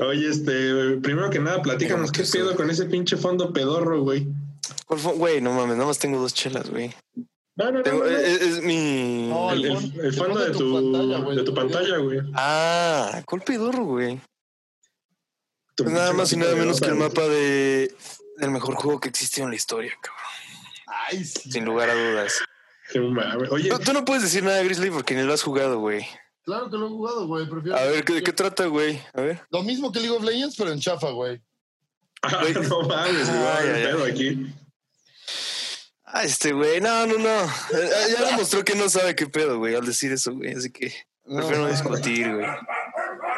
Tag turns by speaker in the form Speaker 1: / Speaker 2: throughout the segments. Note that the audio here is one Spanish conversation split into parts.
Speaker 1: Oye, este, primero que nada, platícanos qué pedo con ese pinche fondo pedorro, güey.
Speaker 2: ¿Cuál fue? Güey, no mames, nada más tengo dos chelas, güey.
Speaker 1: No, no, no,
Speaker 2: Tengo- eh,
Speaker 1: no, no.
Speaker 2: es, es mi.
Speaker 3: No,
Speaker 1: El, el- el fondo de tu, de tu pantalla, güey.
Speaker 2: Ah, ¿cuál pedorro, güey?
Speaker 1: Tu
Speaker 2: Pues nada
Speaker 1: pinche
Speaker 2: más y nada
Speaker 1: mapita
Speaker 2: menos que el
Speaker 1: pedorra,
Speaker 2: mapa de del mejor juego que existió en la historia, cabrón.
Speaker 3: Ay, sí.
Speaker 2: Sin lugar a dudas.
Speaker 1: Qué mames. Oye,
Speaker 2: Tú, tú no puedes decir nada, Grizzly, porque ni lo has jugado, güey.
Speaker 3: Claro que lo he jugado, güey. Prefiero.
Speaker 2: A ver, ¿de qué trata, güey? A ver.
Speaker 3: Lo mismo que League of Legends, pero en chafa, güey.
Speaker 1: ah, no mames, güey,
Speaker 2: Ay,
Speaker 1: qué
Speaker 2: ay,
Speaker 1: pedo
Speaker 2: ay.
Speaker 1: aquí.
Speaker 2: Ah, este, güey. No, no, no. Eh, Ya demostró que no sabe qué pedo, güey, al decir eso, güey. Así que prefiero no discutir, güey.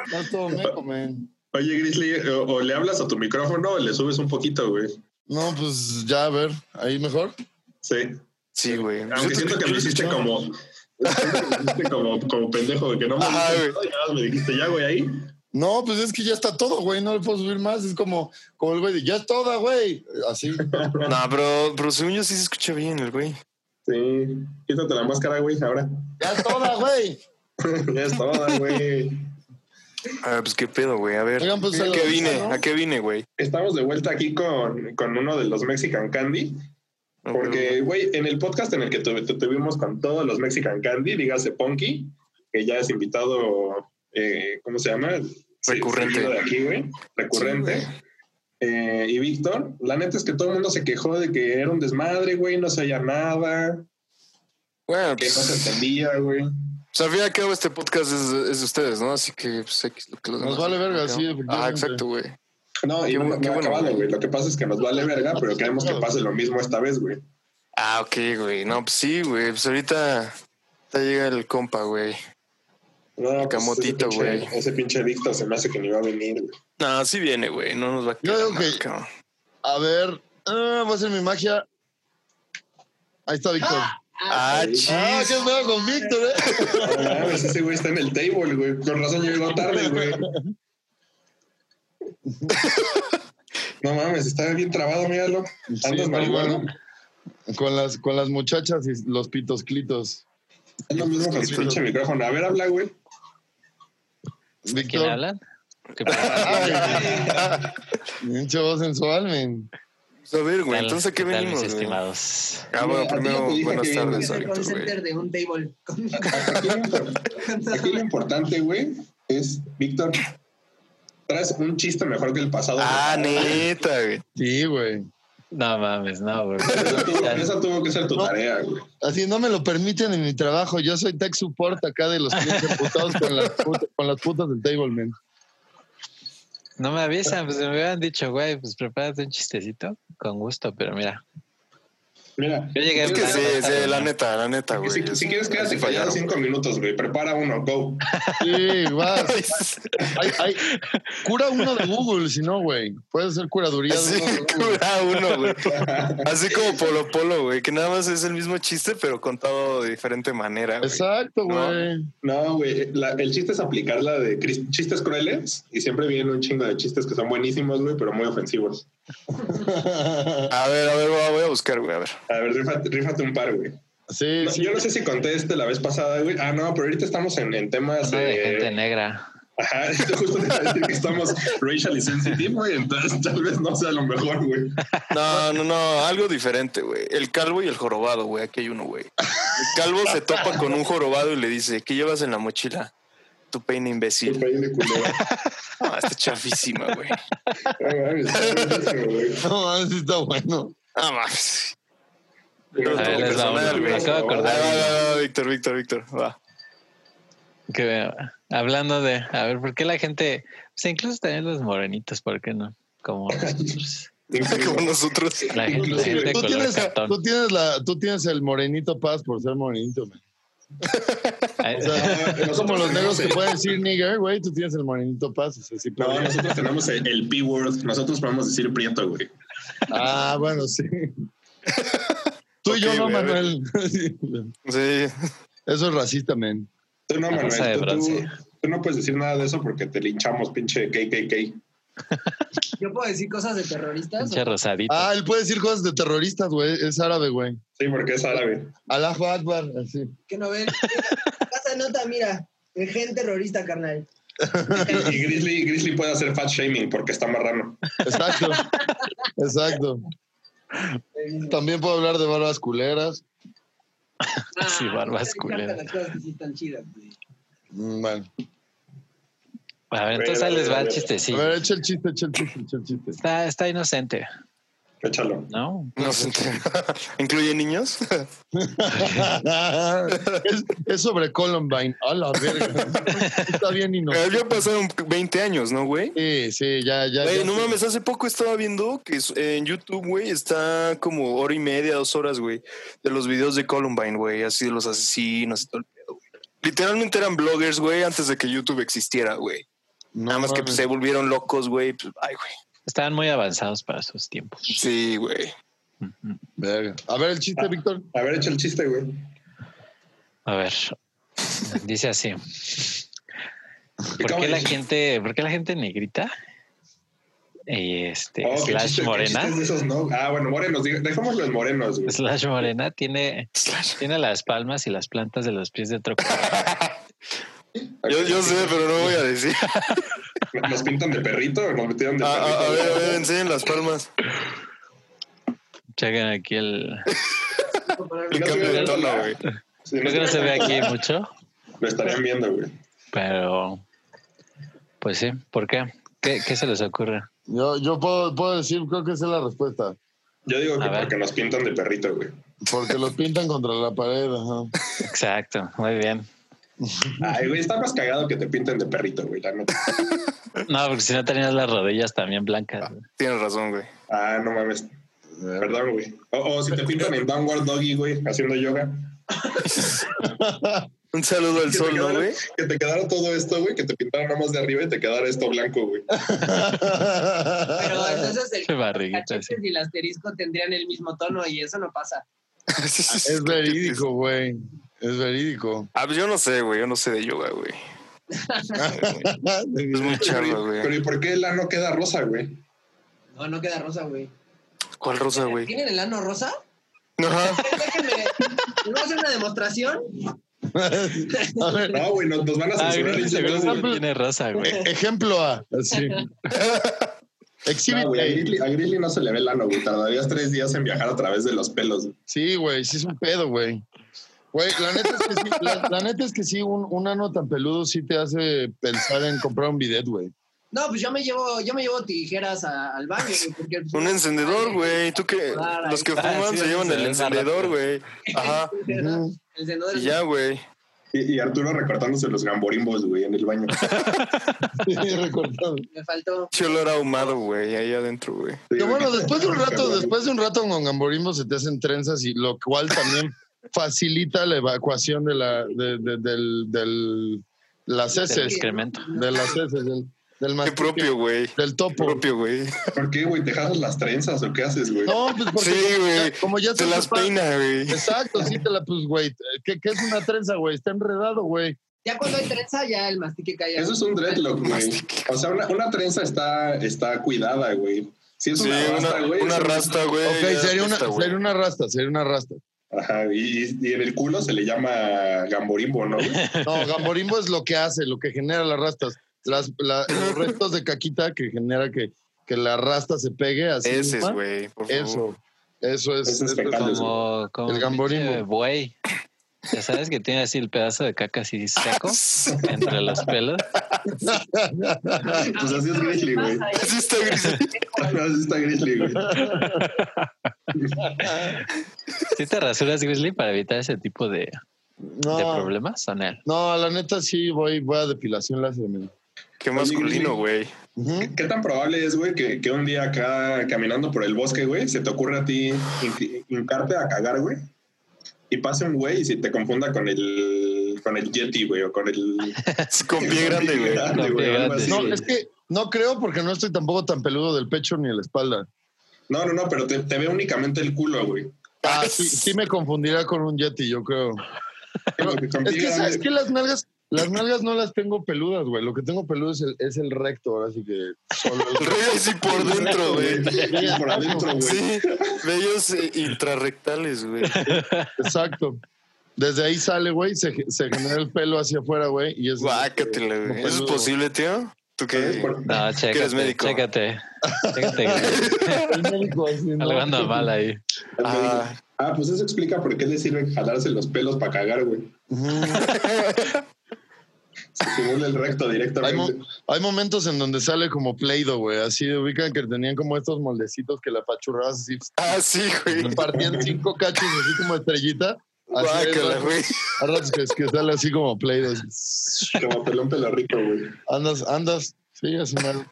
Speaker 3: Está todo meco, man.
Speaker 1: Oye, Grizzly, o, o le hablas a tu micrófono o le subes un poquito, güey.
Speaker 3: No, pues ya, a ver. Ahí mejor.
Speaker 1: Sí.
Speaker 2: Sí, güey.
Speaker 1: Aunque siento que me hiciste como. siento que me hiciste como, como pendejo, güey, que no me
Speaker 2: Ajá,
Speaker 1: dijiste, nada más me dijiste ya, güey, ahí.
Speaker 3: No, pues es que ya está todo, güey. No le puedo subir más. Es como, como el güey de ya es toda, güey. Así.
Speaker 2: No, pero, pero según yo sí se escucha bien el güey.
Speaker 1: Sí. Quítate la máscara, güey, ahora.
Speaker 3: Ya es toda, güey.
Speaker 1: ya es toda, güey.
Speaker 2: Ah, pues qué pedo, güey. A ver.
Speaker 3: Oigan, pues,
Speaker 2: ¿A
Speaker 3: el-
Speaker 2: qué vine?
Speaker 3: ¿no?
Speaker 2: ¿A qué vine, güey?
Speaker 1: Estamos de vuelta aquí con, con uno de los Mexican Candy. Porque, güey, en el podcast en el que tu- tu- tuvimos con todos los Mexican Candy, dígase Ponky, que ya es invitado, eh, ¿cómo se llama? Sí,
Speaker 2: Recurrente.
Speaker 1: seguido de aquí, güey. Recurrente.
Speaker 2: Sí,
Speaker 1: Eh, y Víctor, la neta es que todo el mundo se quejó de que era un desmadre, güey, no se halla nada,
Speaker 2: Bueno,
Speaker 1: que no
Speaker 2: pues,
Speaker 1: se entendía, güey.
Speaker 2: pues, al fin y al cabo este podcast es, es de ustedes, ¿no? Así que, pues, X lo que los
Speaker 3: Nos
Speaker 2: demás-
Speaker 3: vale verga, sí,
Speaker 2: Ah,
Speaker 3: efectivamente.
Speaker 2: exacto, güey.
Speaker 1: No, y
Speaker 2: Qué
Speaker 1: no,
Speaker 2: bueno,
Speaker 1: no
Speaker 2: qué
Speaker 1: ha
Speaker 2: bueno,
Speaker 1: acabado,
Speaker 2: güey.
Speaker 1: güey. Lo que pasa es que nos vale verga, pero queremos que pase lo mismo esta vez, güey.
Speaker 2: Ah, ok, güey. No, pues sí, güey. Pues ahorita, ahorita llega el compa, güey.
Speaker 1: No, pues,
Speaker 2: Camotito,
Speaker 1: ese
Speaker 2: güey.
Speaker 1: pinche- Ese pinche Víctor se me hace que ni va a venir, güey.
Speaker 2: No, sí viene, güey. No nos va a
Speaker 3: Yo
Speaker 2: quedar
Speaker 3: digo
Speaker 2: mal,
Speaker 3: que-
Speaker 2: cabrón.
Speaker 3: A ver. Ah, voy a hacer mi magia. Ahí está Víctor. Ah,
Speaker 2: Ah, chis.
Speaker 3: qué pedo con Víctor, eh.
Speaker 1: No mames, ese güey está en el table, güey. Con razón yo llego tarde, güey. No mames, está bien trabado, míralo.
Speaker 3: Sí,
Speaker 1: Andas
Speaker 3: está
Speaker 1: marihuana.
Speaker 3: bueno. Con las, con las muchachas y los pitos clitos.
Speaker 1: Es lo mismo con su pinche micrófono. A ver, habla, güey.
Speaker 4: ¿Quién
Speaker 3: Víctor.
Speaker 4: habla? ¿Qué pasa?
Speaker 3: Pinche voz sensual, men.
Speaker 2: Pues, a ver,
Speaker 4: ¿Qué
Speaker 2: güey.
Speaker 4: tal?
Speaker 2: Entonces, ¿a qué
Speaker 4: ¿Qué tal,
Speaker 2: venimos,
Speaker 4: mis
Speaker 2: güey?
Speaker 4: estimados?
Speaker 2: Ah,
Speaker 1: A
Speaker 2: bueno,
Speaker 1: ti ya
Speaker 2: primero,
Speaker 1: te dije
Speaker 2: buenas
Speaker 1: que
Speaker 2: tardes,
Speaker 1: vinimos a
Speaker 5: el
Speaker 2: Víctor, güey.
Speaker 5: consenter de un table. Con-
Speaker 1: Aquí lo impor- aquí lo importante, güey, es, Víctor, traes un chiste mejor que el pasado.
Speaker 2: Ah,
Speaker 1: güey.
Speaker 2: neta, güey.
Speaker 3: Sí, güey.
Speaker 4: No mames, no, güey.
Speaker 1: Esa tuvo-
Speaker 4: Ya-
Speaker 1: Esa tuvo que ser tu tarea, güey.
Speaker 3: Así no me lo permiten en mi trabajo. Yo soy tech support acá de los clientes emputados con las, put- con las putas del table, men.
Speaker 4: No me avisan, pues me hubieran dicho, güey, pues prepárate un chistecito. Con gusto, pero mira.
Speaker 1: Mira,
Speaker 4: Yo llegué
Speaker 2: Es que sí,
Speaker 4: tarde,
Speaker 2: sí, la
Speaker 4: ¿no?
Speaker 2: neta, la
Speaker 3: Ah,
Speaker 2: neta, güey.
Speaker 1: si, si quieres quédate callado
Speaker 2: fallaron,
Speaker 1: cinco minutos, güey. Prepara uno, go.
Speaker 3: Sí, vas.
Speaker 2: güey.
Speaker 3: Ay, ay, cura uno de Google, si no, güey. Puede ser curaduría de
Speaker 2: Así
Speaker 3: uno de Google.
Speaker 2: cura uno, güey. Así como Polo Polo, güey, que nada más es el mismo chiste, pero contado de diferente manera. güey.
Speaker 3: Exacto, güey.
Speaker 1: No, güey. eh, la- El chiste es aplicar la de cris- chistes crueles y siempre vienen un chingo de chistes que son buenísimos, güey, pero muy ofensivos.
Speaker 2: A ver, a ver, voy a- voy a buscar, güey, a ver.
Speaker 1: A ver, rífate, rífate un par, güey.
Speaker 3: Sí,
Speaker 1: No,
Speaker 3: sí.
Speaker 1: yo no sé si conté este la vez pasada, güey. Ah, no, pero ahorita estamos en, en temas
Speaker 4: Habla de
Speaker 1: eh,
Speaker 4: gente negra.
Speaker 1: Ajá, yo justo te iba a decir que estamos racially sensitive, güey, entonces tal vez no sea lo mejor, güey.
Speaker 2: No, no, no, algo diferente, güey. El calvo y el jorobado, güey. Aquí hay uno, güey. El calvo se topa con un jorobado y le dice, ¿qué llevas en la mochila? Tu peine
Speaker 1: El
Speaker 2: imbécil.
Speaker 1: país de culero.
Speaker 2: Ah, está chafísima, güey.
Speaker 1: No mames, está buenísimo, güey.
Speaker 3: No, mames, sí está bueno.
Speaker 2: Ah, más.
Speaker 1: Pero
Speaker 2: A ver,
Speaker 1: como
Speaker 2: les va
Speaker 1: personal,
Speaker 2: uno,
Speaker 1: güey,
Speaker 2: me
Speaker 4: acabo de
Speaker 2: Va,
Speaker 1: como-
Speaker 2: va, va, va, Víctor, Víctor, Víctor. Va.
Speaker 4: Que, hablando de, a ver, ¿por qué la gente, o sea, incluso también los morenitos, ¿por qué no? Como nosotros.
Speaker 2: Como nosotros.
Speaker 4: La gente, la gente de
Speaker 3: Tú
Speaker 4: color
Speaker 3: tienes,
Speaker 4: cartón.
Speaker 3: tú, tienes la, tú tienes el morenito paz por ser morenito, men.
Speaker 4: Ay,
Speaker 1: No,
Speaker 3: Es como
Speaker 1: nosotros
Speaker 3: los negros que
Speaker 1: tenemos
Speaker 3: pueden decir nigger, güey. Tú tienes el morenito paz. o sea, sí,
Speaker 1: el- No, nosotros tenemos el, el P-word, nosotros podemos decir prieto, güey.
Speaker 3: Ah, bueno, sí. Tú y yo
Speaker 2: Ok,
Speaker 3: no,
Speaker 2: güey, a ver.
Speaker 3: Manuel.
Speaker 2: Sí.
Speaker 3: Eso es racista, men.
Speaker 1: Tú no,
Speaker 4: La raza
Speaker 1: Manuel,
Speaker 4: de
Speaker 1: tú, tú,
Speaker 4: bronce.
Speaker 1: tú no puedes decir nada de eso porque te linchamos, pinche KKK.
Speaker 5: Yo puedo decir cosas de terroristas.
Speaker 4: pinche rosadito.
Speaker 3: Ah, él puede decir cosas de terroristas, güey. Es árabe, güey.
Speaker 1: Sí, porque es árabe.
Speaker 3: Allahu Akbar, así.
Speaker 5: que no ven. Casa nota, mira. El gen terrorista, carnal.
Speaker 1: Y Grizzly, Grizzly puede hacer fat shaming porque está marrano.
Speaker 3: Exacto. Exacto. También puedo hablar de barbas culeras.
Speaker 4: Sí, barbas
Speaker 5: Ah, me encantan
Speaker 4: culeras.
Speaker 5: Las cosas que sí están chidas, güey.
Speaker 3: Mm, Bueno.
Speaker 4: A ver, entonces
Speaker 1: Pero,
Speaker 4: ahí les va el
Speaker 1: pero,
Speaker 3: A
Speaker 4: chistecillo.
Speaker 3: ver, echa el chiste, echa el chiste, echa el chiste.
Speaker 4: Está, está inocente,
Speaker 1: Échalo.
Speaker 4: ¿no?
Speaker 2: No sé. ¿Incluye niños?
Speaker 3: es, es sobre Columbine. A la verga. Está bien inocente.
Speaker 2: Ya pasaron 20 años, ¿no, güey?
Speaker 3: Sí, sí, ya, ya.
Speaker 2: Güey,
Speaker 3: ya
Speaker 2: no
Speaker 3: sé.
Speaker 2: mames, hace poco estaba viendo que es- en YouTube, güey, está como hora y media, dos horas, güey, de los videos de Columbine, güey, así de los asesinos y todo el pedo, güey. Literalmente eran bloggers, güey, antes de que YouTube existiera, güey.
Speaker 3: No
Speaker 2: Nada más que pues,
Speaker 3: mames.
Speaker 2: se volvieron locos, güey. pues, ay, güey.
Speaker 4: Estaban muy avanzados para sus tiempos.
Speaker 2: Sí, güey.
Speaker 4: Ujú.
Speaker 3: Verga. A ver el chiste, Víctor.
Speaker 1: A ver, echa el chiste, güey.
Speaker 4: A ver, dice así. ¿Por
Speaker 1: ¿Cómo
Speaker 4: qué la
Speaker 1: dice?
Speaker 4: gente, por qué la gente negrita? Y este,
Speaker 1: Oh, qué
Speaker 4: slash
Speaker 1: chiste- qué
Speaker 4: morena.
Speaker 1: chistes de esos, no. Ah, bueno, morenos. diga- Dejémoslo en morenos, güey.
Speaker 4: Slash morena tiene, tiene las palmas y las plantas de los pies de otro color.
Speaker 2: Yo, yo sé, pero no voy a decir.
Speaker 1: ¿Nos pintan de perrito? ¿Nos metieron de
Speaker 2: A,
Speaker 1: perrito?
Speaker 2: Ah, a- a ver, a ver, enseñen las palmas.
Speaker 4: Chequen aquí el.
Speaker 5: Comparar-
Speaker 2: El
Speaker 1: no
Speaker 2: cambio de
Speaker 1: se ve
Speaker 2: tono,
Speaker 1: nada.
Speaker 2: güey.
Speaker 1: Sí,
Speaker 4: Creo que no se ve aquí mucho,
Speaker 1: Lo estarían viendo, güey.
Speaker 4: pero. Pues sí, ¿por qué? ¿Qué, qué se les ocurre?
Speaker 3: Yo, yo puedo, puedo decir, creo que esa es la respuesta.
Speaker 1: Yo digo que
Speaker 4: A ver.
Speaker 1: porque nos pintan de perrito, güey.
Speaker 3: Porque los pintan contra la pared. ajá.
Speaker 4: Exacto, muy bien.
Speaker 1: Ay, güey, está más cagado que te pinten de perrito, güey, la neta.
Speaker 4: No, porque si no tenías las rodillas también blancas.
Speaker 2: Tienes razón, güey.
Speaker 1: Ah, no mames. Perdón, güey. O, o si te pintan en Downward Doggy, güey, haciendo yoga.
Speaker 2: Un saludo al
Speaker 1: Que te
Speaker 2: sol, ¿no,
Speaker 1: quedara-
Speaker 2: güey?
Speaker 1: Que te quedara todo esto, güey, que te pintaran nada más de arriba y te quedara esto blanco, güey.
Speaker 3: Ah,
Speaker 2: Ah,
Speaker 5: Pero entonces
Speaker 4: Qué
Speaker 5: el
Speaker 4: barriguita. sí.
Speaker 5: cachetes y el asterisco tendrían el mismo tono y eso no pasa.
Speaker 3: es verídico, güey. Es verídico.
Speaker 2: Ah, pues yo no sé, güey. Yo no sé de yoga, güey. Es muy charla,
Speaker 1: Pero, pero
Speaker 2: güey.
Speaker 1: ¿y por qué el ano queda rosa, güey?
Speaker 5: No, no queda rosa, güey.
Speaker 2: ¿Cuál rosa, güey?
Speaker 5: ¿Tienen el ano rosa?
Speaker 2: Ajá.
Speaker 5: Déjenme. ¿Me voy a hacer una demostración?
Speaker 3: A ver,
Speaker 1: No, güey, nos, nos van a
Speaker 4: Ah,
Speaker 1: censurar.
Speaker 4: Grizzly
Speaker 1: el
Speaker 4: seguro
Speaker 1: yoga,
Speaker 4: sí
Speaker 1: güey.
Speaker 4: tiene rosa, güey.
Speaker 3: E-, ejemplo A. Así. Exhibit
Speaker 1: No, Ah, güey, a,
Speaker 3: A.
Speaker 1: Grizzly, a Grizzly no se le ve el ano, güey. Tardarías tres días en viajar a través de los pelos. güey.
Speaker 3: Sí, güey, sí es un pedo, güey. Güey, la neta es que sí, la, la neta es que sí, un, un ano tan peludo sí te hace pensar en comprar un bidet, güey.
Speaker 5: No, pues yo me llevo, yo me llevo tijeras a- al baño, güey, porque pues,
Speaker 2: Un encendedor, güey. Tú que.
Speaker 5: Ah,
Speaker 2: Los que
Speaker 4: ah,
Speaker 2: fuman
Speaker 4: sí,
Speaker 2: se llevan
Speaker 4: se
Speaker 2: el
Speaker 4: ven más rápido.
Speaker 2: encendedor, güey. Ajá.
Speaker 5: El encendedor
Speaker 2: Y
Speaker 5: es-
Speaker 2: ya, güey.
Speaker 1: Y, y Arturo recortándose los gamborimbos, güey, en el baño.
Speaker 3: Sí, recortado.
Speaker 5: me faltó.
Speaker 2: Che olor ahumado, güey. Ahí adentro, güey.
Speaker 1: Sí,
Speaker 3: Que bueno,
Speaker 1: güey.
Speaker 3: después de un rato,
Speaker 1: Cabrón.
Speaker 3: después de un rato con gamborimbo se te hacen trenzas y lo cual también facilita la evacuación de la de, de- del, del- las
Speaker 4: Del
Speaker 3: heces,
Speaker 4: excremento.
Speaker 3: de las heces, del, del
Speaker 2: Qué
Speaker 1: Ah,
Speaker 3: mastique,
Speaker 2: propio, güey.
Speaker 3: del
Speaker 2: Qué
Speaker 3: topo.
Speaker 2: Propio, güey.
Speaker 1: ¿Por qué, güey? ¿Te jalas las trenzas o qué haces, güey?
Speaker 3: No, pues porque
Speaker 2: Sí,
Speaker 3: como ya-
Speaker 2: güey.
Speaker 3: como ya
Speaker 2: Se las
Speaker 3: sepa-
Speaker 2: peina, güey.
Speaker 3: Exacto, sí te la pues güey, ¿qué, qué es una trenza, güey? Está enredado, güey.
Speaker 5: Ya cuando hay trenza, ya el mastique cae.
Speaker 1: Eso es un dreadlock, güey. O sea, una, una trenza está, está cuidada, güey. Si es
Speaker 2: Sí,
Speaker 1: una rasta,
Speaker 2: una,
Speaker 1: güey.
Speaker 2: una
Speaker 1: es un-
Speaker 2: rasta, güey.
Speaker 3: Ok,
Speaker 2: ya
Speaker 3: sería una,
Speaker 2: está, güey.
Speaker 3: sería una rasta, sería una rasta.
Speaker 1: Ajá, y, y en el culo se le llama gamborimbo, ¿no? güey?
Speaker 3: No, gamborimbo es lo que hace, lo que genera las rastas. Las, la- los restos de caquita que genera que, que la rasta se pegue así.
Speaker 1: ¿Ah?
Speaker 2: Ese es,
Speaker 3: misma.
Speaker 2: güey. Por favor.
Speaker 3: Eso, eso
Speaker 1: Eso
Speaker 3: es.
Speaker 1: es
Speaker 3: eso es-
Speaker 1: pecado.
Speaker 4: Como, como
Speaker 3: El
Speaker 4: un
Speaker 3: gamborimbo.
Speaker 4: pinche Buey. Ya sabes que tiene así el pedazo de caca así seco entre los pelos.
Speaker 5: Ah,
Speaker 1: Pues así es Grizzly, güey.
Speaker 5: ¿eh?
Speaker 2: Así está gris.
Speaker 1: Así está Grizzly, güey.
Speaker 4: ¿Sí te rasuras, Grizzly, para evitar ese tipo de, de
Speaker 3: no,
Speaker 4: problemas o no?
Speaker 3: no, la neta sí voy, voy a depilación láser. mira.
Speaker 2: Qué masculino, güey.
Speaker 3: Ujú.
Speaker 1: ¿Qué tan probable es, güey, que, que un día acá caminando por el bosque, güey, se te ocurre a ti hin- hincarte a cagar, güey? Y pase un güey y se te confunda con el con el Yeti, güey, o con el...
Speaker 2: Con pie grande, güey.
Speaker 1: Grande, güey, algo así,
Speaker 3: No,
Speaker 1: güey.
Speaker 3: es que no creo porque no estoy tampoco tan peludo del pecho ni de la espalda.
Speaker 1: No, no, no, pero te, te ve únicamente el culo, güey.
Speaker 3: Ah, sí, sí me confundirá con un yeti, yo creo.
Speaker 1: Porque con
Speaker 3: Es
Speaker 1: pie
Speaker 3: que,
Speaker 1: grande-
Speaker 3: es que las nalgas, las nalgas no las tengo peludas, güey. Lo que tengo peludo es el, es el recto, ahora sí que solo el
Speaker 2: El rey así por dentro, güey.
Speaker 1: Sí, por adentro, güey.
Speaker 2: Sí, bellos eh, intrarrectales, güey.
Speaker 3: Exacto. Desde ahí sale, güey, se, se genera el pelo hacia afuera, güey, y es...
Speaker 2: Guácatela, güey. ¿Eso es
Speaker 3: peludo.
Speaker 2: posible, tío? ¿Tú
Speaker 1: ¿Sabes
Speaker 2: qué?
Speaker 1: por qué?
Speaker 4: No, chécate.
Speaker 2: eres médico?
Speaker 4: Chécate. Chécate.
Speaker 3: El médico así, ¿no?
Speaker 4: Algo anda mal ahí.
Speaker 1: El médico.
Speaker 2: Ah.
Speaker 1: Ah. pues eso explica por qué le sirve jalarse los pelos para cagar, güey. Se simula el recto
Speaker 3: Hay, mo-
Speaker 1: directamente.
Speaker 3: hay momentos en donde sale como Play-Doh, güey. Así de ubican que tenían como estos moldecitos que la pachurrabas así.
Speaker 2: Ah, sí, güey.
Speaker 3: Partían cinco cachos así como estrellita. Así de-
Speaker 2: Guácala, güey.
Speaker 3: a ratos que, que sale así como Play-Doh. así.
Speaker 1: Como pelón pelo rico, güey.
Speaker 3: Andas, andas. Sí, así mal.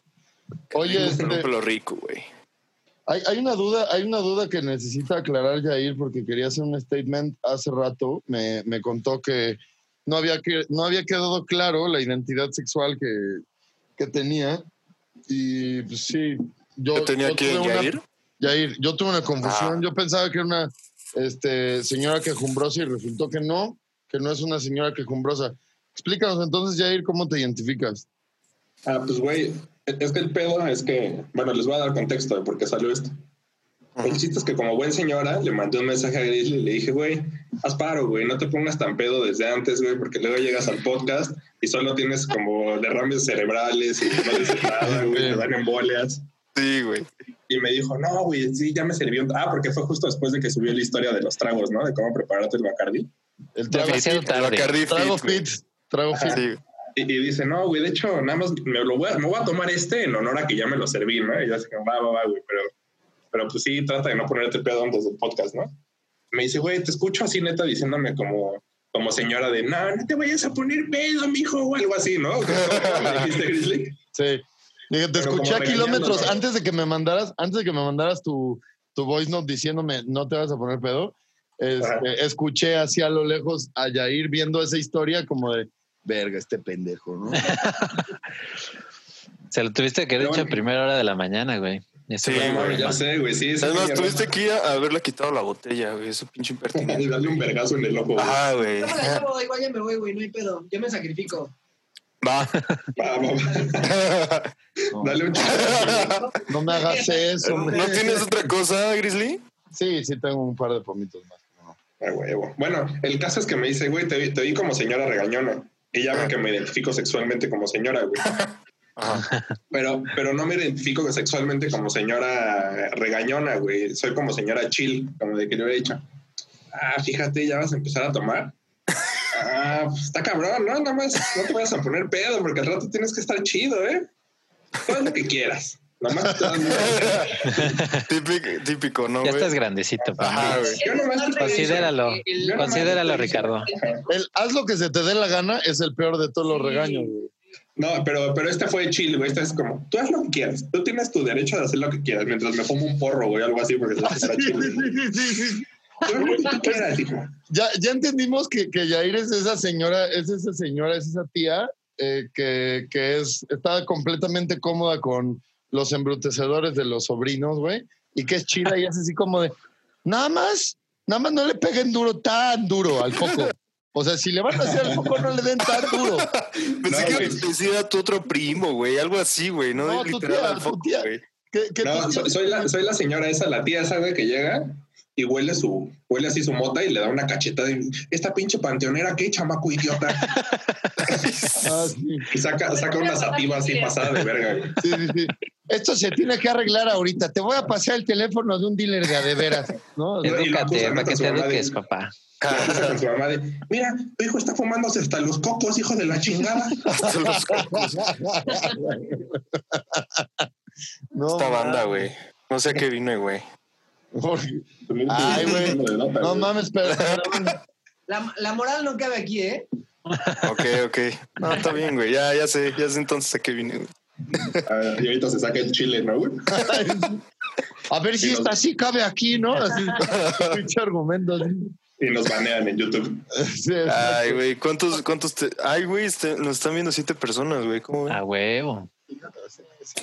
Speaker 3: Oye,
Speaker 2: Un
Speaker 3: este,
Speaker 2: pelo rico, güey.
Speaker 3: hay, hay una duda, hay una duda que necesita aclarar Jair porque quería hacer un statement hace rato. Me, me contó que no había que no había quedado claro la identidad sexual que, que tenía y pues, sí. Yo,
Speaker 2: Yo tenía
Speaker 3: yo
Speaker 2: que
Speaker 3: tuve una-
Speaker 2: Yair.
Speaker 3: Yair, yo tuve una confusión.
Speaker 2: Ah.
Speaker 3: Yo pensaba que era una este, señora quejumbrosa y resultó que no, que no es una señora quejumbrosa. Explícanos entonces, Jair, cómo te identificas.
Speaker 1: Ah, pues, güey, es que el pedo es que, bueno, les voy a dar contexto de por qué salió esto. El chiste es que como buen señora le mandé un mensaje a Grizzly y le dije, güey, haz paro, güey, no te pongas tan pedo desde antes, güey, porque luego llegas al podcast y solo tienes como derrames cerebrales y no dices nada, güey, te dan embolias.
Speaker 2: Sí, güey.
Speaker 1: Y me dijo, no, güey, sí, ya me sirvió. un- Ah, porque fue justo después de que subió la historia de los tragos, ¿no? De cómo prepararte el Bacardi.
Speaker 3: El trago
Speaker 4: Demasiado
Speaker 3: fit.
Speaker 4: tarde.
Speaker 2: Bacardi
Speaker 3: Trago
Speaker 2: Fit, güey.
Speaker 3: fit. Trago fit.
Speaker 2: Sí, güey.
Speaker 1: Y, y dice, no, güey, de hecho, nada más me, lo voy a, me voy a tomar este en honor a que ya me lo serví, ¿no? Y yo así, como, va, va, va, güey, pero, pero pues sí, trata de no ponerte pedo antes del podcast, ¿no? Me dice, güey, te escucho así neta diciéndome como, como señora de, no, no te vayas a poner pedo, mijo, o algo así, ¿no? Como me dijiste, Grizzly.
Speaker 3: Sí. Dije, te
Speaker 1: Pero como
Speaker 3: escuché a
Speaker 1: regañando,
Speaker 3: kilómetros
Speaker 1: ¿no?
Speaker 3: antes de que me mandaras, antes de que me mandaras tu, tu voice note diciéndome no te vas a poner pedo. este,
Speaker 1: Ajá.
Speaker 3: escuché hacia lo lejos a Jair viendo esa historia como de verga, este pendejo, ¿no?
Speaker 4: Se lo tuviste que haber
Speaker 1: Pero
Speaker 4: hecho a
Speaker 1: bueno.
Speaker 4: primera hora de la mañana, güey. Ese
Speaker 2: Sí,
Speaker 4: fue el
Speaker 1: No,
Speaker 2: güey,
Speaker 1: ya
Speaker 4: problema.
Speaker 1: sé, güey, sí. esa
Speaker 2: Además,
Speaker 1: mierda.
Speaker 2: tuviste que ir a haberle quitado la botella, güey. Eso pinche impertinente.
Speaker 1: Y Dale un vergazo en el ojo, güey.
Speaker 2: Ajá, güey.
Speaker 5: Yo me la llevo, igual ya me voy, güey, no hay pedo. Yo me sacrifico.
Speaker 2: Va.
Speaker 1: Va, va, va. Dale un chingazo, güey.
Speaker 3: No me hagas eso. hombre.
Speaker 2: ¿No tienes otra cosa, Grizzly?
Speaker 3: Sí, sí tengo un par de pomitos más. ¿no?
Speaker 1: A huevo. Bueno, el caso es que me dice, güey, te, vi- te vi como señora regañona. Y ya ven que me identifico sexualmente como señora, güey.
Speaker 2: Ajá.
Speaker 1: Pero, pero no me identifico sexualmente como señora regañona, güey. Soy como señora chill, como de que le he dicho. Ah, fíjate, ya vas a empezar a tomar. Ah, pues, está cabrón, ¿no? Nada más no te vayas a poner pedo porque al rato tienes que estar chido, ¿eh? Todo lo que quieras. Nada más te das-
Speaker 2: típico, típico, ¿no,
Speaker 4: Ya
Speaker 2: güey?
Speaker 4: estás grandecito, pa.
Speaker 2: Ajá, güey.
Speaker 1: Yo nomás te estoy diciendo- yo
Speaker 4: Considéralo.
Speaker 1: nomás te
Speaker 4: Considéralo,
Speaker 1: estoy diciendo-
Speaker 4: Ricardo.
Speaker 1: Ajá.
Speaker 3: El haz lo que se te dé la gana es el peor de todos los
Speaker 5: Sí.
Speaker 3: regaños. güey.
Speaker 1: No, pero, pero este fue chill, güey. Este es como, tú haz lo que quieras. Tú tienes tu derecho de hacer lo que quieras mientras me fumo un porro, güey, algo así, porque
Speaker 3: Sí,
Speaker 1: se será chill. güey.
Speaker 3: sí, sí, sí, sí.
Speaker 1: Tú haz lo que tú quieras, hijo.
Speaker 3: Ya, ya entendimos que, que Yair es esa señora, es esa señora, es esa tía eh, que, que es, está completamente cómoda con los embrutecedores de los sobrinos, güey, y que es chida y es así como de, nada más, nada más no le peguen duro, tan duro al coco. O sea, si le van a hacer al coco, no le den tan duro.
Speaker 2: Pensé
Speaker 1: No,
Speaker 2: que
Speaker 1: güey.
Speaker 2: decía a tu otro primo, güey. Algo así, güey. No,
Speaker 3: No, tu
Speaker 2: literal
Speaker 3: tía,
Speaker 2: al
Speaker 3: tu
Speaker 2: foco,
Speaker 3: tía.
Speaker 2: güey.
Speaker 3: Que, que
Speaker 1: No,
Speaker 3: tú-
Speaker 1: soy, soy la, soy la señora esa, la tía esa, güey, que llega y huele su, huele así su mota y le da una cachetada. Y, Esta pinche panteonera, qué chamaco idiota.
Speaker 3: Ah, sí.
Speaker 1: Y saca, saca una sativa así pasada de verga, güey.
Speaker 3: Sí, sí, sí. Esto se tiene que arreglar ahorita. Te voy a pasar el teléfono de un dealer de a de veras, ¿no? O sea,
Speaker 1: Y lo
Speaker 4: Edúcate,
Speaker 1: acusan
Speaker 4: para
Speaker 1: hasta
Speaker 4: que
Speaker 1: su
Speaker 4: te
Speaker 1: mamá de-
Speaker 4: eduques, papá.
Speaker 2: Ah,
Speaker 1: Empieza con su mamá de, Mira, tu hijo está fumándose hasta los cocos, hijo de la chingada.
Speaker 2: Hasta los cocos.
Speaker 3: no,
Speaker 2: Esta banda, güey. No sé a qué vino, güey.
Speaker 3: porque- Ay, güey. No mames, pero
Speaker 5: La, la moral no cabe aquí, ¿eh?
Speaker 2: Ok, ok. No, está bien, güey. Ya, ya sé, ya sé entonces a qué vine, güey.
Speaker 1: A ver, Ah, Y ahorita se saca el chile, ¿no, güey?
Speaker 3: a ver si esta sí cabe aquí, ¿no? Así, pinche argumento. así.
Speaker 1: Y nos banean en YouTube.
Speaker 3: Sí,
Speaker 2: Ay, güey. ¿Cuántos, cuántos te... Ay, güey, este- nos están viendo siete personas, güey. ¿Cómo ven?
Speaker 4: A huevo.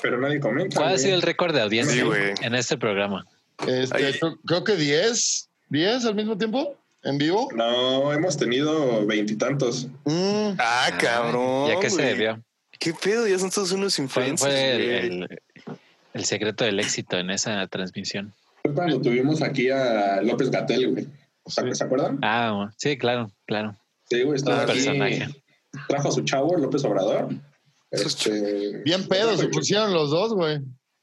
Speaker 1: Pero nadie comenta.
Speaker 4: ¿Cuál ha
Speaker 1: güey.
Speaker 4: sido el récord de audiencia
Speaker 2: Sí, güey.
Speaker 4: en este programa?
Speaker 3: Este,
Speaker 2: Ay.
Speaker 3: creo- creo que 10, 10 al mismo tiempo, en vivo.
Speaker 1: No, hemos tenido veintitantos.
Speaker 3: Mm,
Speaker 2: Ah, cabrón.
Speaker 4: ¿Y a qué se
Speaker 2: güey.
Speaker 4: debió?
Speaker 2: ¿Qué pedo? Ya son todos unos
Speaker 4: Fue,
Speaker 2: influencers.
Speaker 4: fue el,
Speaker 2: güey.
Speaker 4: el- el secreto del éxito en esa transmisión.
Speaker 1: Fue cuando tuvimos aquí a López Gatel, güey. ¿Se, se acuerdan?
Speaker 4: Ah, bueno. sí, claro, claro.
Speaker 1: Sí, güey, estuvo
Speaker 4: Todo
Speaker 1: aquí,
Speaker 4: personaje.
Speaker 1: Trajo a su chavo, López Obrador.
Speaker 2: Su
Speaker 1: Este,
Speaker 3: Bien pedos, se pusieron los dos, güey.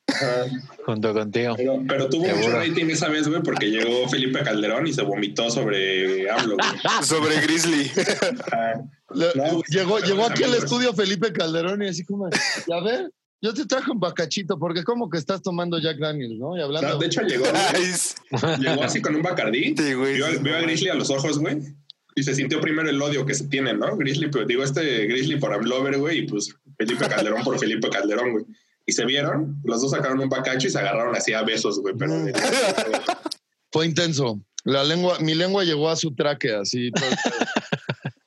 Speaker 1: ajá.
Speaker 4: Junto contigo.
Speaker 1: Pero, pero tuvo mucho
Speaker 4: Seguro.
Speaker 1: rating esa vez, güey, porque llegó Felipe Calderón y se vomitó sobre AMLO, güey.
Speaker 2: Sobre Grizzly.
Speaker 1: Ajá.
Speaker 3: Le-
Speaker 1: No, güey,
Speaker 3: llegó
Speaker 1: pero
Speaker 3: llegó
Speaker 1: mis
Speaker 3: aquí al
Speaker 1: amigos.
Speaker 3: estudio Felipe Calderón y así como, ya ver, yo te traje un bacachito porque como que estás tomando Jack Daniels, ¿no? Y hablando...
Speaker 1: No, de hecho, llegó,
Speaker 2: Ay, sí,
Speaker 1: llegó así con un bacardí,
Speaker 2: güey.
Speaker 1: vio, a- vio a Grizzly a los ojos, güey. Y se sintió primero el odio que se tiene, ¿no? Grizzly, pues, digo, este Grizzly por Amlover, güey, y pues Felipe Calderón por Felipe Calderón, güey. Y se vieron, los dos sacaron un bacacho y se agarraron así a besos, güey, pero...
Speaker 3: Mm.
Speaker 1: de-
Speaker 3: Fue intenso. La lengua, mi lengua llegó a su tráquea, así. todo el pedo.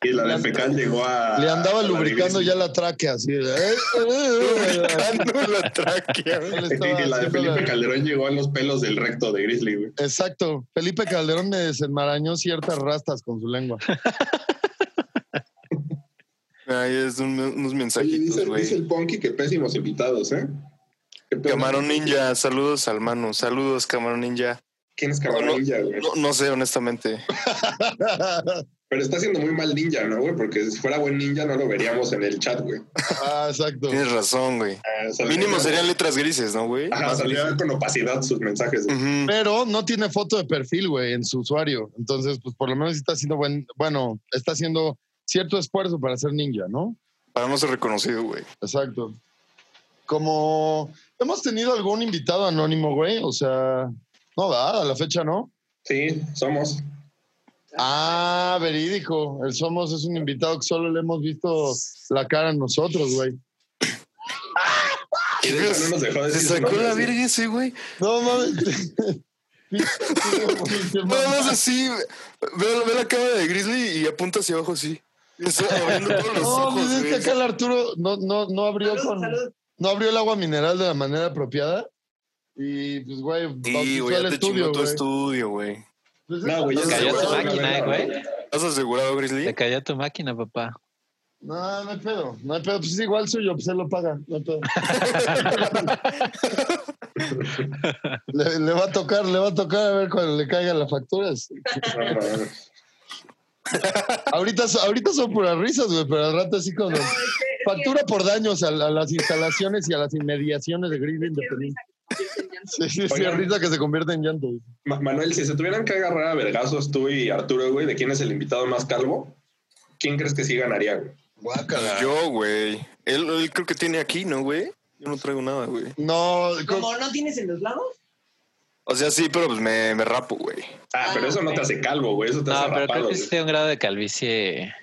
Speaker 1: Y la de fecal llegó a...
Speaker 2: Ah,
Speaker 3: Le andaba
Speaker 1: a la de
Speaker 3: lubricando
Speaker 1: Grizzly.
Speaker 3: ya la tráquea, así. de, "Eh, eh, eh".
Speaker 2: Lubricando la tráquea, güey.
Speaker 3: Él
Speaker 1: Y
Speaker 3: estaba
Speaker 1: la de
Speaker 3: haciendo
Speaker 1: Felipe
Speaker 3: la-
Speaker 1: Calderón llegó a los pelos del recto de Grizzly, güey.
Speaker 3: Exacto. Felipe Calderón me desenmarañó ciertas rastas con su lengua.
Speaker 2: Ay, es un- unos
Speaker 1: Oye, dice,
Speaker 2: mensajitos,
Speaker 1: dice
Speaker 2: güey.
Speaker 1: el Ponky que pésimos invitados, ¿eh? Qué pedo.
Speaker 2: Camarón Ninja, saludos al Manu. Saludos, Camarón Ninja.
Speaker 1: ¿Quién es Camarón
Speaker 2: No,
Speaker 1: Ninja, güey?
Speaker 2: No, no sé, honestamente.
Speaker 3: Ah,
Speaker 1: Pero está siendo muy mal ninja, ¿no, güey? Porque si fuera buen ninja no lo veríamos en el chat, güey.
Speaker 3: ah, exacto.
Speaker 2: Tienes razón, güey.
Speaker 1: Ah, salió-
Speaker 2: Mínimo serían letras grises, ¿no, güey?
Speaker 1: Ajá,
Speaker 2: Más Mm.
Speaker 1: salía con opacidad sus mensajes. güey.
Speaker 2: Ujú.
Speaker 3: Pero no tiene foto de perfil, güey, en su usuario. Entonces, pues por lo menos está haciendo buen, bueno, está haciendo cierto esfuerzo para ser ninja, ¿no?
Speaker 2: Para no ser reconocido, güey.
Speaker 3: Exacto. Como hemos tenido algún invitado anónimo, güey. O sea, no va, a la fecha no.
Speaker 1: Sí, somos.
Speaker 3: Ah, verídico. El Somos es un invitado que solo le hemos visto la cara a nosotros, güey.
Speaker 1: Y de hecho no nos dejó
Speaker 2: Se
Speaker 1: decir su
Speaker 2: sacó
Speaker 1: nombre,
Speaker 2: la
Speaker 1: sí.
Speaker 2: verga ese, güey.
Speaker 3: No mames.
Speaker 2: Nada más así. Ve, ve la cámara de Grizzly y apunta hacia abajo así. Está abriendo todos los
Speaker 3: No,
Speaker 2: ojos,
Speaker 3: pues es que acá
Speaker 2: güey.
Speaker 3: el Arturo no, no, no abrió
Speaker 5: Salud,
Speaker 3: con,
Speaker 5: salud.
Speaker 3: no abrió el agua mineral de la manera apropiada. Y pues, güey,
Speaker 2: Sí,
Speaker 3: bautizó
Speaker 2: güey,
Speaker 3: el
Speaker 2: ya te chingó
Speaker 3: estudio,
Speaker 2: tu
Speaker 3: güey.
Speaker 2: estudio, güey.
Speaker 3: Pues es-
Speaker 1: No, güey, ya
Speaker 2: Cayó
Speaker 1: aseguró
Speaker 2: tu
Speaker 1: una
Speaker 4: máquina,
Speaker 1: vez,
Speaker 4: güey.
Speaker 1: ¿no?
Speaker 2: ¿Estás asegurado,
Speaker 4: Te
Speaker 2: Grizzly?
Speaker 4: cayó tu máquina, papá.
Speaker 3: No, no hay pedo, no hay pedo. Pues es igual suyo, pues él lo paga, no hay pedo. le, le va a tocar, le va a tocar a ver cuando le caigan las facturas.
Speaker 1: No, no, no.
Speaker 3: Ahorita, so- ahorita son puras risas, güey, pero al rato así con... Factura por daños a, a las instalaciones y a las inmediaciones de Green Independiente. Sí, sí, sí,
Speaker 1: Oigan.
Speaker 3: risa que se convierte en llanto. güey.
Speaker 1: Ma- Manuel, si se tuvieran que agarrar a vergazos tú y Arturo, güey, de quién es el invitado más calvo, ¿quién crees que sí ganaría, güey?
Speaker 2: Yo, güey. Él, él creo que tiene aquí, ¿no, güey? Yo no traigo nada, güey.
Speaker 3: No, co-
Speaker 5: Como no tienes en los lados,
Speaker 2: O sea, sí, pero pues me, me rapo, güey.
Speaker 1: Ah, pero eso no te hace calvo, güey. Eso te hace
Speaker 4: No, pero creo
Speaker 1: rapado,
Speaker 4: que
Speaker 1: güey.
Speaker 4: sí tiene un grado de calvicie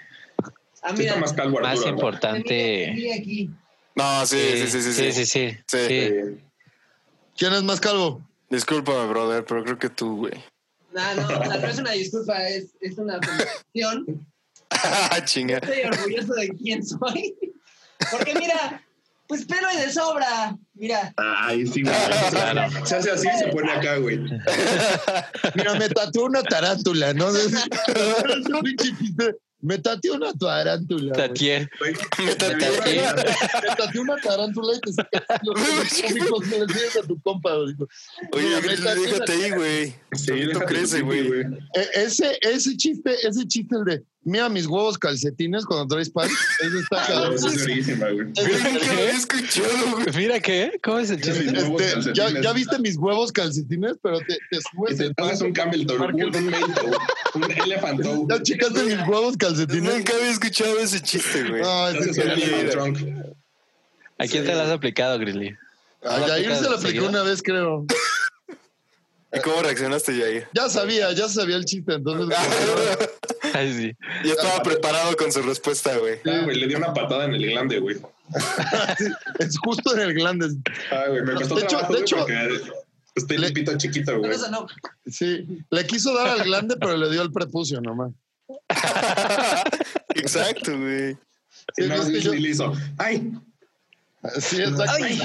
Speaker 5: ah,
Speaker 1: Sí
Speaker 5: mira,
Speaker 1: está más calvo Arturo,
Speaker 4: más
Speaker 1: ¿no?
Speaker 4: importante.
Speaker 5: mira aquí.
Speaker 2: No, sí, sí, sí, sí. sí,
Speaker 4: sí, sí.
Speaker 2: Sí.
Speaker 4: sí.
Speaker 1: Eh,
Speaker 3: ¿quién es más calvo?
Speaker 2: Discúlpame, brother, pero creo que tú, güey.
Speaker 5: No, no, o sea, no es una disculpa, es, es una convicción.
Speaker 2: Chinga.
Speaker 5: Estoy orgulloso de quién soy. Porque mira, pues pelo y de sobra. Mira,
Speaker 1: Ay, Ah, sí, güey.
Speaker 4: Claro.
Speaker 1: Se hace así y se pone acá, güey.
Speaker 3: Mira, me tatuó una tarántula, ¿no? Pinche chiste, me tatuó una tarántula. güey.
Speaker 4: Tatier.
Speaker 1: Güey,
Speaker 2: Me tatué.
Speaker 4: tatué.
Speaker 3: Me tatué una tarántula y te sacaste los cómicos que le enseñas a tu compa. güey.
Speaker 2: Oye,
Speaker 3: Mira,
Speaker 2: Grizzly,
Speaker 3: me
Speaker 2: déjate ahí, güey.
Speaker 1: Sí,
Speaker 2: Solito
Speaker 1: déjate
Speaker 2: crece,
Speaker 1: tu pipí,
Speaker 2: güey.
Speaker 3: E- ese, ese chiste, ese chiste el de, mira mis huevos calcetines cuando traes pan, ese
Speaker 1: Ah,
Speaker 3: está
Speaker 1: güey,
Speaker 3: cabrón.
Speaker 1: esa es verguísima, güey.
Speaker 2: Güey, nunca lo
Speaker 3: ¿Eh?
Speaker 2: había escuchado, güey.
Speaker 4: Mira qué, ¿cómo es el
Speaker 1: Sí,
Speaker 4: chiste?
Speaker 1: mis huevos
Speaker 3: Este, ya,
Speaker 1: calcetines.
Speaker 3: ya viste mis huevos calcetines, pero te, te
Speaker 1: Y
Speaker 3: subes.
Speaker 1: te
Speaker 3: el
Speaker 1: haces un
Speaker 3: pan,
Speaker 1: Campbell Tour,
Speaker 3: Marca el-
Speaker 1: un Mail Tour, un Elephant Tour.
Speaker 3: Ya checaste mis huevos calcetines.
Speaker 2: Nunca había escuchado ese chiste, güey.
Speaker 3: No,
Speaker 1: Te
Speaker 3: ese
Speaker 1: haces
Speaker 3: es
Speaker 1: un
Speaker 2: Nunca-
Speaker 1: Elephant Trunk.
Speaker 4: ¿A quién te la has aplicado, Grizzly?
Speaker 3: A Yair Ah, se lo aplicó una vez, creo.
Speaker 2: ¿Y cómo reaccionaste, Jair?
Speaker 3: Ya sabía, ya sabía el chiste, entonces.
Speaker 4: Ay, sí.
Speaker 2: Yo estaba preparado con su respuesta, güey.
Speaker 1: Ah, güey, le di una patada en el glande, güey.
Speaker 3: es justo en el glandes.
Speaker 1: Ah, güey, me costó
Speaker 3: De hecho-
Speaker 1: trabajo,
Speaker 3: de
Speaker 1: güey,
Speaker 3: hecho-
Speaker 1: porque estoy
Speaker 3: Le-
Speaker 1: limpito chiquito,
Speaker 5: no,
Speaker 1: güey.
Speaker 5: eso no.
Speaker 3: Sí, le quiso dar al glande, pero le dio el prepucio nomás.
Speaker 2: Exacto, güey.
Speaker 1: Y
Speaker 3: Sí,
Speaker 1: no,
Speaker 3: es que
Speaker 1: sí,
Speaker 3: yo-
Speaker 1: sí, le hizo. ¡Ay!
Speaker 3: Sí, exacto.
Speaker 5: Ay,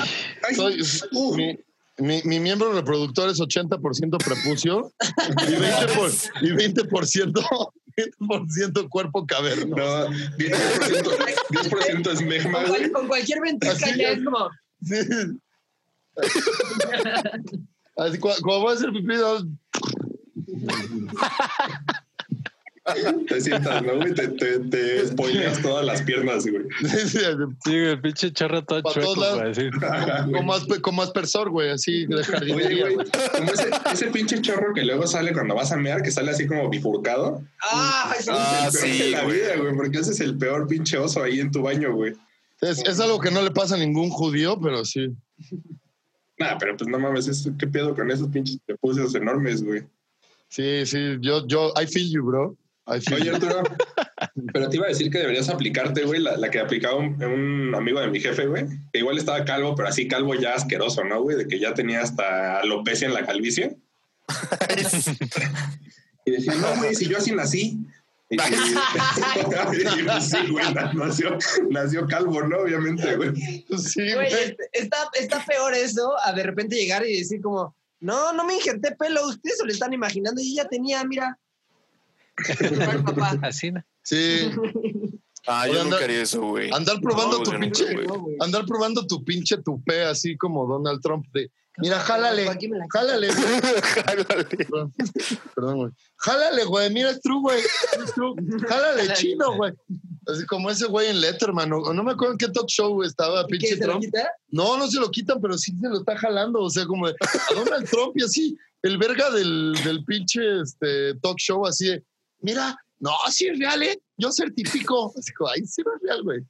Speaker 1: ¡Ay!
Speaker 3: Soy-
Speaker 1: ¡Uh!
Speaker 3: mi, mi- mi miembro reproductor es 80% prepucio y 20%, por- y 20%, 20% cuerpo caverno.
Speaker 1: No, 10%, 10% es Megma,
Speaker 5: con,
Speaker 1: güey.
Speaker 5: cual- con cualquier ventisca
Speaker 3: Así
Speaker 5: ya
Speaker 3: es.
Speaker 5: es como.
Speaker 3: Sí. Así, cua- cuando voy a hacer pipí, no.
Speaker 1: Te sientas, ¿no, güey? Te, te, te spoileas todas las piernas, güey.
Speaker 4: Sí, güey, el pinche chorro todo
Speaker 3: Pa'
Speaker 4: chueco,
Speaker 3: todos lados.
Speaker 4: güey, así.
Speaker 3: como, aspe- como aspersor, güey, así de
Speaker 1: Oye,
Speaker 3: jardinería.
Speaker 1: güey,
Speaker 3: güey.
Speaker 1: como ese, ese pinche chorro que luego sale cuando vas a mear, que sale así como bifurcado.
Speaker 5: Ah, eso
Speaker 2: Ah,
Speaker 1: Es el peor
Speaker 2: sí,
Speaker 1: de la
Speaker 2: güey.
Speaker 1: vida, güey, porque ese es el peor pinche oso ahí en tu baño, güey.
Speaker 3: Es, es algo que no le pasa a ningún judío, pero sí.
Speaker 1: Nah, pero pues no mames, es- ¿qué pedo con esos pinches prepucios enormes, güey?
Speaker 3: Sí, sí, yo, yo, I feel you, bro. I feel
Speaker 1: Oye,
Speaker 3: you.
Speaker 1: Arturo, pero te iba a decir que deberías aplicarte, güey, la, la que aplicaba un, un amigo de mi jefe, güey, que igual estaba calvo, pero así calvo ya asqueroso, ¿no, güey? De que ya tenía hasta alopecia en la calvicie. Y decía, no, güey, si yo así nací. Y, sí, y pues sí, güey, na- nació, nació calvo, ¿no? Obviamente, güey.
Speaker 3: Sí,
Speaker 5: Güey,
Speaker 3: güey.
Speaker 5: es- está, está peor eso, a de repente llegar y decir como, no, no me injerté pelo, ustedes se lo están imaginando, yo ya tenía, mira. Igual, papá.
Speaker 4: Así, ¿no?
Speaker 3: Sí,
Speaker 2: Ah, yo
Speaker 3: Oye,
Speaker 2: nunca
Speaker 3: anda-
Speaker 2: haría eso, güey.
Speaker 3: andar probando
Speaker 2: No,
Speaker 3: tu
Speaker 2: yo nunca,
Speaker 3: pinche,
Speaker 2: güey.
Speaker 5: No, güey.
Speaker 3: andar probando tu pinche tupé así como Donald Trump de, mira, jálale,
Speaker 5: Aquí me la-
Speaker 3: jálale, güey.
Speaker 2: Jálale.
Speaker 3: Perdón, Perdón, güey. Jálale, güey. Mira, es true, güey. Es true. Jálale, chino, güey. Así como ese güey en Letterman. O, o no me acuerdo en qué talk show estaba,
Speaker 5: ¿Y qué,
Speaker 3: pinche
Speaker 5: se lo
Speaker 3: Trump.
Speaker 5: quita?
Speaker 3: No, no se lo quitan, pero sí se lo está jalando. O sea, como de, a Donald Trump y así. El verga del, del pinche este, talk show, así de, mira, no, sí es real, ¿eh? Yo certifico. Así como, ay, sí no es real, güey.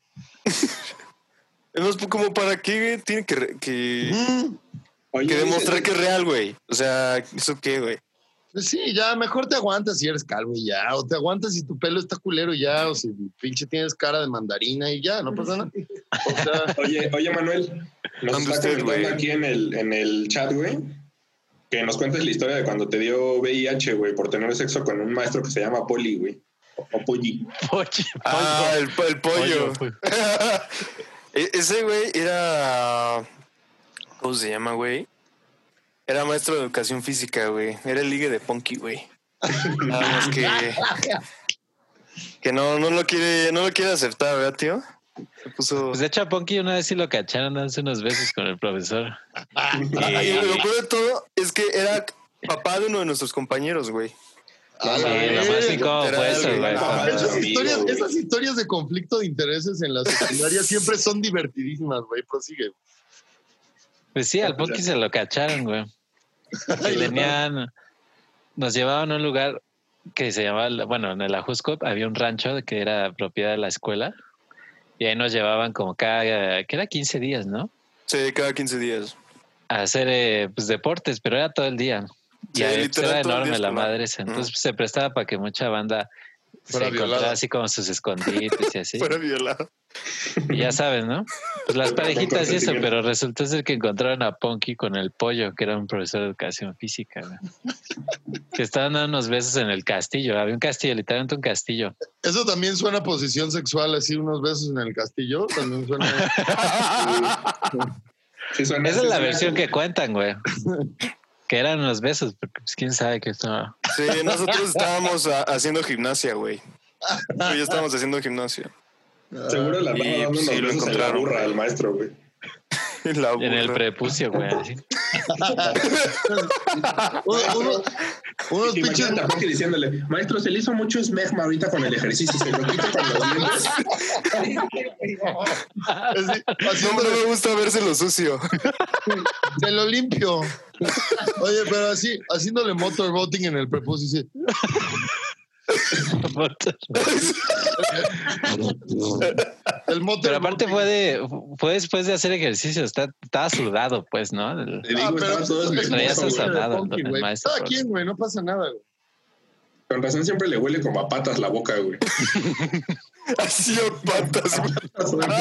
Speaker 2: Entonces, pues, como para qué güey? tiene que, re- que,
Speaker 3: Mm,
Speaker 1: Oye,
Speaker 2: que
Speaker 1: güey,
Speaker 2: demostrar que es real, güey. O sea, ¿eso qué, güey?
Speaker 3: pues sí, ya, mejor te aguantas si eres calvo y ya. O te aguantas si tu pelo está culero y ya. O si pinche tienes cara de mandarina y ya, no pasa nada. O sea.
Speaker 1: Oye, oye, Manuel, nos
Speaker 2: ¿Dónde
Speaker 1: está
Speaker 2: usted,
Speaker 1: comentando
Speaker 2: güey?
Speaker 1: aquí en el, en el chat, güey, que nos cuentes la historia de cuando te dio VIH, güey, por tener sexo con un maestro que se llama Poli, güey. O, o Polly.
Speaker 4: Pollo,
Speaker 2: Ah, el, po- el pollo.
Speaker 4: pollo, pues. pollo.
Speaker 2: E- Ese güey era. ¿Cómo se llama, güey? Era maestro de educación física, güey. Era el ligue de Ponky, güey. Nada más que. Que no, no lo quiere, no lo quiere aceptar, ¿verdad, tío? Se puso.
Speaker 4: Pues de hecho, a Ponky una vez sí lo cacharon hace unos veces con el profesor. Ah,
Speaker 2: Y lo peor de todo es que era papá de uno de nuestros compañeros, güey.
Speaker 3: Ah,
Speaker 4: Sí,
Speaker 3: la
Speaker 4: lo
Speaker 3: verga.
Speaker 4: más incómodo fue eso,
Speaker 2: Literal,
Speaker 4: güey.
Speaker 2: güey.
Speaker 4: papá.
Speaker 1: Eso
Speaker 3: Esas
Speaker 1: Amigo,
Speaker 3: historias,
Speaker 1: güey.
Speaker 3: esas historias de conflicto de intereses en la secundaria siempre son divertidísimas, güey. Prosigue.
Speaker 4: Pues sí, al Ponky se lo cacharon, güey.
Speaker 3: Ay,
Speaker 4: Y tenían, nos llevaban a un lugar que se llamaba, bueno, en el Ajusco había un rancho que era propiedad de la escuela. Y ahí nos llevaban como cada, que era 15 días, ¿no?
Speaker 2: Sí, cada 15 días.
Speaker 4: A hacer eh, pues, deportes, pero era todo el día. Y
Speaker 2: Sí,
Speaker 4: ahí, pues,
Speaker 2: literal,
Speaker 4: era
Speaker 2: todo el
Speaker 4: enorme
Speaker 2: día
Speaker 4: la
Speaker 2: escolar.
Speaker 4: madre esa. Entonces pues, se prestaba para que mucha banda
Speaker 3: Fuera
Speaker 4: se encontrara
Speaker 3: violada.
Speaker 4: así como sus escondites y así.
Speaker 2: Fuera violado.
Speaker 4: Y ya sabes, ¿no? Pues las parejitas y eso,
Speaker 1: consentimiento.
Speaker 4: pero resultó ser que encontraron a Ponky con el pollo, que era un profesor de educación física, güey. Que estaban dando unos besos en el castillo. Había un castillo, literalmente un castillo.
Speaker 3: Eso también suena a posición sexual, así unos besos en el castillo. También suena.
Speaker 1: Sí, suena-
Speaker 4: Esa
Speaker 1: sí
Speaker 4: es la
Speaker 1: suena
Speaker 4: versión
Speaker 1: como-
Speaker 4: que cuentan, güey. Que eran unos besos, porque pues quién sabe qué estaba.
Speaker 2: Sí, nosotros estábamos a- haciendo gimnasia, güey. Nosotros ya estábamos haciendo gimnasia.
Speaker 1: Seguro la andaba
Speaker 2: Y,
Speaker 1: dando
Speaker 2: pues, sí,
Speaker 1: unos besos
Speaker 2: lo
Speaker 1: en la
Speaker 2: encontraron.
Speaker 1: burra al maestro, güey.
Speaker 2: En la
Speaker 4: En el
Speaker 2: burra.
Speaker 4: prepucio, güey. así.
Speaker 3: Uno- uno- unos pinches.
Speaker 1: Imagínate a Ponky diciéndole, maestro, se le hizo mucho smegma ahorita con el ejercicio, se lo quito con los dientes.
Speaker 3: así-
Speaker 2: No,
Speaker 3: haciendo-
Speaker 2: no me gusta vérselo sucio.
Speaker 3: Se lo limpio. Oye, pero así, haciéndole motorboating en el prepucio. sí. El motor.
Speaker 4: Pero aparte fue de, fue después de hacer ejercicio, está, estaba sudado, pues, ¿no? El-
Speaker 1: Te digo, estaba todo
Speaker 4: traía
Speaker 1: esmegoso,
Speaker 4: sus
Speaker 1: güey.
Speaker 4: sanados, el maestro.
Speaker 3: Cada quien, güey, no pasa nada, güey.
Speaker 1: Con razón siempre le huele como a patas la boca, güey.
Speaker 2: Así a patas, güey.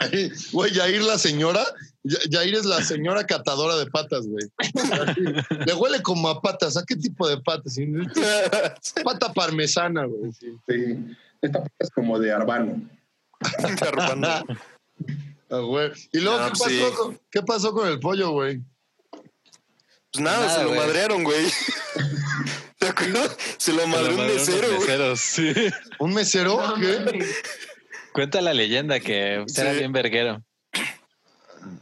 Speaker 3: Ay, Güey, Yair la señora, Ya- Yair es la señora catadora de patas, güey. Así, Le huele como a patas. ¿A qué tipo de patas? Y- Pata parmesana, güey. sí.
Speaker 1: Sí. Esta pata es como de arbano.
Speaker 2: De Armando.
Speaker 3: Ah, güey. Y luego,
Speaker 2: No,
Speaker 3: ¿qué,
Speaker 2: pues,
Speaker 3: pasó
Speaker 2: sí.
Speaker 3: con, qué pasó con el pollo, güey?
Speaker 2: Pues nada,
Speaker 4: Nada,
Speaker 2: se lo
Speaker 4: güey.
Speaker 2: madrearon, güey. ¿Te acuerdas? Se lo madreó un
Speaker 4: Pero unos
Speaker 2: mesero, güey.
Speaker 4: meseros, sí.
Speaker 3: ¿Un mesero?
Speaker 5: No,
Speaker 3: ¿Qué?
Speaker 5: mames.
Speaker 4: Cuenta la leyenda que pues, era
Speaker 2: Sí.
Speaker 4: bien verguero.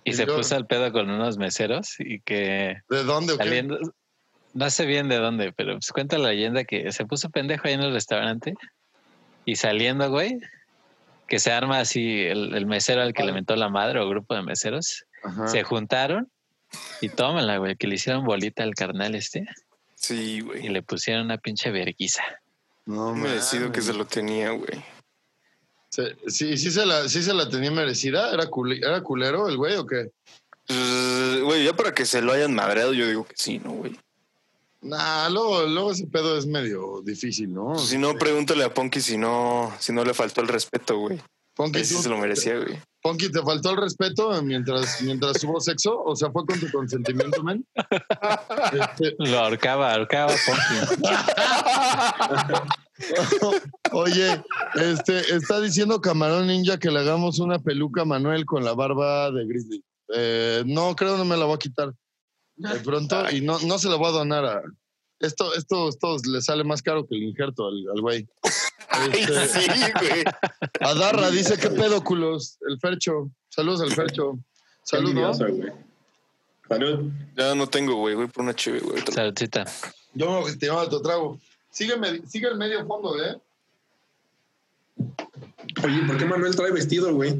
Speaker 4: Y se
Speaker 3: Yo-
Speaker 4: puso al pedo con unos meseros y que
Speaker 3: ¿De dónde? o qué?
Speaker 4: saliendo, no sé bien de dónde, pero pues cuenta la leyenda que se puso pendejo ahí en el restaurante y saliendo, güey, que se arma así el, el mesero al que
Speaker 2: Ah.
Speaker 4: le mentó la madre o grupo de meseros.
Speaker 3: Ajá.
Speaker 4: Se juntaron y tómala, güey, que le hicieron bolita al carnal este
Speaker 2: Sí, güey.
Speaker 4: y le pusieron una pinche verguiza.
Speaker 3: No,
Speaker 2: Merecido que
Speaker 3: mames.
Speaker 2: se lo tenía, güey.
Speaker 3: Se- sí, sí se, la, sí se la tenía merecida. ¿Era, culi- ¿Era culero el güey o qué?
Speaker 2: Pues, Güey, ya para que se lo hayan madreado, yo digo que sí, ¿no, güey?
Speaker 3: Nah, luego, luego ese pedo es medio difícil, ¿no?
Speaker 2: Si no, pregúntale a Ponky si no, si no le faltó el respeto, güey.
Speaker 3: Ponky,
Speaker 2: Ahí sí
Speaker 3: tú-
Speaker 2: se lo merecía, güey.
Speaker 3: Ponky, ¿te faltó el respeto mientras, mientras hubo sexo? O sea, ¿fue con tu consentimiento, man? Este,
Speaker 4: Lo ahorcaba, ahorcaba, Ponky.
Speaker 3: oye, este, está diciendo Camarón Ninja que le hagamos una peluca a Manuel con la barba de Grizzly. Eh, no, creo no me la voy a quitar de pronto y no, no se la voy a donar a... Esto, esto, esto le sale más caro que el injerto al, al güey.
Speaker 2: Ay,
Speaker 3: Este,
Speaker 2: sí, güey.
Speaker 3: Adarra dice, ¿qué pedóculos? El Fercho. Saludos al Fercho. Saludos.
Speaker 1: Envidioso, güey. Salud.
Speaker 2: Ya no tengo, güey. Voy por una chévere, güey. ahorita.
Speaker 4: Saludcita.
Speaker 3: Yo me gestionaba tu trago. Sígueme, sigue el medio fondo, ¿eh?
Speaker 1: Oye, ¿por qué Manuel trae vestido, güey?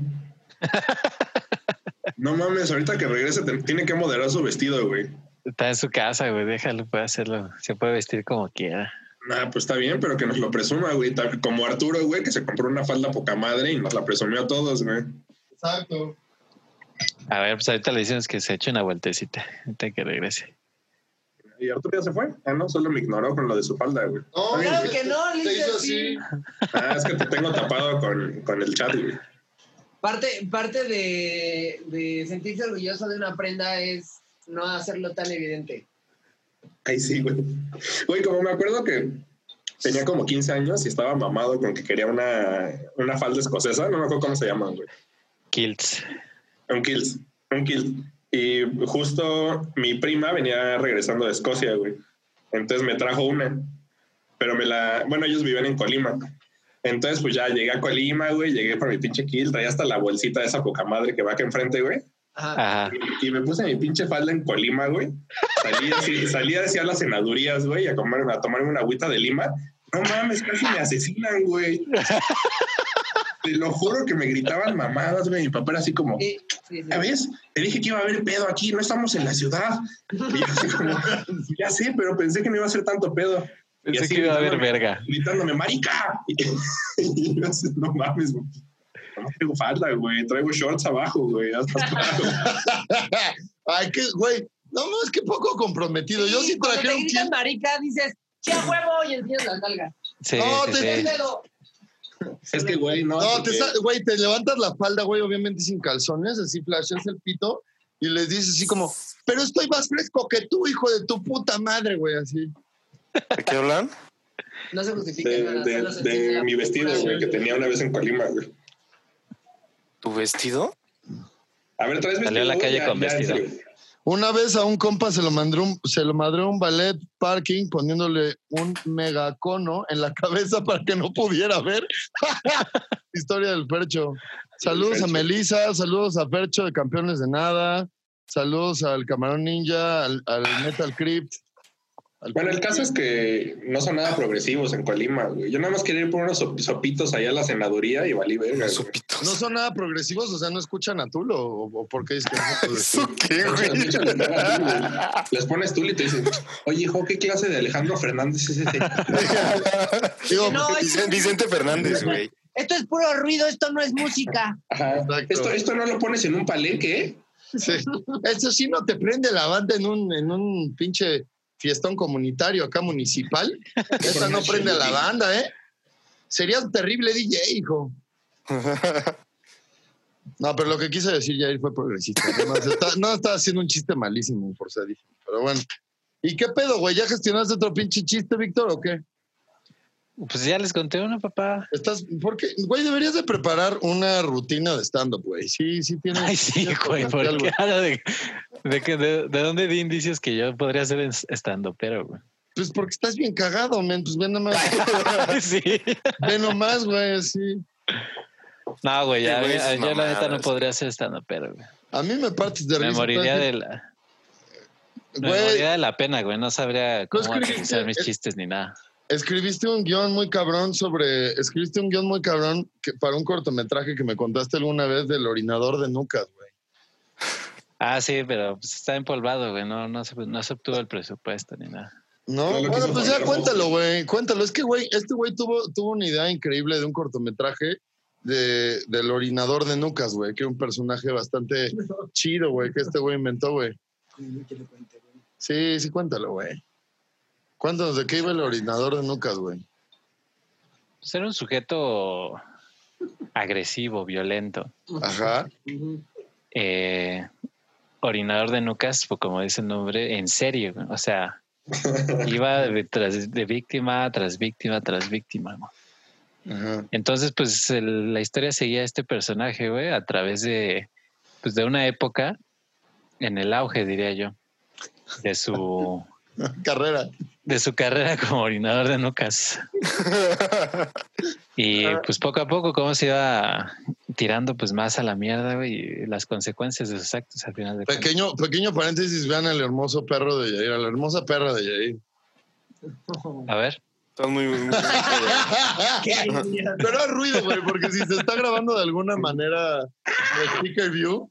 Speaker 1: No mames, ahorita que regrese te- tiene que moderar su vestido, güey.
Speaker 4: Está en su casa, güey. Déjalo, puede hacerlo. Se puede vestir como quiera.
Speaker 1: Nah, pues está bien, pero que nos lo presuma, güey. Tal- Como Arturo, güey, que se compró una falda poca madre y nos la presumió a todos, güey.
Speaker 3: Exacto.
Speaker 4: A ver, pues ahorita le decimos que se eche una vueltecita. Ahorita que regrese.
Speaker 1: Y Arturo ya se fue. Ah, no, solo me ignoró con lo de su falda, güey.
Speaker 3: No, este,
Speaker 1: Está bien,
Speaker 5: Claro
Speaker 1: güey.
Speaker 5: que no,
Speaker 3: Te
Speaker 5: Liz.
Speaker 3: hizo
Speaker 5: sí.
Speaker 3: así.
Speaker 1: Ah, es que te tengo tapado con, con el chat, güey.
Speaker 5: Parte, parte de, de sentirse orgulloso de una prenda es no hacerlo tan evidente.
Speaker 1: Ahí sí, güey. Güey, como me acuerdo que tenía como 15 años y estaba mamado con que quería una, una falda escocesa, no me acuerdo cómo se llaman, güey.
Speaker 4: Kilts.
Speaker 1: Un kills, un kills. Y justo mi prima venía regresando de Escocia, güey. Entonces me trajo una. Pero me la. Bueno, ellos viven en Colima. Entonces, pues ya llegué a Colima, güey. Llegué por mi pinche kill. Traía hasta la bolsita de esa poca madre que va acá enfrente, güey.
Speaker 3: Ah.
Speaker 5: Ajá.
Speaker 1: Ah,
Speaker 4: Ajá.
Speaker 1: Y me puse mi pinche falda en Colima, güey. Salí así, salí así a las senadurías, güey, a, comer, a tomarme una agüita de lima. No mames, casi me asesinan, güey. Te lo juro que me gritaban mamadas, güey. Mi papá era así como,
Speaker 5: Sí, sí, sí.
Speaker 1: ¿ya ves? Te dije que iba a haber pedo aquí, no estamos en la ciudad. Y yo así como, ya sé, pero pensé que no iba a ser tanto pedo. Y
Speaker 4: Pensé
Speaker 1: así
Speaker 4: que iba a haber
Speaker 1: gritándome,
Speaker 4: verga.
Speaker 1: gritándome, marica. Y yo así, no mames, güey. No traigo falda, güey. Traigo shorts abajo, güey. Ya estás claro.
Speaker 3: Ay, qué, güey. No, no, es que poco comprometido. Yo sí
Speaker 5: cuando
Speaker 3: traje
Speaker 5: te
Speaker 3: un
Speaker 5: gritan
Speaker 3: kit.
Speaker 5: marica, dices, sí, a huevo, y enseñas las nalgas.
Speaker 4: Sí,
Speaker 3: No,
Speaker 4: sí,
Speaker 3: te-
Speaker 5: ¿Qué
Speaker 4: sí.
Speaker 5: pedo?
Speaker 1: Es que, güey, no.
Speaker 3: No, te
Speaker 1: porque-
Speaker 3: sa- güey, te levantas la falda, güey, obviamente sin calzones, así flasheas el pito y les dices así como, pero estoy más fresco que tú, hijo de tu puta madre, güey, así.
Speaker 2: ¿De qué hablan?
Speaker 5: No se justifica
Speaker 1: de,
Speaker 5: nada.
Speaker 1: de-
Speaker 5: solo se
Speaker 1: de
Speaker 5: entiende la
Speaker 1: mi vestido,
Speaker 5: cultura,
Speaker 1: güey, que tenía una vez en Colima, güey.
Speaker 2: ¿Tu vestido?
Speaker 1: A ver, traes
Speaker 4: Salió a la calle con vestido.
Speaker 1: güey.
Speaker 3: Una vez a un compa se lo, mandó un, se lo madró un ballet parking poniéndole un megacono en la cabeza para que no pudiera ver. Historia del Percho. Saludos
Speaker 1: Percho.
Speaker 3: a Melissa, saludos a Percho de Campeones de Nada, saludos al Camarón Ninja, al, al Metal Crypt. al-
Speaker 1: Bueno, el caso es que no son nada progresivos en Colima, güey. Yo nada más quería ir por unos sop- sopitos allá a la senaduría y valí verga, güey.
Speaker 2: Sopitos.
Speaker 3: No son nada progresivos, o sea, no escuchan a Tulo, o, o por qué es que no son
Speaker 2: ¿Eso
Speaker 3: progresivos?
Speaker 2: qué,
Speaker 1: Muchas-
Speaker 2: güey?
Speaker 1: muchas les dan a ti, güey. Les pones tú y te dicen, oye, hijo, ¿qué clase de Alejandro Fernández es ese?
Speaker 3: Digo,
Speaker 5: No,
Speaker 2: Vicen- Vicente Fernández, güey.
Speaker 5: Esto es puro ruido, esto no es música.
Speaker 1: Ajá.
Speaker 3: Exacto.
Speaker 1: Esto, esto no lo pones en un palenque, ¿eh?
Speaker 3: Sí. Eso sí no te prende la banda en un, en un pinche fiestón comunitario acá municipal. Esa no prende a la banda, ¿eh? Serías un terrible DJ, hijo. No, pero lo que quise decir Jair fue progresista. No, se está, no, estaba haciendo un chiste malísimo, forzadísimo. Pero bueno. ¿Y qué pedo, güey? ¿Ya gestionaste otro pinche chiste, Víctor, o qué?
Speaker 4: Pues ya les conté uno, papá.
Speaker 3: Estás, porque, güey, deberías de preparar una rutina de stand-up, güey. Sí, sí tienes.
Speaker 4: Ay, sí,
Speaker 3: tienes
Speaker 4: güey.
Speaker 3: bastante
Speaker 4: ¿por
Speaker 3: algo.
Speaker 4: qué? Ahora de, de, que- de- de dónde di indicios que yo podría ser es- estando, pero, güey.
Speaker 3: Pues porque estás bien cagado, men. Pues ve nomás,
Speaker 4: Sí.
Speaker 3: ve nomás, güey, sí.
Speaker 4: No, güey, ya,
Speaker 2: Sí, güey,
Speaker 4: ya-
Speaker 2: esas
Speaker 4: yo la neta no
Speaker 2: mamadas.
Speaker 4: podría ser estando, pero, güey.
Speaker 3: A mí me partes de
Speaker 4: Me
Speaker 3: risa.
Speaker 4: moriría
Speaker 3: güey.
Speaker 4: de la. Me
Speaker 3: Güey,
Speaker 4: moría de la pena, güey. No sabría
Speaker 3: Pues
Speaker 4: cómo
Speaker 3: que dijiste-
Speaker 4: utilizar mis
Speaker 3: es-
Speaker 4: chistes ni nada.
Speaker 3: escribiste un guión muy cabrón sobre. Escribiste un guión muy cabrón que- para un cortometraje que me contaste alguna vez del orinador de nucas, güey.
Speaker 4: Ah, sí, pero pues, está empolvado, güey. No, no, se, no se obtuvo el presupuesto ni nada.
Speaker 3: No,
Speaker 1: No lo
Speaker 3: bueno,
Speaker 1: quiso
Speaker 3: pues ya
Speaker 1: poner.
Speaker 3: cuéntalo, güey. Cuéntalo. Es que, güey, este güey tuvo, tuvo una idea increíble de un cortometraje de, del orinador de nucas, güey, que era un personaje bastante chido, güey, que este güey inventó, güey.
Speaker 5: Que lo cuente, güey.
Speaker 3: Sí, sí, cuéntalo, güey. Cuéntanos de qué iba el orinador de nucas, güey.
Speaker 4: Pues era un sujeto agresivo, violento.
Speaker 3: Ajá.
Speaker 5: Ujú.
Speaker 4: eh, orinador de nucas, pues, como dice el nombre, en serio. güey. O sea, iba de, tras- de víctima tras víctima tras víctima. güey.
Speaker 3: Ajá.
Speaker 4: Entonces, pues el- la historia seguía a este personaje, güey, a través de, pues, de una época en el auge, diría yo, de su,
Speaker 3: Carrera.
Speaker 4: de su carrera como orinador de nucas. Y pues poco a poco, cómo se iba tirando pues más a la mierda, güey, y las consecuencias de sus actos al final de cuentas.
Speaker 3: Pequeño, pequeño paréntesis, vean al hermoso perro de Yair, a la hermosa perra de Yair.
Speaker 4: A ver,
Speaker 2: Están muy, muy- muy-
Speaker 5: ¿Qué hay, mira?
Speaker 3: Pero haz ruido, güey, porque si se está grabando de alguna manera de speaker view.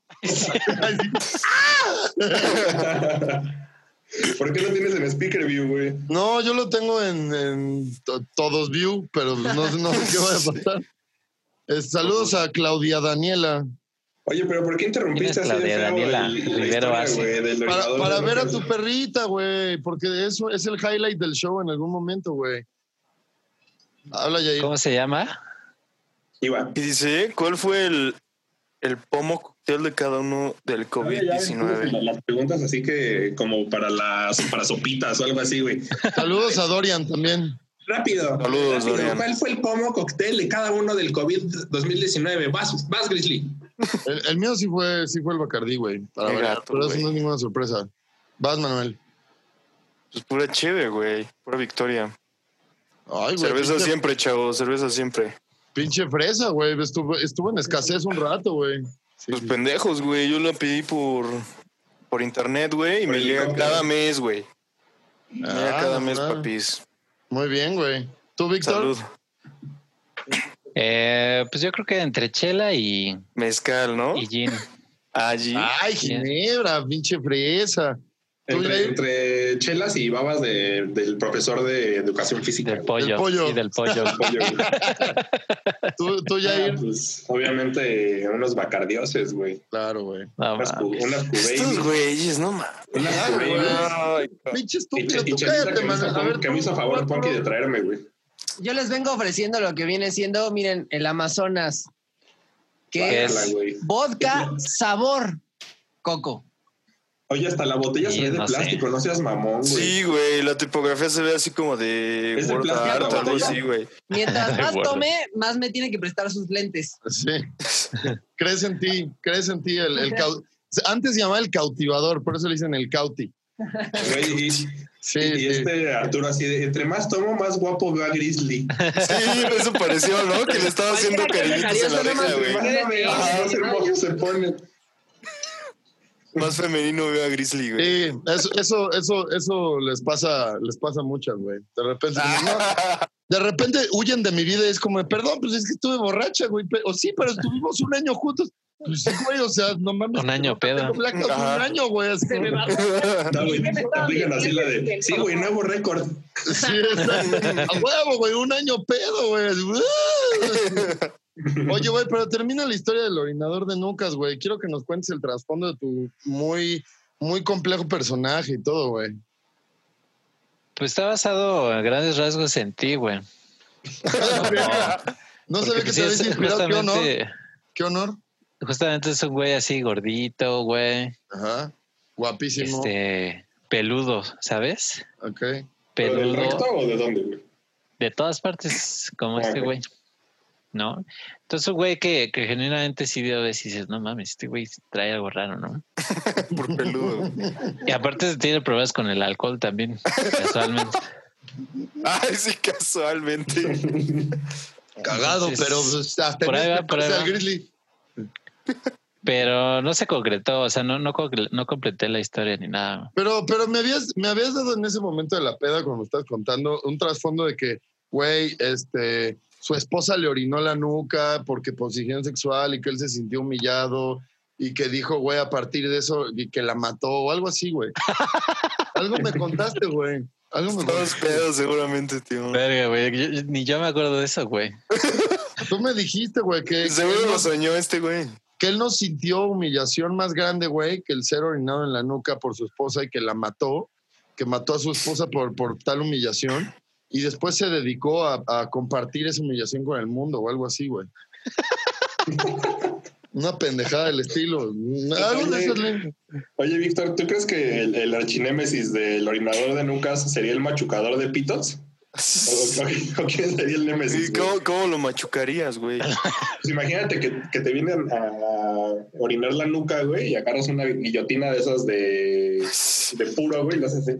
Speaker 1: ¿Por qué lo tienes en speaker view, güey?
Speaker 3: No, yo lo tengo en, en to- todos view, pero no, no sé qué va a pasar. Eh, saludos a Claudia Daniela.
Speaker 1: Oye, pero ¿por qué interrumpiste
Speaker 4: ¿Quién
Speaker 1: así
Speaker 4: es
Speaker 1: de
Speaker 4: Claudia
Speaker 1: feo
Speaker 4: Daniela
Speaker 1: el- la
Speaker 4: Rivero
Speaker 1: historia,
Speaker 4: Arce?
Speaker 1: güey, del
Speaker 3: Para,
Speaker 1: orinador
Speaker 3: para
Speaker 1: de
Speaker 3: ver a
Speaker 1: Lucas?
Speaker 3: tu perrita, güey, porque eso es el highlight del show en algún momento, güey. Habla Yair.
Speaker 4: ¿cómo se llama?
Speaker 1: Iba.
Speaker 2: Y dice, ¿cuál fue el, el pomo cóctel de cada uno del COVID-19?
Speaker 1: Las preguntas así que como para las para sopitas o algo así, güey.
Speaker 3: Saludos a Dorian también.
Speaker 1: Rápido.
Speaker 2: Saludos,
Speaker 1: rápido.
Speaker 2: Dorian.
Speaker 1: ¿Cuál fue el pomo cóctel de cada uno del COVID 2019? Vas, vas Grizzly.
Speaker 3: El, el mío sí fue, sí fue el Bacardí, güey. Para
Speaker 2: Qué
Speaker 3: variar,
Speaker 2: gato,
Speaker 3: pero eso
Speaker 2: güey.
Speaker 3: no es ninguna sorpresa. Vas, Manuel.
Speaker 2: Pues pura chévere, güey. Pura victoria.
Speaker 3: Ay, güey.
Speaker 2: Cerveza
Speaker 3: pinche,
Speaker 2: siempre, chavo. Cerveza siempre.
Speaker 3: pinche fresa, güey. Estuvo, estuvo en escasez un rato, güey. Sí.
Speaker 2: Los pendejos, güey. Yo la pedí por, por internet, güey. Y
Speaker 1: Por
Speaker 2: me
Speaker 1: el
Speaker 2: llega
Speaker 1: helicóptero.
Speaker 2: cada mes, güey. Me llega
Speaker 3: Ah,
Speaker 2: cada mes,
Speaker 3: ah.
Speaker 2: papis.
Speaker 3: Muy bien, güey. ¿Tú, Víctor?
Speaker 2: Salud.
Speaker 4: Eh, pues yo creo que entre chela y,
Speaker 2: Mezcal, ¿no?
Speaker 4: y gin.
Speaker 2: Allí.
Speaker 3: Ay, Ginebra, pinche fresa. ¿Tú,
Speaker 1: Entre,
Speaker 3: Yair?
Speaker 1: entre chelas y babas de- del profesor de educación física.
Speaker 4: Del
Speaker 1: güey.
Speaker 4: pollo.
Speaker 3: pollo.
Speaker 4: Sí, del pollo.
Speaker 1: Pollo, güey.
Speaker 3: ¿Tú, tú Yair?
Speaker 1: Pues, obviamente unos bacardioses, güey.
Speaker 3: Claro, güey.
Speaker 4: No,
Speaker 1: Unas, cu-
Speaker 4: mames.
Speaker 1: unas cubabies,
Speaker 2: Estos güeyes, no mames.
Speaker 1: unas
Speaker 3: Ah,
Speaker 1: cubabies.
Speaker 3: güey.
Speaker 2: Ay,
Speaker 1: Y
Speaker 3: Pinche estúpido.
Speaker 1: che- y
Speaker 3: Tú
Speaker 1: Chelita
Speaker 3: cállate,
Speaker 1: que me hizo
Speaker 3: Manuel. A ver,
Speaker 1: favor- que me hizo
Speaker 3: tú,
Speaker 1: favor,
Speaker 3: tú,
Speaker 1: Ponky,
Speaker 3: tú.
Speaker 1: de traerme, güey.
Speaker 5: Yo les vengo ofreciendo lo que viene siendo, miren, el Amazonas. Que
Speaker 4: ¿Qué
Speaker 5: es
Speaker 1: Guácala, güey.
Speaker 5: vodka sabor coco.
Speaker 1: Oye, hasta la botella se
Speaker 4: Sí,
Speaker 1: ve de
Speaker 4: no sé.
Speaker 1: plástico, no seas mamón, güey.
Speaker 2: Sí, güey, la tipografía se ve así como de
Speaker 1: Es de
Speaker 2: Word
Speaker 1: plástico,
Speaker 2: Art o algo
Speaker 1: botella.
Speaker 2: así, güey.
Speaker 5: Mientras
Speaker 4: De
Speaker 5: más
Speaker 4: acuerdo.
Speaker 5: tome, más me tiene que prestar sus lentes.
Speaker 3: Sí. crees en ti, crees en ti. El, el cau- Antes se llamaba el cautivador, por eso le dicen el cauti.
Speaker 1: Güey, y-
Speaker 3: Sí,
Speaker 1: y
Speaker 3: sí.
Speaker 1: este Arturo así de, entre más tomo, más guapo veo a Grizzly.
Speaker 2: Sí, eso pareció, ¿no? Que le estaba haciendo
Speaker 5: Cualquiera que
Speaker 2: cariñitos en la
Speaker 5: dejaría
Speaker 1: Entre
Speaker 2: oreja, güey.
Speaker 5: sonar
Speaker 1: más
Speaker 5: güey.
Speaker 1: lo veo,
Speaker 5: Ajá.
Speaker 1: más hermoso se pone.
Speaker 2: Más femenino veo a Grizzly, güey.
Speaker 3: Sí, eso, eso, eso, eso les pasa, les pasa a muchas, güey. De repente,
Speaker 2: Ah.
Speaker 3: como, "No". de repente huyen de mi vida y es como, perdón, pues es que estuve borracha, güey. Pe- O sí, pero estuvimos un año juntos. Pues sí, güey, o sea, no mames.
Speaker 4: Un año
Speaker 3: tengo
Speaker 4: pedo.
Speaker 3: blackouts un
Speaker 2: Ajá.
Speaker 3: año, güey. así.
Speaker 6: Se me va.
Speaker 1: No, güey, te aplican así la de, sí, güey, nuevo récord.
Speaker 3: Sí, está- a huevo, güey, un año pedo, güey. así, "Uah". Oye, güey, pero termina la historia del orinador de nucas, güey. Quiero que nos cuentes el trasfondo de tu muy, muy complejo personaje y todo, güey.
Speaker 4: Pues está basado en grandes rasgos en ti, güey.
Speaker 3: No
Speaker 4: Porque,
Speaker 3: sabía que
Speaker 4: pues,
Speaker 3: te habías
Speaker 4: es
Speaker 3: inspirado. Qué honor.
Speaker 4: justamente-
Speaker 3: Qué honor.
Speaker 4: Justamente es un güey así gordito, güey.
Speaker 3: Ajá. Guapísimo.
Speaker 4: Este, peludo, ¿sabes?
Speaker 3: Ok.
Speaker 1: ¿Pero del recto
Speaker 4: Peludo
Speaker 1: o de dónde, güey?
Speaker 4: de todas partes, como
Speaker 1: Ah,
Speaker 4: este
Speaker 1: ok.
Speaker 4: güey. ¿No? Entonces, un güey que, que genuinamente sí ves y dices, no mames, este güey trae algo raro, ¿no?
Speaker 2: Por peludo. güey.
Speaker 4: Y aparte tiene problemas con el alcohol también, casualmente.
Speaker 2: Ay, sí, casualmente.
Speaker 3: Cagado,
Speaker 4: Entonces,
Speaker 3: pero pues, hasta
Speaker 4: por
Speaker 3: en
Speaker 4: ahí
Speaker 3: este
Speaker 4: va, por ahí
Speaker 3: pasa
Speaker 4: va.
Speaker 3: el grizzly.
Speaker 4: Pero no se concretó, o sea, no, no, concre- no completé la historia ni nada.
Speaker 3: Pero, pero me, habías, me habías dado en ese momento de la peda, cuando me estás contando, un trasfondo de que, güey, este, su esposa le orinó la nuca porque por higiene sexual y que él se sintió humillado y que dijo, güey, a partir de eso, y que la mató o algo así, güey. algo me contaste, güey. Algo me
Speaker 2: Todos
Speaker 3: contaste.
Speaker 2: pedos seguramente, tío.
Speaker 4: Verga, güey, yo- yo- ni yo me acuerdo de eso, güey.
Speaker 3: Tú me dijiste, güey, que, que él
Speaker 2: Seguro
Speaker 3: no-
Speaker 2: lo soñó este güey.
Speaker 3: que él no sintió humillación más grande, güey, que el ser orinado en la nuca por su esposa y que la mató, que mató a su esposa por, por tal humillación. Y después se dedicó a, a compartir esa humillación con el mundo o algo así, güey. Una pendejada del estilo. Algo de esas le-
Speaker 1: Oye, Víctor, ¿tú crees que el, el archinémesis del orinador de nucas sería el machucador de pitos? ¿O, o- o quién sería el némesis?
Speaker 2: ¿Y
Speaker 1: güey?
Speaker 2: cómo, cómo lo machucarías, güey?
Speaker 1: Pues imagínate que, que te vienen a orinar la nuca, güey, y agarras una guillotina de esas de, de puro, güey, y lo haces así.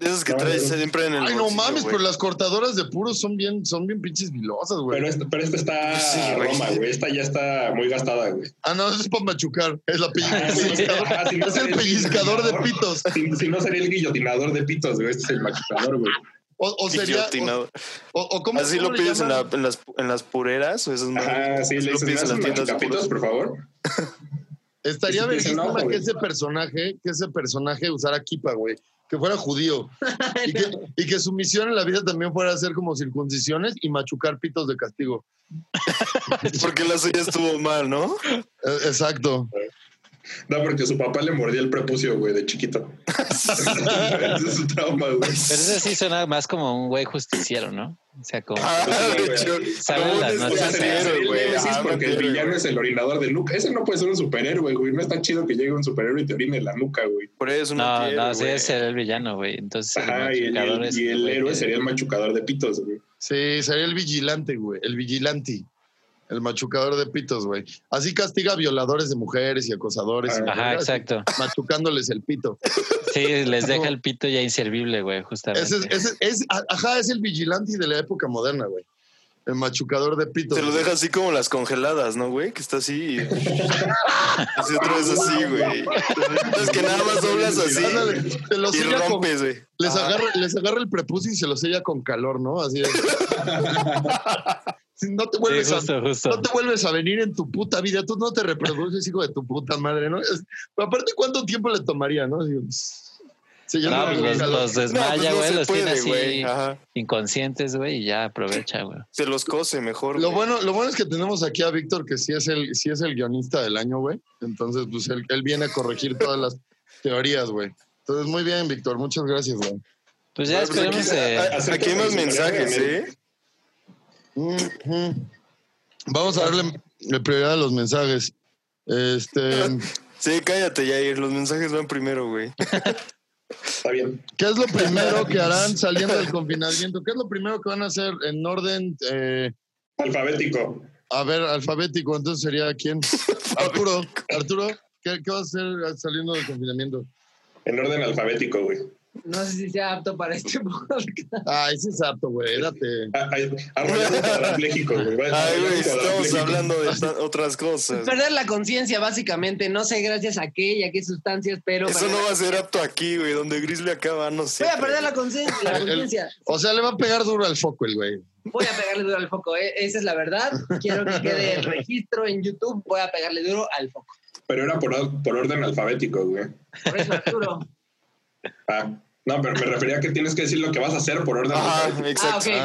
Speaker 2: De esos que
Speaker 1: No,
Speaker 2: traes
Speaker 1: no.
Speaker 2: siempre en el.
Speaker 3: Ay, no
Speaker 2: bolsillo,
Speaker 3: mames,
Speaker 2: güey.
Speaker 3: pero las cortadoras de puros son bien, son bien pinches vilosas, güey.
Speaker 1: Pero, este, pero esta está
Speaker 2: Sí, güey.
Speaker 1: Roma, güey. Esta ya está muy gastada, güey.
Speaker 3: Ah, no, eso es para machucar. Es, la pellizca-
Speaker 1: Ah, sí. Ah, sí, no
Speaker 3: es el
Speaker 1: sería
Speaker 3: pellizcador de
Speaker 1: guillotinador.
Speaker 3: pitos.
Speaker 1: Si, si no sería el guillotinador de pitos, güey. Este es el machucador, güey.
Speaker 3: O, o sería.
Speaker 2: Guillotinado.
Speaker 3: O, o cómo,
Speaker 2: Así
Speaker 3: cómo
Speaker 2: lo
Speaker 3: le
Speaker 2: pides en,
Speaker 3: llaman?
Speaker 2: la- en las, en las pureras o esas
Speaker 1: Ajá,
Speaker 2: madres?
Speaker 1: sí, le
Speaker 2: Lo
Speaker 1: dices, ¿me
Speaker 2: pides en
Speaker 1: haces
Speaker 2: las tiendas de
Speaker 1: machucapitos,
Speaker 2: puros.
Speaker 1: por favor?
Speaker 3: Estaría
Speaker 1: Ese pinche enojo,
Speaker 3: verguísima que
Speaker 1: güey.
Speaker 3: ese personaje, que ese personaje usara kipa, güey. Que fuera judío. Y que, y que su misión en la vida también fuera hacer como circuncisiones y machucar pitos de castigo.
Speaker 2: Porque la suya estuvo mal, ¿no?
Speaker 3: Eh, Exacto.
Speaker 1: No, porque su papá le mordía el prepucio, güey, de chiquito. Ese es su trauma, güey.
Speaker 4: Pero eso sí suena más como un güey justiciero, ¿no? O sea, como...
Speaker 2: Ah, de hecho,
Speaker 4: Saben
Speaker 2: ¿cómo
Speaker 4: las
Speaker 2: les
Speaker 1: O
Speaker 4: noches,
Speaker 1: sea, sería-
Speaker 2: pusieron,
Speaker 4: Ah, sí,
Speaker 1: sería el
Speaker 2: güey?
Speaker 1: némesis
Speaker 2: Ajá,
Speaker 1: porque el
Speaker 2: mentira,
Speaker 1: villano
Speaker 2: güey.
Speaker 1: es el orinador de nuca. Ese no puede ser un superhéroe, güey. No está chido que llegue un superhéroe y te orine la nuca, güey.
Speaker 2: Por eso no,
Speaker 4: No,
Speaker 2: quiero,
Speaker 4: no, sí,
Speaker 2: güey.
Speaker 4: ese era el villano, güey. Entonces, el
Speaker 1: Ajá, y el, y
Speaker 4: machucador
Speaker 1: el-
Speaker 4: es
Speaker 1: y el
Speaker 4: güey
Speaker 1: héroe
Speaker 4: que-
Speaker 1: sería el machucador de pitos, güey.
Speaker 3: Sí, sería el vigilante, güey. El vigilante. El machucador de pitos, güey. Así castiga a violadores de mujeres y acosadores. y
Speaker 4: Ajá,
Speaker 3: vergas,
Speaker 4: exacto.
Speaker 3: Machucándoles el pito.
Speaker 4: Sí, les deja el pito ya inservible, güey, justamente.
Speaker 3: Ese es, ese es- a- ajá, es el vigilante de la época moderna, güey. El machucador de pitos.
Speaker 2: Te lo deja así como las congeladas, ¿no, güey? Que está así. y- así otra vez así, güey. Es que nada más doblas así
Speaker 3: Ándale, te lo
Speaker 2: y
Speaker 3: sella con-
Speaker 2: rompes, güey.
Speaker 3: Les
Speaker 2: Ajá.
Speaker 4: Ah.
Speaker 3: agarra, les agarra el prepucio y se lo sella con calor, ¿no? Así es. Si no te
Speaker 4: Sí,
Speaker 3: vuelves a.
Speaker 4: justo, justo.
Speaker 3: No te vuelves a venir en tu puta vida. Tú no te reproduces, hijo de tu puta madre, ¿no? Es- pero aparte, ¿cuánto tiempo le tomaría, no? Así, pss, se
Speaker 4: No,
Speaker 3: llama
Speaker 4: pues
Speaker 3: con
Speaker 4: los,
Speaker 3: calor.
Speaker 4: los
Speaker 2: No, pues
Speaker 4: desmaya,
Speaker 2: no
Speaker 4: güey,
Speaker 2: se
Speaker 4: los tiene
Speaker 2: puede,
Speaker 4: así
Speaker 2: güey. Ajá.
Speaker 4: inconscientes, güey, y ya aprovecha, güey.
Speaker 2: Se los cose mejor.
Speaker 3: Lo
Speaker 2: güey.
Speaker 3: bueno, lo bueno es que tenemos aquí a Víctor, que sí es el, sí es el guionista del año, güey. Entonces, pues él, él viene a corregir todas las teorías, güey. Entonces, muy bien, Víctor. Muchas gracias, güey.
Speaker 4: Pues ya
Speaker 2: Bueno, pues aquí-
Speaker 4: esperemos. eh,
Speaker 2: a- a- Aquí hay más mensajes, ¿eh?
Speaker 3: Ujú. Vamos a darle la prioridad a los mensajes. Este,
Speaker 2: Sí, cállate, Jair. Los mensajes van primero, güey.
Speaker 3: Pues,
Speaker 1: Está bien.
Speaker 3: ¿qué es lo primero que harán saliendo del confinamiento? ¿Qué es lo primero que van a hacer en orden, eh,
Speaker 1: Alfabético.
Speaker 3: a ver, alfabético? Entonces sería quién? Arturo, Arturo, ¿qué, qué vas a hacer saliendo del confinamiento?
Speaker 1: En orden alfabético, güey.
Speaker 5: No sé si sea apto para este podcast.
Speaker 3: Ay, sí es apto, güey. Date.
Speaker 1: Ah, ay, Arrollando un cuadrapléjico, güey. Va a estar
Speaker 2: Ay, güey,
Speaker 1: un
Speaker 2: estamos
Speaker 1: cuadrapléjico.
Speaker 2: hablando de ta- otras cosas.
Speaker 5: Perder la conciencia, básicamente. No sé gracias a qué y a qué sustancias, pero...
Speaker 2: Eso no va a ser apto aquí, güey. Donde Grizzly acaba, no sé.
Speaker 5: Voy a perder la conciencia. la
Speaker 3: El-
Speaker 5: conciencia.
Speaker 3: O sea, le va a pegar duro al foco el güey.
Speaker 5: Voy a pegarle duro al foco. eh. Esa es la verdad. Quiero que quede el registro en YouTube. Voy a pegarle duro al foco.
Speaker 1: Pero era por, por orden alfabético, güey.
Speaker 5: Por eso, Arturo.
Speaker 1: Ah, no, pero me refería a que tienes que decir lo que vas a hacer por orden alfabético.
Speaker 2: Ajá,
Speaker 5: Ah,
Speaker 2: exacto.
Speaker 5: ok.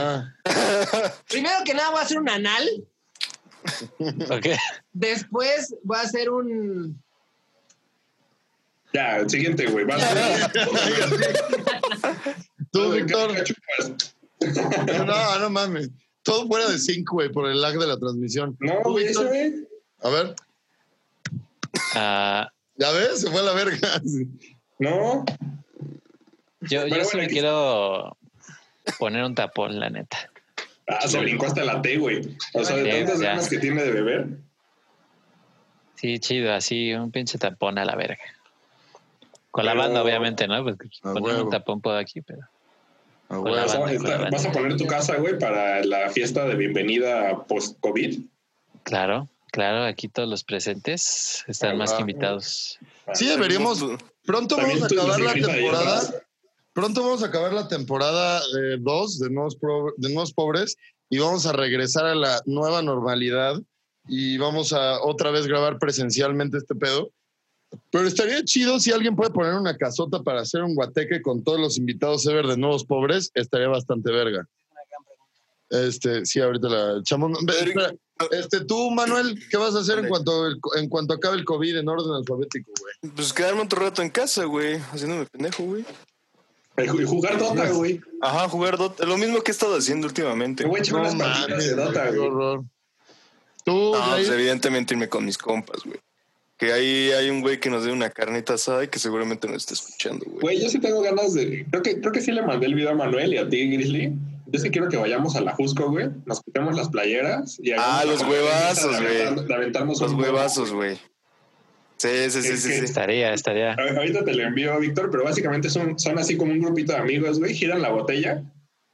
Speaker 3: Ah,
Speaker 5: Primero que nada voy a hacer un anal.
Speaker 4: ok.
Speaker 5: Después voy a hacer un...
Speaker 1: Ya, el siguiente, güey. Vas a
Speaker 3: tú, Víctor.
Speaker 1: ¿Qué chupas?
Speaker 3: No, no mames. Todo fuera de cinco, güey, por el lag de la transmisión.
Speaker 1: No,
Speaker 3: Tú,
Speaker 1: güey, eso,
Speaker 3: Víctor.
Speaker 1: güey.
Speaker 3: A ver,
Speaker 4: Ah,
Speaker 3: ya ves, se fue a la verga.
Speaker 1: No.
Speaker 4: yo yo
Speaker 1: Pero
Speaker 4: sí
Speaker 1: bueno,
Speaker 4: me
Speaker 1: aquí-
Speaker 4: quiero poner un tapón, la neta.
Speaker 1: Ah, se brincó hasta la T, güey. O sea, de
Speaker 4: Sí,
Speaker 1: tantas
Speaker 4: ya.
Speaker 1: ganas que tiene de beber.
Speaker 4: Sí, chido, así, un pinche tapón a la verga. Con la
Speaker 1: Pero-
Speaker 4: banda, obviamente, ¿no? Porque
Speaker 3: A
Speaker 4: poner
Speaker 3: huevo.
Speaker 4: un tapón puedo aquí, pero.
Speaker 3: Ah,
Speaker 4: Con la
Speaker 1: O sea,
Speaker 4: banda, con la
Speaker 1: está-
Speaker 4: banda.
Speaker 1: vas a poner tu casa, güey, para la fiesta de bienvenida post-COVID.
Speaker 4: Claro, Claro, aquí todos los presentes
Speaker 1: Ah,
Speaker 4: están más
Speaker 3: va.
Speaker 4: que invitados.
Speaker 3: Sí, deberíamos. Pronto vamos
Speaker 1: También
Speaker 3: a
Speaker 1: tú,
Speaker 3: acabar la
Speaker 1: Rita, ahí atrás.
Speaker 3: temporada. Pronto vamos a acabar la temporada 2 de, Nuevos Pro- de Nuevos Pobres y vamos a regresar a la nueva normalidad y vamos a otra vez grabar presencialmente este pedo. Pero estaría chido si alguien puede poner una casota para hacer un guateque con todos los invitados ever de Nuevos Pobres. Estaría bastante verga. Este, sí, ahorita la echamos. Ve, espera. Este, tú, Manuel, ¿qué vas a hacer en
Speaker 2: Vale.
Speaker 3: cuanto, el- en cuanto acabe el COVID en orden alfabético, güey?
Speaker 2: Pues quedarme otro rato en casa, güey, haciéndome pendejo, güey.
Speaker 1: Y Eh, ju- y jugar Dota, güey.
Speaker 2: Ajá, jugar Dota. Lo mismo que he estado haciendo últimamente. Ah,
Speaker 1: Te voy a echar unas partidas de Dota,
Speaker 3: qué
Speaker 1: güey.
Speaker 3: horror. Tú,
Speaker 2: No,
Speaker 3: Jair,
Speaker 2: pues evidentemente irme con mis compas, güey. Que ahí hay un güey que nos dé una carnita asada y que seguramente nos está escuchando, güey.
Speaker 1: Güey, yo sí tengo ganas de. Creo que, creo que sí le mandé el video a Manuel y a ti, Grizzly. Yo sí quiero que vayamos a la Jusco, güey. Nos quitemos las playeras y hagamos
Speaker 2: Ah,
Speaker 1: una
Speaker 2: los
Speaker 1: competencia
Speaker 2: huevazos,
Speaker 1: de aventar-
Speaker 2: güey.
Speaker 1: de aventarnos
Speaker 2: Los
Speaker 1: un huevo.
Speaker 2: huevazos, güey. Sí, sí, sí,
Speaker 1: Es
Speaker 2: sí.
Speaker 1: que-
Speaker 2: sí.
Speaker 4: Estaría, estaría.
Speaker 3: Ah,
Speaker 1: A- Ahorita te lo envío, Víctor, pero básicamente son, son así como un grupito de amigos, güey. Giran la botella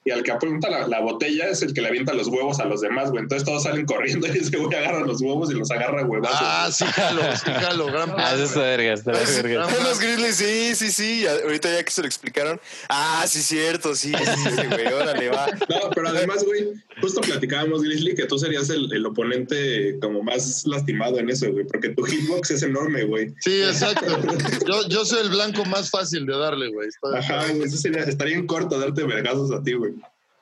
Speaker 1: y al que apunta la, la botella es el que le avienta los huevos a los demás, güey. Entonces todos salen corriendo y ese güey agarra los huevos y los agarra a huevazos.
Speaker 3: Ah, sí, jalo, sí, jalo, gran
Speaker 4: Ah,
Speaker 3: plan.
Speaker 4: eso está verga, está
Speaker 2: Ah, sí,
Speaker 4: verga.
Speaker 2: los Grizzlies, sí, sí, sí. ya- Ahorita ya que se lo explicaron. Ah, sí, cierto, sí, sí, sí, güey. Órale, va.
Speaker 1: No, pero además, güey, justo platicábamos, Grizzly, que tú serías el, el oponente como más lastimado en eso, güey, porque tu hitbox es enorme, güey.
Speaker 3: Sí, exacto. Yo, yo soy el blanco más fácil de darle, güey. Estoy-
Speaker 1: Ajá, güey, eso sería, estaría en corto darte vergazos a ti, güey.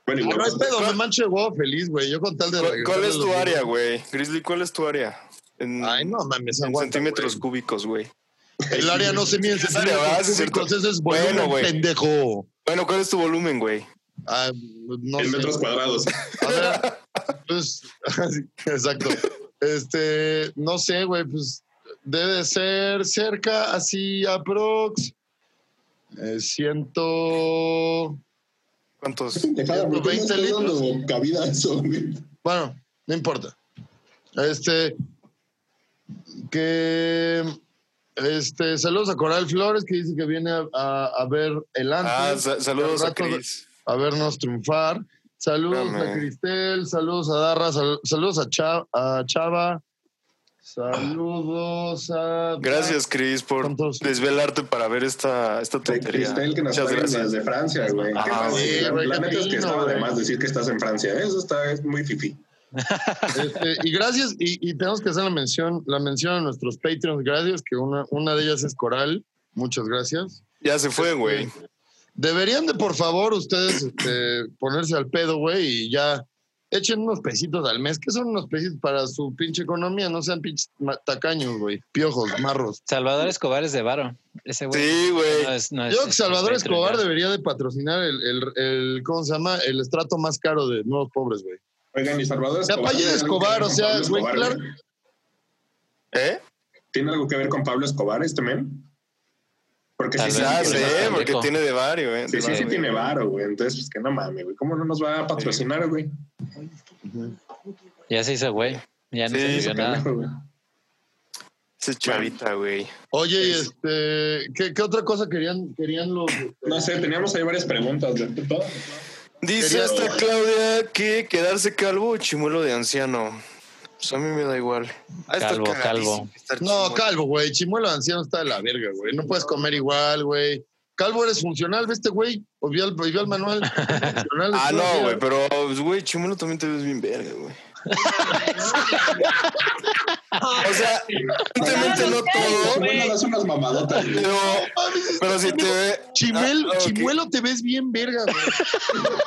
Speaker 1: Bueno,
Speaker 3: Ah,
Speaker 1: igual.
Speaker 3: no es pedo, me manche huevo feliz, güey. Yo con tal de.
Speaker 2: ¿Cuál, cuál es
Speaker 3: regresarle los
Speaker 2: tu
Speaker 3: huevos.
Speaker 2: área, güey? Grizzly, ¿cuál es tu área? En,
Speaker 3: Ay, no mames,
Speaker 2: en
Speaker 3: aguanta,
Speaker 2: centímetros cúbicos, güey.
Speaker 3: güey. El área no se mide en
Speaker 2: Sí, es área, ¿verdad? Sí,
Speaker 3: centímetros
Speaker 2: es cierto.
Speaker 3: cúbicos, ese es
Speaker 2: Bueno,
Speaker 3: volumen,
Speaker 2: güey.
Speaker 3: pendejo.
Speaker 2: Bueno, ¿cuál es tu volumen, güey?
Speaker 3: Ah, no
Speaker 1: en
Speaker 3: sé.
Speaker 1: metros cuadrados.
Speaker 3: A ver, pues, sí, exacto. Este, no sé, güey, pues debe de ser cerca, así, aprox. Eh, ciento.
Speaker 2: ¿Cuántos?
Speaker 1: Dejado,
Speaker 3: 120
Speaker 1: dando cabida a eso, güey.
Speaker 3: Bueno, no importa. Este. Que. Este, saludos a Coral Flores, que dice que viene a, a- a ver el antes.
Speaker 2: Ah, sa- saludos
Speaker 3: Al
Speaker 2: a
Speaker 3: rato-
Speaker 2: Chris.
Speaker 3: a vernos triunfar. Saludos
Speaker 2: Espérame.
Speaker 3: a Cristel, saludos a Darra, sal- saludos a, Cha- a Chava, saludos a...
Speaker 2: Gracias, Chris, por
Speaker 3: ¿Cuántos?
Speaker 2: desvelarte para ver esta, esta tontería.
Speaker 1: Cristel que nos
Speaker 2: Muchas
Speaker 1: traen
Speaker 2: gracias.
Speaker 1: desde Francia, güey.
Speaker 4: Ah,
Speaker 1: Qué mal,
Speaker 3: sí,
Speaker 1: güey.
Speaker 3: güey,
Speaker 1: la
Speaker 3: qué
Speaker 1: neta es que
Speaker 3: fino,
Speaker 1: estaba de
Speaker 3: güey.
Speaker 1: más decir que estás en Francia. Eso está es muy fifi.
Speaker 3: Este, y gracias, y, y tenemos que hacer la mención, la mención a nuestros Patreons, gracias, que una, una de ellas es Coral, muchas gracias.
Speaker 2: Ya se fue, güey.
Speaker 3: Deberían de, por favor, ustedes este, ponerse al pedo, güey, y ya echen unos pesitos al mes, que son unos pesitos para su pinche economía, no sean pinches ma- tacaños, güey, piojos, marros.
Speaker 4: Salvador Escobar es de Varo. Ese güey.
Speaker 2: Sí, güey.
Speaker 4: No es- no es-
Speaker 3: Yo creo que
Speaker 4: es
Speaker 3: Salvador
Speaker 4: Patreon,
Speaker 3: Escobar
Speaker 4: ya.
Speaker 3: debería de patrocinar el, el, el- ¿cómo se llama? El estrato más caro de nuevos pobres, güey.
Speaker 1: Oigan, y Salvador
Speaker 3: Ya,
Speaker 1: Escobar.
Speaker 3: Valle de
Speaker 1: tiene algo que
Speaker 3: Escobar,
Speaker 1: ver
Speaker 3: o
Speaker 1: con
Speaker 3: sea,
Speaker 1: Pablo
Speaker 3: güey,
Speaker 1: Escobar,
Speaker 3: claro.
Speaker 2: ¿Eh?
Speaker 1: ¿Tiene algo que ver con Pablo Escobar este men? Porque
Speaker 4: Tal
Speaker 1: sí,
Speaker 4: vez,
Speaker 1: sí,
Speaker 2: Quizás,
Speaker 1: tiene
Speaker 4: sí,
Speaker 2: ¿eh?
Speaker 1: varo.
Speaker 2: Porque
Speaker 4: pendejo.
Speaker 2: tiene de varios, ¿eh?
Speaker 1: Sí,
Speaker 2: De
Speaker 1: sí, sí
Speaker 2: varios.
Speaker 1: tiene varo, güey. Entonces, pues que no mames, güey. ¿Cómo no nos va a patrocinar, güey?
Speaker 4: Ya se hizo güey. Ya no
Speaker 2: Sí,
Speaker 4: se
Speaker 1: Ese
Speaker 4: vio nada.
Speaker 1: pendejo, güey.
Speaker 2: Ese chavita, güey.
Speaker 3: Oye, y
Speaker 1: Es-
Speaker 3: este, ¿qué, qué otra cosa querían, querían los... este,
Speaker 1: No sé, teníamos ahí varias preguntas de de todo.
Speaker 2: Dice
Speaker 3: Quería-
Speaker 2: hasta Claudia que quedarse calvo o chimuelo de anciano. Pues a mí me da igual. Ah, está
Speaker 4: Calvo,
Speaker 2: cagadísimo
Speaker 4: calvo.
Speaker 2: estar
Speaker 3: No,
Speaker 2: chimuelo.
Speaker 3: Calvo, güey, Chimuelo Anciano está de la verga, güey. No puedes comer igual, güey. Calvo eres funcional, ¿viste, güey? O vi al, vi al manual. Funcional,
Speaker 2: Ah, no,
Speaker 3: güey.
Speaker 2: güey, pero, pues, güey, chimuelo también te ves bien verga, güey. O sea, evidentemente no todo,
Speaker 1: Bueno, das unas mamadotas, güey.
Speaker 2: pero,
Speaker 3: Mames,
Speaker 2: pero si te ve...
Speaker 3: Chimel,
Speaker 2: Ah, ok.
Speaker 3: Chimuelo te ves bien verga, güey.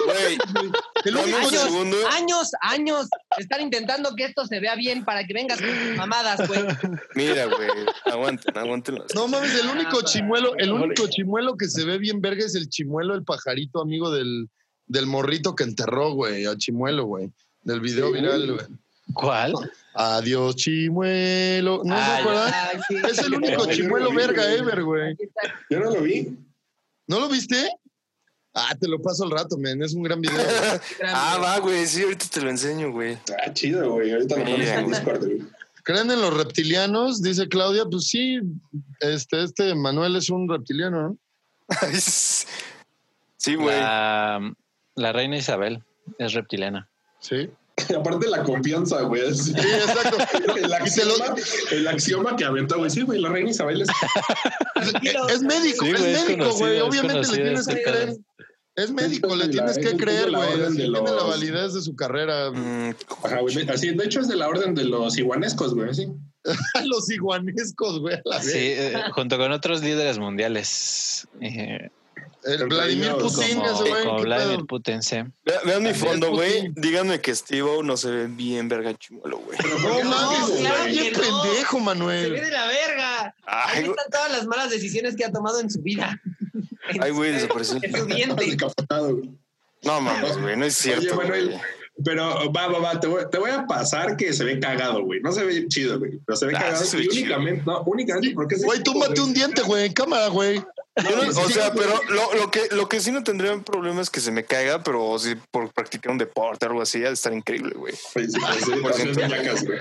Speaker 2: Güey,
Speaker 3: El
Speaker 2: Dame
Speaker 3: único
Speaker 2: un
Speaker 5: Años,
Speaker 2: segundo.
Speaker 5: años, años. Están intentando que esto se vea bien para que vengas con tus mamadas, pues. güey.
Speaker 2: Mira, güey, aguanten, aguanten. las-
Speaker 3: No mames, el
Speaker 1: Ah,
Speaker 3: único chimuelo, el único chimuelo que se ve bien verga es el chimuelo, el pajarito amigo del, del morrito que enterró, güey, a chimuelo, güey. Del video
Speaker 1: Sí,
Speaker 3: viral,
Speaker 1: güey.
Speaker 3: güey.
Speaker 4: ¿Cuál?
Speaker 3: Adiós, chimuelo. ¿No se
Speaker 4: Ah,
Speaker 3: acuerdan?
Speaker 5: Ay, sí.
Speaker 3: Es el único
Speaker 1: Ay,
Speaker 3: chimuelo
Speaker 1: güey.
Speaker 3: verga ever, güey.
Speaker 5: Aquí está.
Speaker 1: Yo no lo vi.
Speaker 3: ¿No lo viste? Ah, te lo paso al rato, men. Es un gran video. güey.
Speaker 2: Ah, va, güey, sí, ahorita te lo enseño, güey.
Speaker 1: Ah, chido, güey. Ahorita lo pones
Speaker 2: Mira,
Speaker 1: en
Speaker 2: güey.
Speaker 1: Discord, güey.
Speaker 3: ¿Creen en los reptilianos? Dice Claudia. Pues sí, este, este Manuel es un reptiliano, ¿no?
Speaker 2: Sí, güey.
Speaker 4: La, la reina Isabel es reptiliana.
Speaker 3: Sí.
Speaker 1: Aparte la confianza, güey. así.
Speaker 3: Sí, exacto.
Speaker 1: El
Speaker 3: Y te lo-
Speaker 1: axioma, el axioma que aventó, güey. Sí, güey, la reina Isabel es
Speaker 5: Tranquilo.
Speaker 3: Es médico,
Speaker 4: Sí,
Speaker 3: es
Speaker 4: güey, es
Speaker 3: médico, güey.
Speaker 4: conocido, es
Speaker 3: Obviamente le
Speaker 4: conocido
Speaker 3: tienes
Speaker 4: este
Speaker 3: que
Speaker 4: cabrón.
Speaker 3: creer. Es médico, le
Speaker 1: la-
Speaker 3: tienes
Speaker 1: es
Speaker 3: que
Speaker 1: de
Speaker 3: creer,
Speaker 1: la
Speaker 3: güey.
Speaker 1: orden
Speaker 3: así
Speaker 1: de
Speaker 3: Tiene la
Speaker 1: los-
Speaker 3: validez de su carrera.
Speaker 2: Mm,
Speaker 1: Ajá, güey. Así, de hecho es de la orden de los iguanescos, güey. Sí.
Speaker 3: Los iguanescos, güey. a la
Speaker 4: Sí,
Speaker 3: vez.
Speaker 4: eh, junto con otros líderes mundiales. eh,
Speaker 3: El Vladimir
Speaker 1: Como-
Speaker 3: Putin,
Speaker 4: como,
Speaker 3: ese güey.
Speaker 4: como
Speaker 3: ¿qué
Speaker 4: Vladimir
Speaker 3: pedo?
Speaker 4: Putin, sí.
Speaker 2: Ve- Vean mi
Speaker 3: Andrés
Speaker 2: fondo, güey.
Speaker 3: Putin.
Speaker 2: Díganme que Steve O no se ve bien verga chimuelo, güey.
Speaker 1: Pero ¿por
Speaker 3: No
Speaker 1: qué
Speaker 3: mames,
Speaker 1: güey?
Speaker 5: claro
Speaker 3: está bien
Speaker 5: que no.
Speaker 3: pendejo,
Speaker 5: Se ve
Speaker 3: Manuel.
Speaker 5: de la verga. Ahí
Speaker 2: Ay, güey,
Speaker 5: están todas las malas decisiones que ha tomado en su vida. En
Speaker 2: ay, güey,
Speaker 5: su-
Speaker 2: desapareció.
Speaker 5: en su
Speaker 1: Estás
Speaker 5: diente.
Speaker 1: decapitado, güey.
Speaker 2: No mames, güey, no es
Speaker 1: Oye,
Speaker 2: cierto.
Speaker 1: Manuel,
Speaker 2: güey.
Speaker 1: Pero va, va, va, te voy, te voy a pasar que se ve cagado, güey. No se ve chido, güey. Pero se ve
Speaker 2: Ah,
Speaker 1: cagado.
Speaker 2: sí se ve
Speaker 1: y
Speaker 2: chido.
Speaker 1: únicamente, no, únicamente porque es.
Speaker 3: Güey, túmbate un diente, güey, en cámara, güey.
Speaker 2: Yo no- o
Speaker 1: sí,
Speaker 2: sea,
Speaker 1: sí.
Speaker 2: pero lo, lo que lo que sí no tendría problema es que se me caiga, pero si por practicar un deporte o algo así, ha de estar increíble, güey.
Speaker 1: Güey, sí, sí, sí,
Speaker 2: ah, Por
Speaker 1: sí,
Speaker 2: ciento.
Speaker 1: yacas, güey.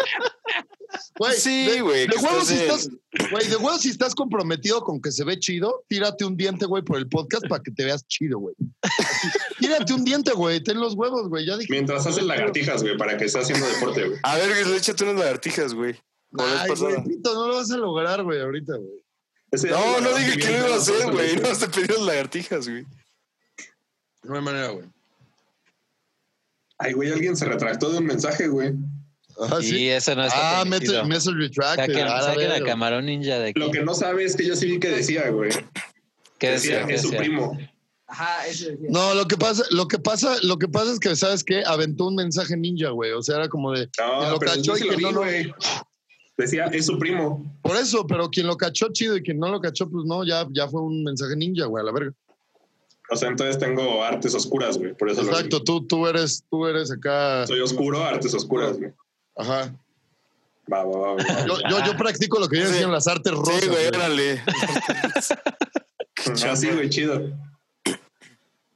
Speaker 3: Güey,
Speaker 2: Sí,
Speaker 3: de-
Speaker 2: güey,
Speaker 3: De
Speaker 2: que
Speaker 3: huevos si
Speaker 2: estás
Speaker 3: estás, güey, de huevos si estás comprometido con que se ve chido, tírate un diente, güey, por el podcast para que te veas chido, güey. Así, Tírate un diente, güey, ten los huevos, güey. Ya dije.
Speaker 1: Mientras hacen lagartijas, güey, para que esté haciendo deporte, güey.
Speaker 2: A ver, güey, échate unas lagartijas, güey. La vez
Speaker 3: Ay,
Speaker 2: pasada.
Speaker 3: güey, pito, no lo vas a lograr, güey, ahorita, güey.
Speaker 1: Ese-
Speaker 2: No, no dije que lo iba a hacer,
Speaker 1: Ese-
Speaker 2: güey. No, te pedí las lagartijas, güey.
Speaker 3: No hay manera, güey.
Speaker 1: Ay, güey, alguien se retractó de un mensaje, güey.
Speaker 3: Ah,
Speaker 4: y
Speaker 3: sí.
Speaker 4: eso no está
Speaker 3: Ah,
Speaker 4: permitido.
Speaker 3: message, message retracted.
Speaker 4: Saquen,
Speaker 3: Ah, la
Speaker 4: saquen a
Speaker 3: verga.
Speaker 4: Camarón Ninja de aquí.
Speaker 1: Lo que no sabe es que yo sí vi que decía, güey.
Speaker 4: ¿Qué decía?
Speaker 1: Decía que
Speaker 4: ¿Qué
Speaker 1: su
Speaker 4: decía?
Speaker 1: primo.
Speaker 5: Ajá, eso decía.
Speaker 3: No, lo que pasa, lo que pasa, lo que pasa es que, ¿sabes qué? Aventó un mensaje ninja, güey. O sea, era como de. Y
Speaker 1: No,
Speaker 3: lo
Speaker 1: pero
Speaker 3: cachó
Speaker 1: yo
Speaker 3: y
Speaker 1: sí lo
Speaker 3: que
Speaker 1: vi,
Speaker 3: no lo-
Speaker 1: güey. Decía, es su primo.
Speaker 3: Por eso, pero quien lo cachó, chido, y quien no lo cachó, pues no, ya, ya fue un mensaje ninja, güey, a la verga.
Speaker 1: O sea, entonces tengo artes oscuras, güey. Por eso lo vi.
Speaker 3: Exacto, tú, tú eres, tú eres acá.
Speaker 1: Soy oscuro, artes oscuras, güey.
Speaker 3: Ajá.
Speaker 1: Va, va, va, va.
Speaker 3: Yo, yo,
Speaker 4: Ah.
Speaker 3: yo practico lo que yo
Speaker 2: Sí.
Speaker 3: enseño en las artes rosas.
Speaker 2: Sí, güey,
Speaker 3: güey.
Speaker 2: órale.
Speaker 1: Así, güey, chido.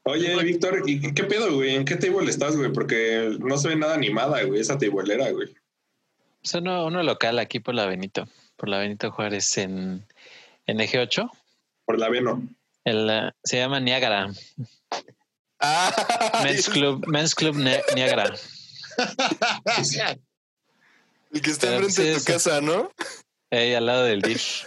Speaker 1: Oye, Víctor, ¿y qué pedo, güey? ¿En qué table estás, güey? Porque no se ve nada animada, güey, esa tableera, güey.
Speaker 4: Es uno, uno local aquí por la Benito, por la Benito Juárez en, en Eje 8.
Speaker 1: Por la veno.
Speaker 4: El, eh, se llama Niágara.
Speaker 2: Ah,
Speaker 4: Men's Club, Men's Club Ne- Niágara.
Speaker 2: El que está
Speaker 4: Pero
Speaker 2: enfrente
Speaker 4: sí,
Speaker 2: de tu
Speaker 4: eso.
Speaker 2: casa, ¿no?
Speaker 4: ahí al lado del DIF.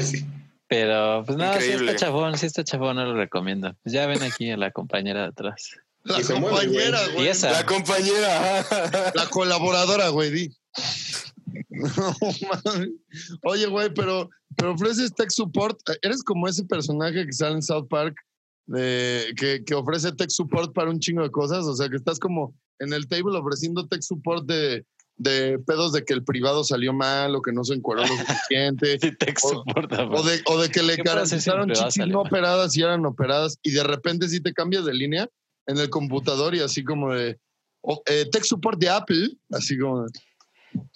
Speaker 1: Sí.
Speaker 4: Pero pues no, sí
Speaker 2: Increíble.
Speaker 4: está chafón, sí está chafón, no lo recomiendo. Pues ya ven aquí a la compañera de atrás.
Speaker 3: La
Speaker 1: Y se mueve,
Speaker 3: compañera,
Speaker 1: güey.
Speaker 3: güey.
Speaker 4: Y esa.
Speaker 3: La,
Speaker 2: La compañera. ajá.
Speaker 3: la colaboradora, güey, di. No, mames. Oye, güey, pero, pero ofreces tech support. Eres como ese personaje que sale en South Park de, que, que ofrece tech support para un chingo de cosas. O sea, que estás como en el table ofreciendo tech support de, de pedos de que el privado salió mal o que no se encuadró lo suficiente.
Speaker 4: Sí te
Speaker 3: O-
Speaker 4: soporta,
Speaker 3: O de, o de que le
Speaker 4: ¿Qué pasa si
Speaker 3: garantizaron
Speaker 4: siempre va a
Speaker 3: chichis
Speaker 4: salir
Speaker 3: no
Speaker 4: mal?
Speaker 3: operadas y eran operadas y de repente sí te cambias de línea en el computador y así como de o- eh, tech support de Apple, así como de,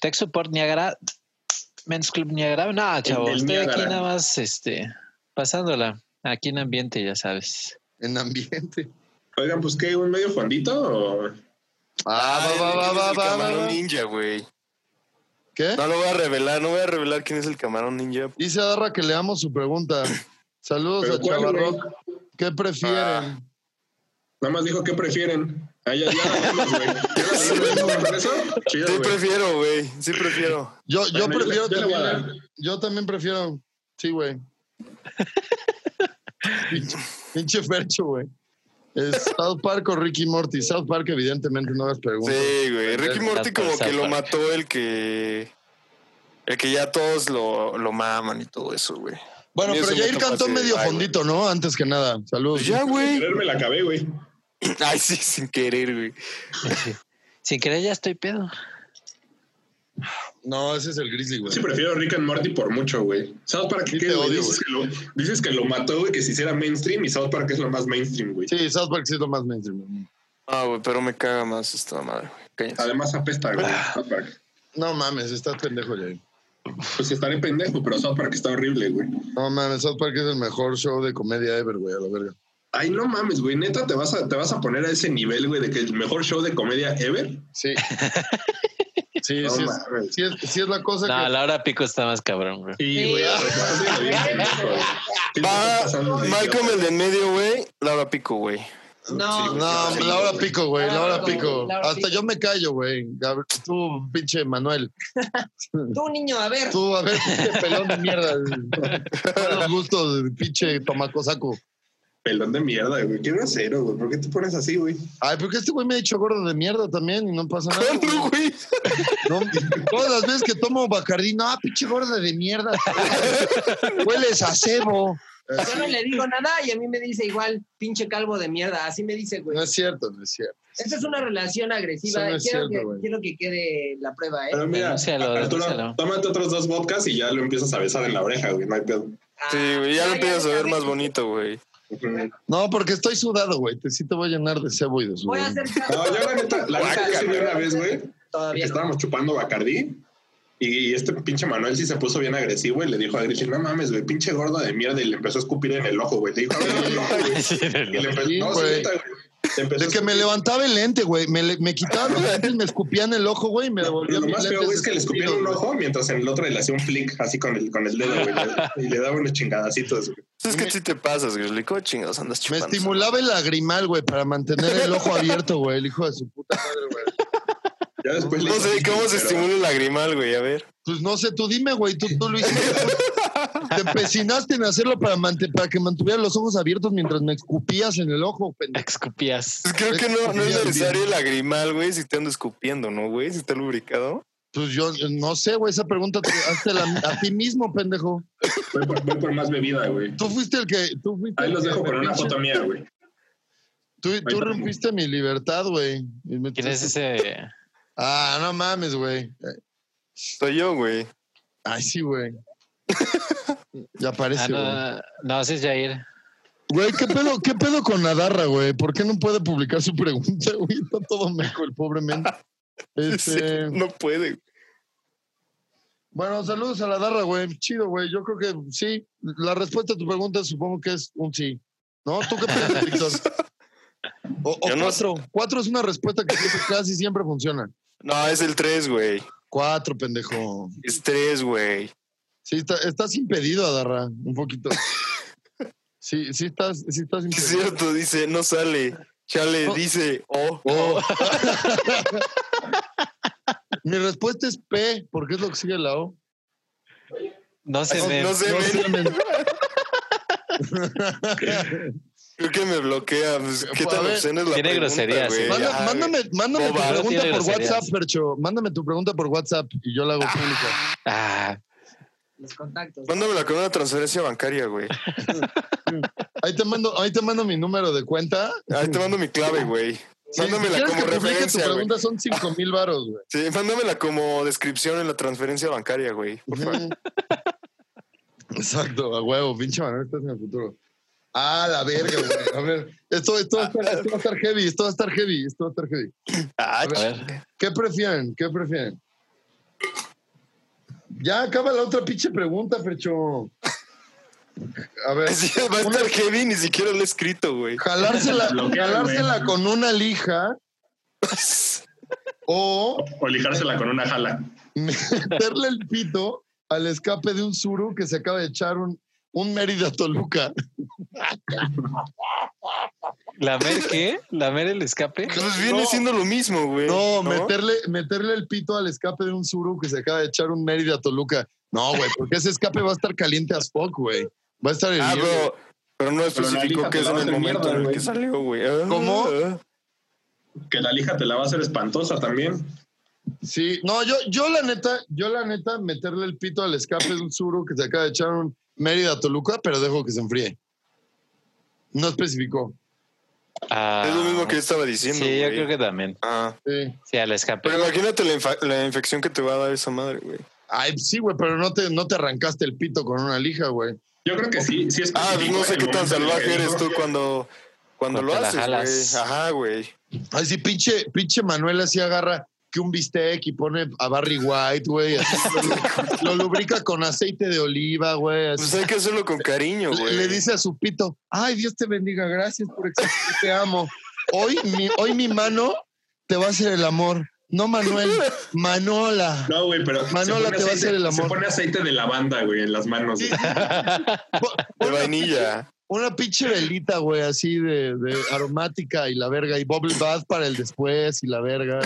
Speaker 4: Tech Support Niagara, Men's Club Niagara. No, chavo,
Speaker 1: del
Speaker 4: estoy aquí
Speaker 1: Niágara.
Speaker 4: nada más este, pasándola. Aquí en ambiente, ya sabes.
Speaker 3: en ambiente.
Speaker 1: Oigan, pues qué, un medio fondito. o?
Speaker 3: Ah,
Speaker 2: Ay,
Speaker 3: va, va,
Speaker 2: ¿quién es
Speaker 3: va,
Speaker 2: el
Speaker 3: va, va,
Speaker 2: camarón
Speaker 3: va.
Speaker 2: ninja, güey.
Speaker 3: ¿Qué?
Speaker 1: Ah.
Speaker 2: No lo voy a revelar, no voy a revelar quién es el camarón ninja.
Speaker 3: Dice Adarra que le damos su pregunta. Saludos
Speaker 1: ¿Pero
Speaker 3: a
Speaker 1: cuál, güey?
Speaker 3: Chavarro. ¿Qué prefieren?
Speaker 2: Ah.
Speaker 1: Nada más dijo, ¿qué prefieren? Ah, ya, ya, vamos, güey. ¿Ya la vimos, güey? ¿Con eso? Chido,
Speaker 2: Sí
Speaker 1: güey.
Speaker 2: prefiero, güey. Sí prefiero.
Speaker 3: Yo, yo
Speaker 1: Bueno,
Speaker 3: prefiero
Speaker 1: yo le voy a
Speaker 3: también.
Speaker 1: dar.
Speaker 3: Yo también prefiero. Sí, güey. pinche, pinche Fercho, güey. Es South Park o Ricky Morty. South Park, evidentemente, no hagas preguntas.
Speaker 2: Sí, güey. Ricky
Speaker 4: Las
Speaker 2: Morty como
Speaker 4: cosas
Speaker 2: que lo
Speaker 4: aparte.
Speaker 2: mató el que... El que ya todos lo, lo maman y todo eso, güey.
Speaker 3: bueno,
Speaker 2: a mí
Speaker 3: pero
Speaker 2: eso
Speaker 3: ya
Speaker 2: me
Speaker 3: ir
Speaker 2: tocó
Speaker 3: cantó
Speaker 2: así de,
Speaker 3: medio
Speaker 2: ay,
Speaker 3: fondito, ¿no? Antes que nada. Saludos.
Speaker 2: Pues ya, güey.
Speaker 1: Querer me la acabé, güey.
Speaker 2: Ay, sí, sin querer, güey.
Speaker 4: Sin querer, ya estoy pedo.
Speaker 3: No, ese es el Grizzly, güey.
Speaker 1: Sí, prefiero Rick and Morty por mucho, güey. South Park,
Speaker 3: Sí,
Speaker 1: ¿qué,
Speaker 3: te
Speaker 1: güey?
Speaker 3: odio,
Speaker 1: Dices, que lo, dices que lo mató, güey, que se hiciera mainstream y South Park es lo más mainstream, güey.
Speaker 3: Sí, South Park sí es lo más mainstream.
Speaker 2: Ah, güey, pero me caga más esta madre, güey. Cállense.
Speaker 1: Además apesta, güey.
Speaker 3: Ah.
Speaker 1: South Park.
Speaker 3: No mames, estás pendejo, Jair.
Speaker 1: Pues estaré pendejo, pero South Park está horrible, güey.
Speaker 3: No mames, South Park es el mejor show de comedia ever, güey, a la verga.
Speaker 1: Ay, no mames, güey. Neta, te vas a, te vas a poner a ese nivel, güey, de que el mejor show de comedia ever.
Speaker 3: Sí. sí,
Speaker 1: No
Speaker 3: sí, es,
Speaker 1: mames.
Speaker 3: sí, es, sí es la cosa
Speaker 4: No,
Speaker 3: que.
Speaker 4: la hora pico está más cabrón, bro.
Speaker 1: Sí, güey.
Speaker 3: ah,
Speaker 5: Sí.
Speaker 1: Sí, güey, pendejo, güey. Sí, te estás
Speaker 2: Va,
Speaker 1: pasando de
Speaker 2: Malcolm
Speaker 1: idiota.
Speaker 2: el de en medio, güey. Laura Pico, güey.
Speaker 5: No,
Speaker 2: Sí,
Speaker 3: No,
Speaker 2: sí,
Speaker 3: la hora
Speaker 2: güey.
Speaker 3: pico, güey, la hora
Speaker 5: Claro,
Speaker 3: pico.
Speaker 5: la hora
Speaker 3: Hasta
Speaker 5: pico.
Speaker 3: yo me callo, güey. Gab- Tú, pinche Manuel.
Speaker 5: Tú, niño, a ver.
Speaker 3: Tú, a ver, pinche pelón de mierda. Todos los gustos, pinche tomacosaco.
Speaker 1: Pelón de mierda, güey. Qué grosero, güey. ¿Por qué te pones así, güey?
Speaker 3: Ay, porque este güey me ha dicho gordo de mierda también y no pasa
Speaker 1: Ah,
Speaker 3: nada. güey.
Speaker 2: ¿Cuándo, güey?
Speaker 3: No, todas las veces que tomo Bacardí, no, pinche gorda de mierda. Hueles a cebo.
Speaker 5: Yo no le digo nada y a mí me dice igual, pinche calvo de mierda. Así me dice, güey.
Speaker 3: No es cierto, no es cierto.
Speaker 5: Esta es una relación agresiva.
Speaker 3: Eso no es
Speaker 5: quiero,
Speaker 3: cierto,
Speaker 5: que,
Speaker 3: güey.
Speaker 5: quiero que quede la prueba, ¿eh?
Speaker 1: Pero mira,
Speaker 4: Denúncialo,
Speaker 1: Arturo,
Speaker 4: denúncialo.
Speaker 1: tómate otros dos vodkas y ya lo empiezas a besar en la oreja, güey. No hay pedo.
Speaker 5: Ah,
Speaker 2: Sí, güey, ya lo empiezas a ver más bonito, güey.
Speaker 1: Ujú. No,
Speaker 3: No, porque estoy sudado, güey. Te, sí te voy a llenar de cebo y de sudor.
Speaker 5: Voy a hacer
Speaker 1: yo la neta, la neta, yo sí vi una vez, güey, que
Speaker 5: Todavía no.
Speaker 1: estábamos chupando Bacardí y este pinche Manuel sí se puso bien agresivo y le dijo a Grishin, no mames, güey, pinche gordo de mierda. Y le empezó a escupir en el ojo, güey. Le dijo, a ver, en el ojo, güey. Y le empezó,
Speaker 3: Sí,
Speaker 1: no, sí,
Speaker 3: güey.
Speaker 1: neta, güey. Le empezó
Speaker 3: De
Speaker 1: a
Speaker 3: que me
Speaker 1: escupir.
Speaker 3: levantaba el lente, güey. Me, le- me quitaban los lentes, me escupían el ojo, güey, y me
Speaker 1: Lo
Speaker 3: devolvían
Speaker 1: lo
Speaker 3: mis
Speaker 1: más feo
Speaker 3: lentes
Speaker 1: güey, es que le escupieron un
Speaker 3: escupidos, güey.
Speaker 1: ojo mientras en el otro le hacía un flick así con el, con el dedo, güey. Y le daba unos chingadacitos, güey.
Speaker 2: Es que si te pasas, Grizzly. ¿Cómo chingados andas
Speaker 3: Me
Speaker 2: chupando?
Speaker 3: estimulaba el lagrimal, güey, para mantener el ojo abierto, güey. El hijo de su puta madre, güey.
Speaker 1: Ya después le
Speaker 2: No sé
Speaker 1: hizo-
Speaker 2: cómo se
Speaker 1: pero-
Speaker 2: estimula el lagrimal, güey. A ver.
Speaker 3: Pues no sé, tú dime, güey, tú, tú lo hiciste. Te empecinaste en hacerlo para, mante- para que mantuviera los ojos abiertos mientras me escupías en el ojo, pendejo.
Speaker 4: Escupías.
Speaker 2: Pues creo
Speaker 3: Es
Speaker 2: que no, no es
Speaker 3: escupir,
Speaker 2: necesario el lagrimal, güey, si te ando escupiendo, ¿no, güey? Si está lubricado.
Speaker 3: Pues yo no sé, güey, esa pregunta te hazte a ti mismo, pendejo.
Speaker 1: Voy por, voy por más bebida, güey.
Speaker 3: Tú fuiste el que. Tú fuiste
Speaker 1: Ahí
Speaker 3: el
Speaker 1: los
Speaker 3: que
Speaker 1: dejo
Speaker 3: me
Speaker 1: con una
Speaker 3: pinche-
Speaker 1: foto mía, güey.
Speaker 3: Tú, tú
Speaker 1: está.
Speaker 3: rompiste mi libertad, güey. Y me-
Speaker 4: ¿Quién es ese?
Speaker 3: Ah, no mames, güey. Eh,
Speaker 2: Soy yo, güey.
Speaker 3: Ay, sí, güey. Ya
Speaker 4: Ah,
Speaker 3: aparece, güey.
Speaker 4: no, no, ese es Jair.
Speaker 3: Güey, ¿qué pedo, ¿qué pedo con Nadarra, güey? ¿Por qué no puede publicar su pregunta, güey? Está todo meco, el pobre men. Este,
Speaker 2: No puede.
Speaker 3: Bueno, saludos a Nadarra, güey. Chido, güey. Yo creo que sí. La respuesta a tu pregunta supongo que es un sí. ¿No? ¿Tú qué piensas, Víctor? O, o
Speaker 2: Yo no sé.
Speaker 3: cuatro. Cuatro es una respuesta que siempre- casi siempre funciona.
Speaker 2: No, es el 3, güey.
Speaker 3: Cuatro, pendejo.
Speaker 2: Es 3, güey.
Speaker 3: Sí, está- estás impedido, Adarra, un poquito. Sí, sí estás, sí estás
Speaker 2: Es
Speaker 3: impedido.
Speaker 2: cierto, dice, no sale. Chale,
Speaker 3: No.
Speaker 2: dice, oh.
Speaker 3: Oh. Mi respuesta es P, porque es lo que sigue la O.
Speaker 4: No se
Speaker 2: No,
Speaker 4: ve.
Speaker 2: no sé,
Speaker 3: No
Speaker 2: men.
Speaker 3: sé, men.
Speaker 2: Creo que me bloquea. pues, ¿Qué
Speaker 3: A
Speaker 2: tan
Speaker 3: ver,
Speaker 2: obscena es la
Speaker 4: tiene
Speaker 2: pregunta,
Speaker 4: groserías,
Speaker 2: güey?
Speaker 4: ¿eh?
Speaker 3: Manda-
Speaker 2: Ajá,
Speaker 3: mándame mándame
Speaker 2: Boba,
Speaker 3: tu
Speaker 4: no
Speaker 3: pregunta
Speaker 4: tiene
Speaker 3: por
Speaker 4: groserías.
Speaker 3: WhatsApp, Percho. Mándame tu pregunta por WhatsApp y yo la hago pública.
Speaker 4: Ah,
Speaker 5: Los contactos.
Speaker 2: güey. Mándamela con una transferencia bancaria, güey.
Speaker 3: Ahí te mando, ahí te mando mi número de cuenta.
Speaker 2: Ahí te mando mi clave, güey.
Speaker 3: Sí,
Speaker 2: Mándamela
Speaker 3: quieres
Speaker 2: como
Speaker 3: que publique
Speaker 2: referencia,
Speaker 3: tu
Speaker 2: güey.
Speaker 3: pregunta son 5 mil varos, güey.
Speaker 2: Sí, mándamela como descripción en la transferencia bancaria, güey. Por favor.
Speaker 3: Exacto, a huevo, pinche Manuel, estás en el futuro. Ah, la verga, güey. A ver, esto, esto, va a estar, esto va a estar heavy, esto va a estar heavy, esto va a estar heavy.
Speaker 2: Ah,
Speaker 4: a ver.
Speaker 3: ¿Qué prefieren? ¿Qué prefieren? Ya acaba la otra pinche pregunta, Fercho. A ver,
Speaker 2: Sí, va a estar Kevin, ni siquiera lo he escrito, güey.
Speaker 3: jalársela,
Speaker 1: Bloquear,
Speaker 3: jalársela con una lija
Speaker 2: Pues
Speaker 3: o
Speaker 1: O lijársela con una jala.
Speaker 3: meterle el pito al escape de un suru que se acaba de echar un, un Mérida Toluca.
Speaker 4: ¿La Mer qué? ¿La Mer el escape?
Speaker 2: Pues viene
Speaker 3: No.
Speaker 2: siendo lo mismo, güey.
Speaker 3: No, Meterle, meterle el pito al escape de un suru que se acaba de echar un Mérida Toluca. No, güey, porque ese escape va a estar caliente as fuck, güey. Va a estar
Speaker 2: Ah,
Speaker 3: hirviendo.
Speaker 2: pero, pero no especificó
Speaker 1: lija te
Speaker 2: que es
Speaker 1: la
Speaker 2: en
Speaker 1: vas
Speaker 2: el
Speaker 1: de
Speaker 2: momento
Speaker 1: mierda,
Speaker 2: en el
Speaker 1: güey.
Speaker 2: que salió, güey. Ah,
Speaker 3: ¿Cómo?
Speaker 2: ah.
Speaker 1: Que la lija te la va a hacer espantosa también.
Speaker 3: Sí, no, yo, yo la neta, yo la neta, meterle el pito al escape de un suru que se acaba de echar un Mérida Toluca, pero dejo que se enfríe. No especificó.
Speaker 4: Ah,
Speaker 2: Es lo mismo que yo estaba
Speaker 4: Sí,
Speaker 2: diciendo,
Speaker 4: yo
Speaker 2: güey.
Speaker 4: creo que también.
Speaker 2: Ah.
Speaker 3: Sí.
Speaker 4: Sí, al escape.
Speaker 2: Pero imagínate la, infa- la infección que te va a dar esa madre, güey.
Speaker 3: Ay, sí, güey, pero no te, no te arrancaste el pito con una lija, güey.
Speaker 1: Yo creo que sí, sí es
Speaker 2: Ah, pues no sé qué tan salvaje eres tú cuando, cuando
Speaker 4: Cuando
Speaker 2: lo
Speaker 4: te la
Speaker 2: haces,
Speaker 4: jalas.
Speaker 2: güey. Ajá, güey.
Speaker 3: Ay, sí, pinche, pinche Manuel así agarra que un bistec y pone a Barry White, güey. así lo, lu- lo lubrica con aceite de oliva, güey. así.
Speaker 2: Pues hay que hacerlo con cariño,
Speaker 3: Le-
Speaker 2: Pues, güey.
Speaker 3: le dice a su pito, ay, Dios te bendiga, gracias por existir, te amo. Hoy mi, hoy mi mano te va a hacer el amor. No Manuel, Manola.
Speaker 1: No, güey, pero. se
Speaker 3: Manola
Speaker 1: pone
Speaker 3: te va a
Speaker 1: aceite-
Speaker 3: hacer el amor.
Speaker 1: Se pone aceite de lavanda, güey, en las manos.
Speaker 3: Sí,
Speaker 1: güey.
Speaker 3: sí, sí. Pon-
Speaker 2: De
Speaker 3: pon la
Speaker 2: vainilla.
Speaker 3: pinche- una pinche velita, güey, así de, de aromática y la verga, y bubble bath para el después y la verga.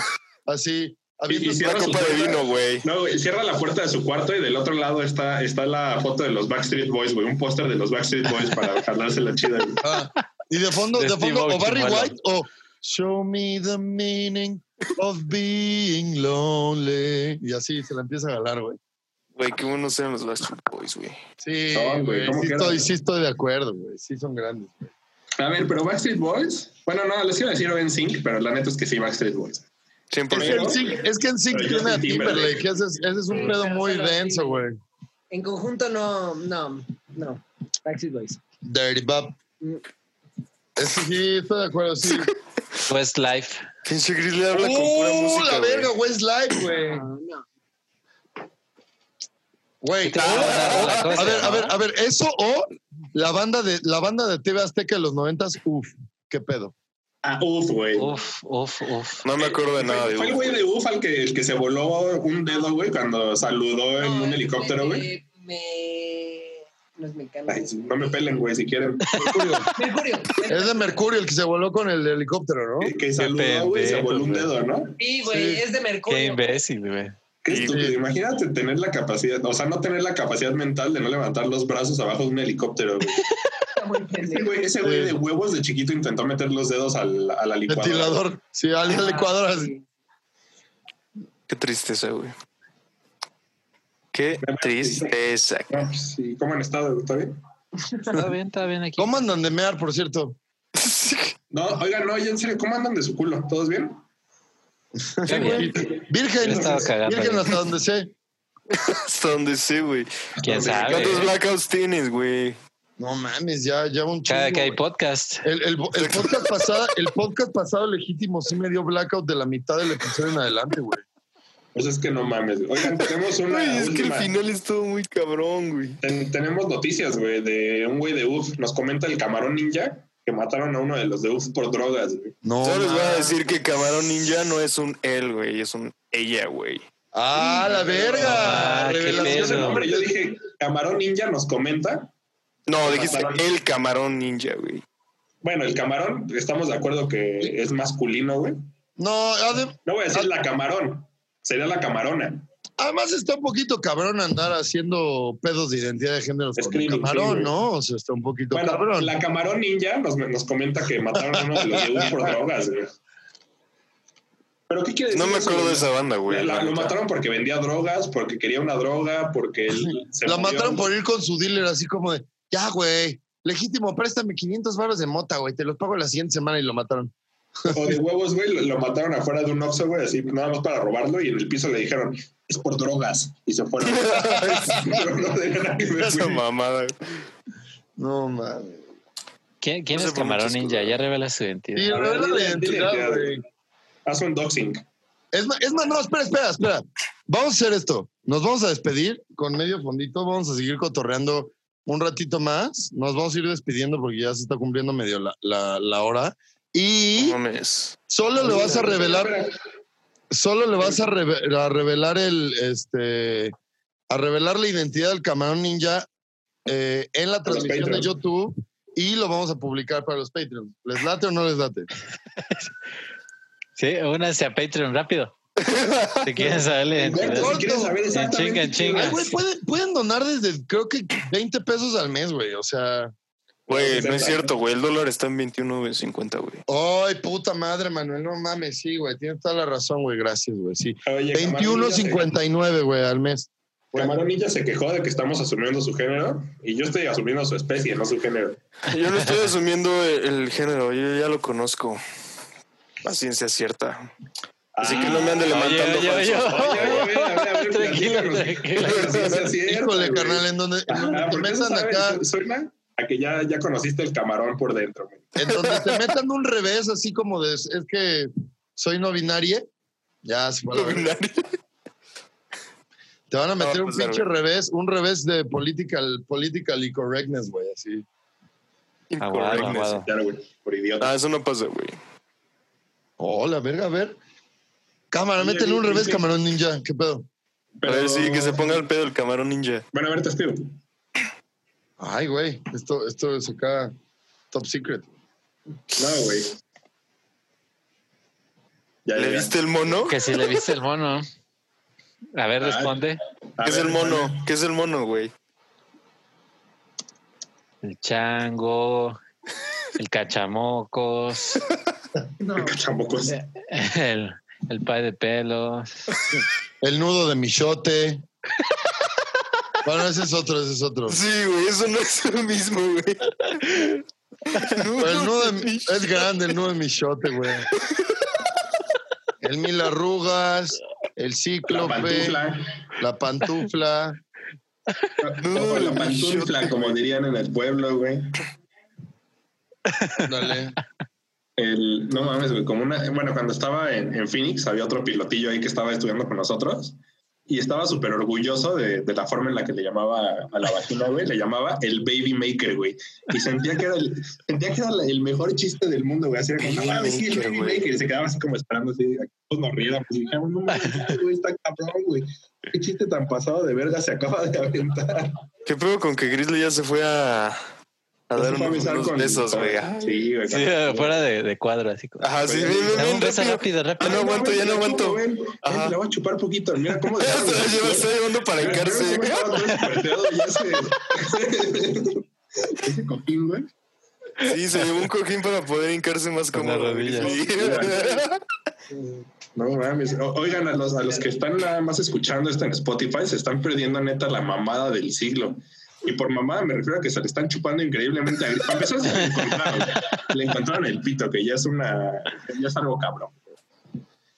Speaker 3: Así. habiendo-
Speaker 1: Y
Speaker 2: Una
Speaker 1: cierra su
Speaker 2: copa de
Speaker 1: puerta.
Speaker 2: vino, güey.
Speaker 1: No, güey, cierra la puerta de su cuarto y del otro lado está, está la foto de los Backstreet Boys, güey. Un póster de los Backstreet Boys para jalarse la chida. güey.
Speaker 3: Ah, y de fondo,
Speaker 4: De
Speaker 3: de
Speaker 4: Steve
Speaker 3: fondo, o Barry
Speaker 4: Ochimolo.
Speaker 3: White o Show me the meaning of being lonely. Y así se la empieza a galar, güey.
Speaker 2: Güey, qué buenos eran los Backstreet Boys, güey.
Speaker 3: Sí,
Speaker 1: Son, güey,
Speaker 3: güey.
Speaker 1: ¿cómo
Speaker 3: Sí
Speaker 1: que
Speaker 3: estoy,
Speaker 1: eran?
Speaker 3: sí estoy de acuerdo, güey. Sí son grandes.
Speaker 1: A ver, pero Backstreet Boys. Bueno, no, les iba a decir en Sync, pero la neta es que sí, Backstreet Boys.
Speaker 3: Es
Speaker 2: 100%.
Speaker 3: que, en Sync- es que en Sync
Speaker 1: Pero
Speaker 3: tiene a
Speaker 1: Justin Timberlake.
Speaker 3: Timberlake. Ese es, ese es un
Speaker 5: Sí,
Speaker 3: pedo
Speaker 5: pero
Speaker 3: muy
Speaker 5: solo
Speaker 3: denso,
Speaker 5: así.
Speaker 3: güey.
Speaker 5: En conjunto no, no, no. Backstreet Boys.
Speaker 3: Dirty Bob.
Speaker 5: Mm.
Speaker 3: Ese sí, estoy de acuerdo, sí.
Speaker 4: West Life.
Speaker 2: Pinche Gris le habla con pura
Speaker 3: ¡Uh,
Speaker 2: música.
Speaker 3: la
Speaker 2: güey.
Speaker 3: verga, güey! Es live, güey.
Speaker 5: No, Ah, no.
Speaker 3: Güey,
Speaker 4: Qué cabrón,
Speaker 3: ah,
Speaker 4: la cosa,
Speaker 3: a ver, a
Speaker 4: ¿no?
Speaker 3: ver, a ver, eso o la banda de la banda de TV Azteca de los noventas, uf, qué pedo.
Speaker 1: Ah, uf, güey.
Speaker 4: Uf, uf, uf.
Speaker 2: No me acuerdo de nada,
Speaker 1: Fue el
Speaker 2: digo.
Speaker 1: güey de uf al que, el que se voló un dedo, güey, cuando saludó en
Speaker 5: No,
Speaker 1: un
Speaker 5: es
Speaker 1: helicóptero,
Speaker 5: me-
Speaker 1: güey.
Speaker 5: Me... No es mecánico.
Speaker 1: Ay, No me pelen, güey, si quieren.
Speaker 3: Mercurio.
Speaker 5: Mercurio.
Speaker 3: es de Mercurio el que se voló con el helicóptero, ¿no?
Speaker 1: Que, que saludó, güey, y se voló un dedo, ¿no?
Speaker 5: Sí, güey,
Speaker 3: Sí.
Speaker 5: es de Mercurio.
Speaker 4: Qué imbécil, güey.
Speaker 1: Qué
Speaker 2: Sí.
Speaker 1: estúpido. Imagínate tener la capacidad, o sea, no tener la capacidad mental de no levantar los brazos abajo de un helicóptero, güey.
Speaker 5: Está muy pendejo.
Speaker 1: Ese güey- Ese güey
Speaker 3: Sí.
Speaker 1: de huevos de chiquito intentó meter los dedos al, a la licuadora.
Speaker 3: Ventilador. Sí, al al licuador así.
Speaker 5: Sí.
Speaker 2: Qué tristeza, güey. Qué tristeza.
Speaker 1: No, pues, sí. ¿Cómo han estado? ¿Está bien?
Speaker 4: Está bien, está bien aquí.
Speaker 3: ¿Cómo andan de mear, por cierto?
Speaker 1: No, oigan, no, ya en serio, ¿cómo andan de su culo? ¿Todos bien?
Speaker 4: Qué
Speaker 5: Pues
Speaker 4: bien.
Speaker 3: Virgen,
Speaker 4: Yo estaba cagando,
Speaker 3: Virgen
Speaker 4: güey.
Speaker 3: hasta donde sé.
Speaker 2: Hasta donde sé, güey.
Speaker 4: ¿Quién sabe?
Speaker 2: ¿Cuántos blackouts tienes, güey?
Speaker 3: No mames, ya, ya un chingo.
Speaker 4: Cada que hay
Speaker 3: güey.
Speaker 4: podcast.
Speaker 3: el, el- el podcast pasado, el podcast pasado legítimo sí me dio blackout de la mitad del episodio en adelante, güey.
Speaker 1: Pues es que no mames. Oigan, tenemos una
Speaker 2: Güey, es que el
Speaker 1: última-
Speaker 2: final estuvo muy cabrón, güey.
Speaker 1: Ten- tenemos noticias, güey, de un güey de UF. Nos comenta el camarón ninja que mataron a uno de los de UF por drogas, güey.
Speaker 3: No.
Speaker 2: Solo les voy a
Speaker 3: mames.
Speaker 2: decir que Camarón Ninja no es un él, güey, es un ella, güey.
Speaker 3: Ah, la verga.
Speaker 4: Ah, qué
Speaker 1: Yo ese
Speaker 4: pedo.
Speaker 3: Revelación.
Speaker 1: nombre, yo dije, camarón ninja nos comenta.
Speaker 2: No, dijiste
Speaker 1: Camarón.
Speaker 2: el Camarón Ninja, güey.
Speaker 1: Bueno, el camarón, estamos de acuerdo que es masculino, güey.
Speaker 3: No, adem-
Speaker 1: No voy a decir la camarón, sería la camarona.
Speaker 3: además está un poquito cabrón andar haciendo pedos de identidad de género
Speaker 1: Es
Speaker 3: con el
Speaker 1: crimen, sí,
Speaker 3: camarón,
Speaker 1: güey.
Speaker 3: ¿no? O sea, está un poquito
Speaker 1: Bueno,
Speaker 3: cabrón.
Speaker 1: la camarón ninja nos, nos comenta que mataron a uno de los de UF por drogas, güey. ¿Pero qué quiere decir?
Speaker 2: No me
Speaker 1: eso,
Speaker 2: acuerdo de
Speaker 1: güey?
Speaker 2: esa banda, güey.
Speaker 1: La-
Speaker 2: la
Speaker 1: lo
Speaker 2: neta.
Speaker 1: mataron porque vendía drogas, porque quería una droga, porque él se
Speaker 3: La
Speaker 1: murió.
Speaker 3: mataron por ir con su dealer así como de, ya, güey, legítimo, préstame 500 baros de mota, güey, te los pago la siguiente semana y lo mataron.
Speaker 1: O de huevos, güey, lo, lo mataron afuera de un Oxxo, güey, así nada más para robarlo y en el piso le dijeron, es por drogas. Y se fueron. Pero no tenía nada que ver, güey.
Speaker 2: Esa mamada. güey.
Speaker 3: No, mames.
Speaker 4: ¿Quién, quién
Speaker 2: No sé
Speaker 4: es
Speaker 2: por
Speaker 4: Camarón
Speaker 2: muchas
Speaker 4: Ninja?
Speaker 2: cosas.
Speaker 4: Ya revela su identidad.
Speaker 3: Sí,
Speaker 1: A ver,
Speaker 3: revela
Speaker 1: dile-
Speaker 3: la
Speaker 1: dile,
Speaker 3: identidad, güey.
Speaker 1: Haz un doxing.
Speaker 3: Es más, es más, no, espera, espera, espera. Vamos a hacer esto. Nos vamos a despedir con medio fondito. Vamos a seguir cotorreando un ratito más. Nos vamos a ir despidiendo porque ya se está cumpliendo medio la, la- la hora. Y
Speaker 2: Mames.
Speaker 3: solo le vas a revelar,
Speaker 1: Espera, espera.
Speaker 3: solo le vas a, reve- a revelar el, este, a revelar la identidad del camarón ninja eh, en la transmisión de
Speaker 1: Patreons.
Speaker 3: YouTube y lo vamos a publicar para los Patreons. ¿Les late o no les late?
Speaker 4: Sí, únanse a Patreon rápido. Si quieren saber la identidad.
Speaker 1: pues, Si quieres saber exactamente.
Speaker 4: En chinga, en
Speaker 3: Ay,
Speaker 4: chinga.
Speaker 3: güey, pueden, pueden donar desde creo que 20 pesos al mes, güey. O sea,
Speaker 2: Güey, no es cierto, güey. El dólar está en 21.50, güey.
Speaker 3: ay, puta madre, Manuel, no mames, sí, güey. Tienes toda la razón, güey. Gracias, güey. Sí.
Speaker 1: Oye, Camarón Ninja se-
Speaker 3: 21.59, güey, al mes.
Speaker 1: Camarón Ninja se quejó de que estamos asumiendo su género y yo estoy asumiendo su especie, no su género.
Speaker 2: Yo no estoy asumiendo el, el género, yo ya lo conozco. A ciencia cierta. Así que no me anden
Speaker 4: Oye,
Speaker 2: levantando
Speaker 4: oye, oye,
Speaker 2: falsos.
Speaker 1: Ah, Oye, oye, oye, a ver, a ver,
Speaker 4: Tranquilo,
Speaker 1: platícanos.
Speaker 4: tranquilo.
Speaker 1: Sí, es cierto,
Speaker 3: Híjole,
Speaker 1: güey.
Speaker 3: carnal, en donde, en
Speaker 1: Ajá,
Speaker 3: donde te
Speaker 1: Ah, porque eso
Speaker 3: metan
Speaker 1: sabe-
Speaker 3: acá,
Speaker 1: su- suena a que ya, ya conociste el camarón por dentro. güey.
Speaker 3: en donde te metan un revés, así como de, es que soy no binaria, ya se fue a la verga. Te van a meter
Speaker 2: No,
Speaker 3: un
Speaker 2: pues,
Speaker 3: pinche revés, un revés de political, political incorrectness, güey, así.
Speaker 4: Aguado,
Speaker 2: Incorrectness.
Speaker 4: aguado.
Speaker 1: Claro, güey, por idiota.
Speaker 2: Ah, eso no pasa, güey.
Speaker 3: Hola, Oh, verga, a ver. Cámara,
Speaker 1: Oye,
Speaker 3: métele un
Speaker 1: oye,
Speaker 3: revés,
Speaker 1: oye.
Speaker 3: camarón ninja. ¿Qué pedo?
Speaker 2: pues A ver, sí, que se ponga el pedo el camarón ninja.
Speaker 1: Bueno, a ver, te escribo.
Speaker 3: Ay, güey, esto, esto es acá top secret.
Speaker 1: No, güey. Ya,
Speaker 2: ¿Le
Speaker 1: ya.
Speaker 2: viste el mono?
Speaker 4: Que si le viste el mono. A ver,
Speaker 1: Ah.
Speaker 4: responde.
Speaker 1: A
Speaker 2: ¿Qué es
Speaker 1: ver,
Speaker 2: el mono? ¿Qué es el mono, güey?
Speaker 4: El chango, el cachamocos,
Speaker 5: No.
Speaker 1: Cachamocos.
Speaker 4: el, el pay de pelos.
Speaker 3: El nudo de Michote. bueno, ese es otro, ese es otro.
Speaker 2: Sí, güey, eso no es lo mismo, güey.
Speaker 3: Pero el nudo de- es grande el nudo de Michote, güey. El mil arrugas, el
Speaker 1: La
Speaker 3: cíclope,
Speaker 1: pantufla.
Speaker 3: la pantufla.
Speaker 1: Ojo, la pantufla, como dirían en el pueblo, güey.
Speaker 3: Dale.
Speaker 1: El, no mames, güey, como una... Bueno, cuando estaba en, en Phoenix había otro pilotillo ahí que estaba estudiando con nosotros y estaba súper orgulloso de, de la forma en la que le llamaba a la vagina, güey. Le llamaba el baby maker, güey. Y sentía que era el, sentía que era la- el mejor chiste del mundo, güey. Así era como, no
Speaker 2: Baby
Speaker 1: mames, sí, el
Speaker 2: maker,
Speaker 1: baby
Speaker 2: güey.
Speaker 1: maker. Y se quedaba así como esperando, así, a que todos nos riéramos. Y dije, no mames, este güey, está cabrón, güey. Qué chiste tan pasado de verga se acaba de aventar.
Speaker 2: ¿Qué pedo con que Grizzly ya se fue a, a dar
Speaker 1: Eso fue Pues
Speaker 2: unos,
Speaker 1: avisar
Speaker 2: unos
Speaker 1: con-
Speaker 2: besos,
Speaker 1: con-
Speaker 2: güey?
Speaker 1: Sí, güey.
Speaker 4: Sí, eh, fuera de, de cuadro, así como.
Speaker 2: Ajá, sí,
Speaker 1: Oye,
Speaker 2: bien, bien,
Speaker 4: Dame un
Speaker 2: bien,
Speaker 4: beso
Speaker 2: rápido.
Speaker 4: rápido,
Speaker 2: Ya
Speaker 1: Ah,
Speaker 4: rápido.
Speaker 2: no aguanto, ya no aguanto. Ajá.
Speaker 1: Ajá. La voy a chupar poquito. Mira cómo.
Speaker 2: Ya se la lleva, está llevando para
Speaker 1: Mira,
Speaker 2: hincarse.
Speaker 1: mira cómo estaba todo espreteado y ese- ese cojín, güey.
Speaker 2: Sí, se llevó un cojín para poder hincarse más
Speaker 4: Con
Speaker 2: cómodo.
Speaker 4: las rodillas.
Speaker 2: Grizzly.
Speaker 1: No mames. O- Oigan, a los, a los que están nada más escuchando esto en Spotify, se están perdiendo neta la mamada del siglo. Y por mamada me refiero a que se le están chupando increíblemente a Grizzly. Para empezar, se le encontraron. Le encontraron el pito, que ya es una. ya es algo cabrón.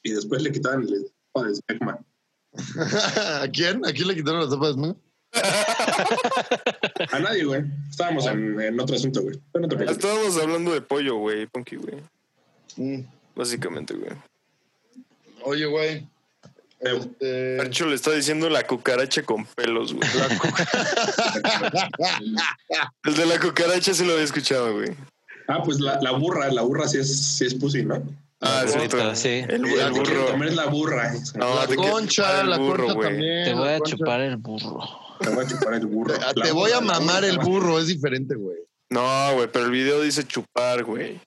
Speaker 1: Y después le quitaron el ojo de Speckman.
Speaker 3: ¿A quién? ¿A quién le quitaron las tapas? no?
Speaker 1: A nadie, güey. Estábamos en, en otro asunto, güey. Tú no te preocupes.
Speaker 2: Estábamos hablando de pollo, güey, Punky, güey. Básicamente, güey.
Speaker 3: Oye, güey. Este,
Speaker 2: Archo le está diciendo la cucaracha con pelos, güey. El de la cucaracha sí lo había escuchado, güey.
Speaker 1: Ah, pues la, la burra, la burra sí es, sí es pussy, ¿no?
Speaker 2: Ah,
Speaker 4: El
Speaker 2: es
Speaker 4: burrito,
Speaker 2: otro.
Speaker 4: sí.
Speaker 2: El,
Speaker 1: La
Speaker 2: el
Speaker 1: que quiere
Speaker 2: burro.
Speaker 1: comer es la burra.
Speaker 2: No,
Speaker 3: la
Speaker 2: te que-
Speaker 3: concha,
Speaker 2: el
Speaker 3: la
Speaker 2: burro,
Speaker 3: concha
Speaker 2: güey.
Speaker 3: también.
Speaker 4: Te voy
Speaker 3: la
Speaker 4: a
Speaker 3: concha.
Speaker 4: chupar el burro.
Speaker 1: Te voy a chupar el burro.
Speaker 3: Te- Ah,
Speaker 1: La
Speaker 3: Te voy a
Speaker 1: burra, la
Speaker 3: mamar
Speaker 1: burra,
Speaker 3: el
Speaker 1: la
Speaker 3: burro, es diferente, güey.
Speaker 2: No, güey, pero el video dice chupar, güey.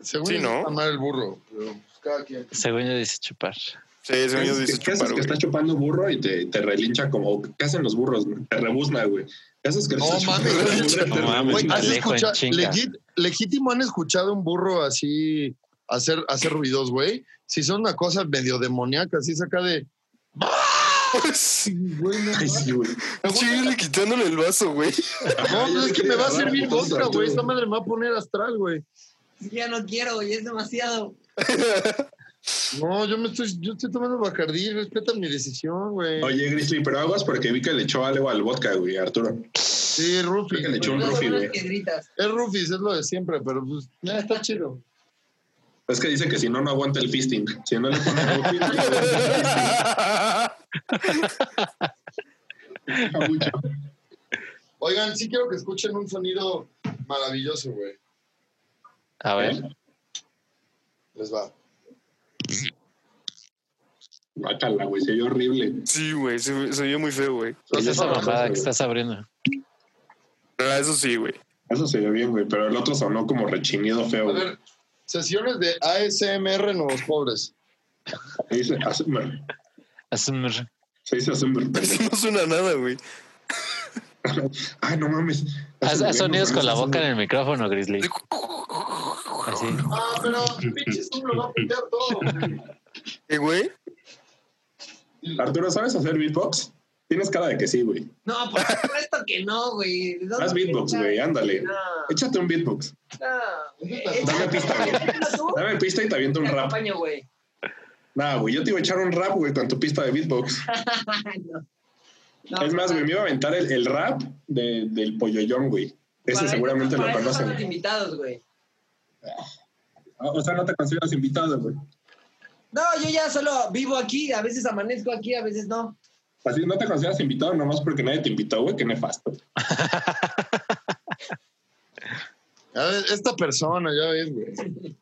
Speaker 3: Según
Speaker 2: Sí,
Speaker 3: yo,
Speaker 2: ¿no?
Speaker 3: es mamar el burro, pero pues, cada quien.
Speaker 4: Según yo dice chupar.
Speaker 2: Sí, ese
Speaker 1: ¿Qué
Speaker 2: mío
Speaker 1: haces,
Speaker 2: dice
Speaker 1: que- qué haces
Speaker 2: chupar,
Speaker 1: que
Speaker 2: güey.
Speaker 1: estás chupando burro y te, te relincha como... ¿Qué hacen los burros? güey? Te rebuzna, güey. ¿Qué haces que
Speaker 3: No
Speaker 1: estás chupando
Speaker 3: mames,
Speaker 1: la burra y
Speaker 3: relincha.
Speaker 1: te
Speaker 4: No mames,
Speaker 1: rebuzna,
Speaker 3: Güey, ¿has
Speaker 1: güey?
Speaker 4: Alejo en
Speaker 3: escuchado-
Speaker 4: chinga.
Speaker 3: legit- legítimo han escuchado un burro así hacer, hacer ruidos, güey. Si son una cosa medio demoníaca, así saca de. Güey, no,
Speaker 1: Ay, sí, güey.
Speaker 2: Chile quitándole el vaso, güey.
Speaker 3: no, no, es que me va a servir
Speaker 1: Arturo.
Speaker 3: vodka, güey. Esta madre me va a poner astral, güey.
Speaker 5: Ya no quiero, ya es demasiado.
Speaker 3: No, yo me estoy, yo estoy tomando bacardí, respetan mi decisión, güey.
Speaker 1: Oye, Grizzly, pero aguas porque vi que le echó algo al vodka, güey, Arturo.
Speaker 3: Sí, Rufi.
Speaker 1: Creo que le echó un
Speaker 5: Las
Speaker 1: roofie,
Speaker 5: horas
Speaker 1: güey.
Speaker 5: que gritas.
Speaker 3: Es Rufis, es lo de siempre, pero pues, ya está chido.
Speaker 1: Es que dice que si no, no aguanta el fisting. Si no le pone roofie, no aguanta el fisting. Está mucho.
Speaker 3: Oigan, sí quiero que escuchen un sonido maravilloso, güey.
Speaker 4: A
Speaker 1: ¿eh?
Speaker 4: ver.
Speaker 3: Les va.
Speaker 1: Bácala, güey, se oyó horrible.
Speaker 2: Sí, güey, se, se oyó muy feo, güey.
Speaker 4: ¿Qué es
Speaker 1: Oye,
Speaker 4: Pues esa
Speaker 1: no,
Speaker 4: mamada
Speaker 1: güey.
Speaker 4: que estás abriendo?
Speaker 2: Ah, eso sí, güey.
Speaker 1: Eso se oyó bien, güey, pero el otro sonó como rechinido feo,
Speaker 3: A
Speaker 1: güey.
Speaker 3: ver, sesiones de ASMR Nuevos Pobres.
Speaker 1: Se dice Azumber.
Speaker 4: Asumir.
Speaker 1: Se dice Azumber,
Speaker 2: Eso
Speaker 1: perdón.
Speaker 2: no suena nada, güey.
Speaker 1: Ay, no mames.
Speaker 4: Haz, haz sonidos con la boca en
Speaker 1: el...
Speaker 4: el micrófono, Grizzly. Así.
Speaker 3: Ah, pero pinche Zoom lo va a pintar todo.
Speaker 2: ¿Qué, güey?
Speaker 1: Arturo, ¿sabes hacer beatbox? Tienes cara de que sí, güey.
Speaker 5: No, por supuesto que no, güey. ¿De dónde
Speaker 1: Haz beatbox,
Speaker 5: piensas?
Speaker 1: güey, ándale.
Speaker 5: No,
Speaker 1: Échate un beatbox.
Speaker 5: no.
Speaker 3: Dame
Speaker 5: Échale,
Speaker 1: pista, güey.
Speaker 5: échalo tú,
Speaker 1: Dame pista y te aviento un
Speaker 5: te
Speaker 1: rap.
Speaker 5: acompaño, güey.
Speaker 1: Nah, güey, yo te iba a echar un rap, güey, con tu pista de beatbox.
Speaker 5: No. No,
Speaker 1: Es más, güey,
Speaker 5: para-
Speaker 1: me iba a aventar el, el rap de- del polloyón, güey.
Speaker 5: para
Speaker 1: Ese
Speaker 5: eso-
Speaker 1: seguramente lo
Speaker 5: para eso son
Speaker 1: conocen.
Speaker 5: los invitados, güey.
Speaker 1: O o sea, no te consideras invitado, güey.
Speaker 5: No, yo ya solo vivo aquí, a veces amanezco aquí, a veces no.
Speaker 1: Así no te consideras invitado nomás porque nadie te invitó, güey, que nefasto.
Speaker 3: A ver, esta persona, ya ves, güey.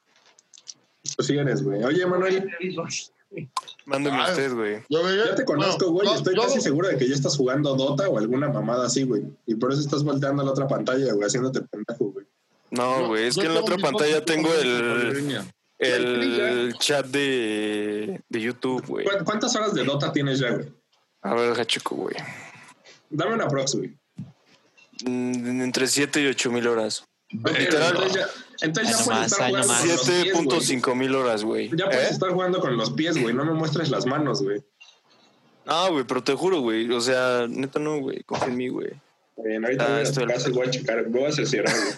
Speaker 1: Pues sí eres, güey. Oye, Manuel,
Speaker 5: Beatbox.
Speaker 2: Mándeme
Speaker 3: Ah.
Speaker 2: usted, güey.
Speaker 3: Yo, veía-
Speaker 1: Yo te conozco,
Speaker 3: no,
Speaker 1: güey.
Speaker 3: no,
Speaker 1: estoy
Speaker 3: yo-
Speaker 1: casi seguro de que ya estás jugando Dota o alguna mamada así, güey. Y por eso estás volteando a la otra pantalla, güey, haciéndote pendejo, güey.
Speaker 2: No, güey, es
Speaker 3: yo
Speaker 2: que en la
Speaker 3: tengo
Speaker 2: otra
Speaker 3: mi
Speaker 2: pantalla
Speaker 3: foto
Speaker 2: tengo
Speaker 3: con
Speaker 2: el,
Speaker 3: línea.
Speaker 2: el chat de, de YouTube, güey.
Speaker 1: ¿Cu- ¿Cuántas horas de Dota tienes ya, güey?
Speaker 2: A ver, Hachuco, güey.
Speaker 1: Dame una prox, güey.
Speaker 2: Mm, Entre 7 y 8 mil horas.
Speaker 1: Ok,
Speaker 2: Literal.
Speaker 1: entonces ya, entonces ya
Speaker 4: Ay, no
Speaker 1: puedes
Speaker 4: más,
Speaker 1: estar
Speaker 4: ay, no
Speaker 1: jugando
Speaker 4: más.
Speaker 1: con los pies, güey.
Speaker 2: 7.5 mil horas, güey.
Speaker 1: Ya puedes
Speaker 2: ¿Eh?
Speaker 1: estar jugando con los pies, güey. No me muestres las manos, güey.
Speaker 2: No, güey, pero te juro, güey. O sea, neta no, güey. Confía en mí, güey.
Speaker 1: Bien, ahorita
Speaker 2: Ah,
Speaker 1: voy a
Speaker 2: estoy-
Speaker 1: tu casa y voy a checar. Voy a cerciorar, güey.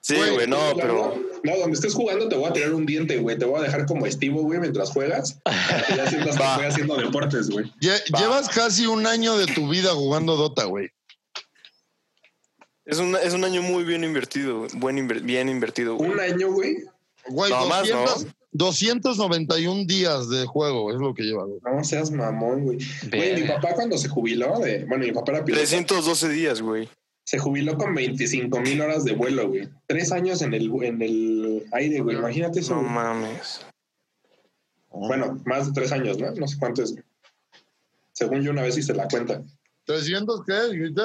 Speaker 2: Sí, güey, no, pero.
Speaker 1: No, donde estés jugando te voy a tirar un diente, güey. Te voy a dejar como estivo, güey, mientras juegas. para que ya sientas que
Speaker 2: Va.
Speaker 1: estoy haciendo deportes, güey.
Speaker 3: Lle-
Speaker 2: Va.
Speaker 3: Llevas casi un año de tu vida jugando Dota, güey.
Speaker 2: Es un, es un año muy bien invertido, güey. buen inver- bien invertido, güey.
Speaker 1: Un año, güey.
Speaker 3: Güey,
Speaker 2: No, más, ¿no?
Speaker 3: 200 291 días de juego es lo que lleva. güey.
Speaker 1: No seas mamón, güey. Güey, mi
Speaker 4: Verga.
Speaker 1: papá cuando se jubiló, de, bueno, mi papá era piloto,
Speaker 2: 312 días, güey.
Speaker 1: se jubiló con 25 mil horas de vuelo, güey. Tres años en el, en el aire, güey. Imagínate eso.
Speaker 2: No
Speaker 1: güey.
Speaker 2: mames.
Speaker 1: bueno, más de tres años, ¿no? No sé cuánto es. güey. Según yo, una vez hice la cuenta.
Speaker 3: 300 qué, dijiste?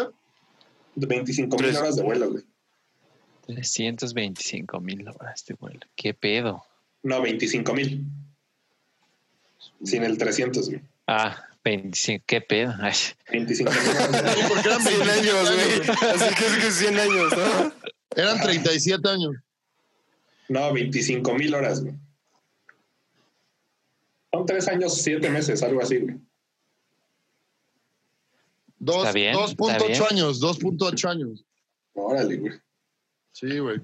Speaker 1: 25 mil
Speaker 2: Tres.
Speaker 1: horas de vuelo, güey.
Speaker 4: 325 mil horas de vuelo. ¿Qué pedo?
Speaker 1: No, 25 mil. Sin el 300, güey.
Speaker 4: Ah, 25. ¿Qué pedo? Ay,
Speaker 1: 25 mil horas de vuelo.
Speaker 3: Porque eran
Speaker 2: 100 años,
Speaker 3: 27 años, güey.
Speaker 2: güey. Así que es que 100 años, ¿no?
Speaker 3: Eran 37 años.
Speaker 1: No, 25 mil horas, güey. Son tres años, siete meses, algo así, güey.
Speaker 3: Dos-
Speaker 4: Está bien,
Speaker 3: 2.8
Speaker 4: está
Speaker 3: años, 2.8 años.
Speaker 1: Órale, güey.
Speaker 3: Sí, güey.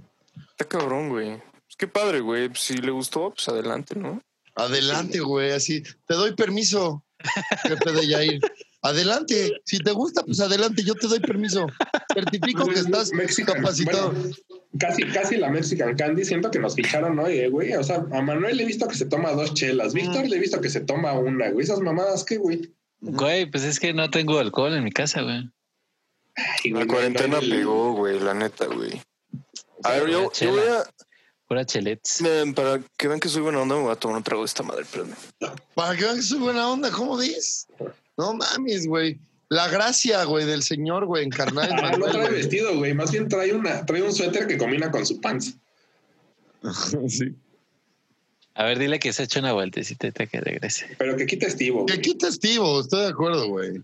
Speaker 2: Está cabrón, güey. Pues qué padre, güey. Pues Si le gustó, pues adelante, ¿no?
Speaker 3: Adelante, güey, así. Te doy permiso, jefe de Yair. Adelante. Si te gusta, pues adelante, yo te doy permiso. Certifico que estás
Speaker 1: Mexican,
Speaker 3: capacitado.
Speaker 1: bueno, casi, casi la Mexican Candy. Siento que nos fijaron hoy, eh, güey. O sea, a Manuel le he visto que se toma dos chelas.
Speaker 3: Mm.
Speaker 1: Víctor le he visto que se toma una, güey. Esas mamadas, ¿qué, güey?
Speaker 4: Güey, pues es que no tengo alcohol en mi casa, güey.
Speaker 1: Ay, güey,
Speaker 2: La
Speaker 1: no,
Speaker 2: cuarentena
Speaker 1: no, no,
Speaker 2: pegó, güey, la neta, güey. A ver, yo, yo
Speaker 4: chela.
Speaker 2: voy a.
Speaker 4: Pura chelets.
Speaker 2: Miren, Para que vean que soy buena onda, me voy a tomar un trago de esta madre, espérame.
Speaker 3: Para que vean que soy buena onda, ¿cómo dices? No mames, güey. La gracia, güey, del señor, güey, encarnada en
Speaker 1: Ah, no
Speaker 3: Manuel,
Speaker 1: trae
Speaker 3: güey.
Speaker 1: vestido, güey. Más bien trae una, trae un suéter que combina con su pants.
Speaker 3: Sí.
Speaker 4: A ver, dile que se eche una vueltecita ahorita que regrese.
Speaker 1: Pero que quita estivo,
Speaker 3: Que
Speaker 1: güey.
Speaker 3: aquí testigo, estoy de acuerdo, güey.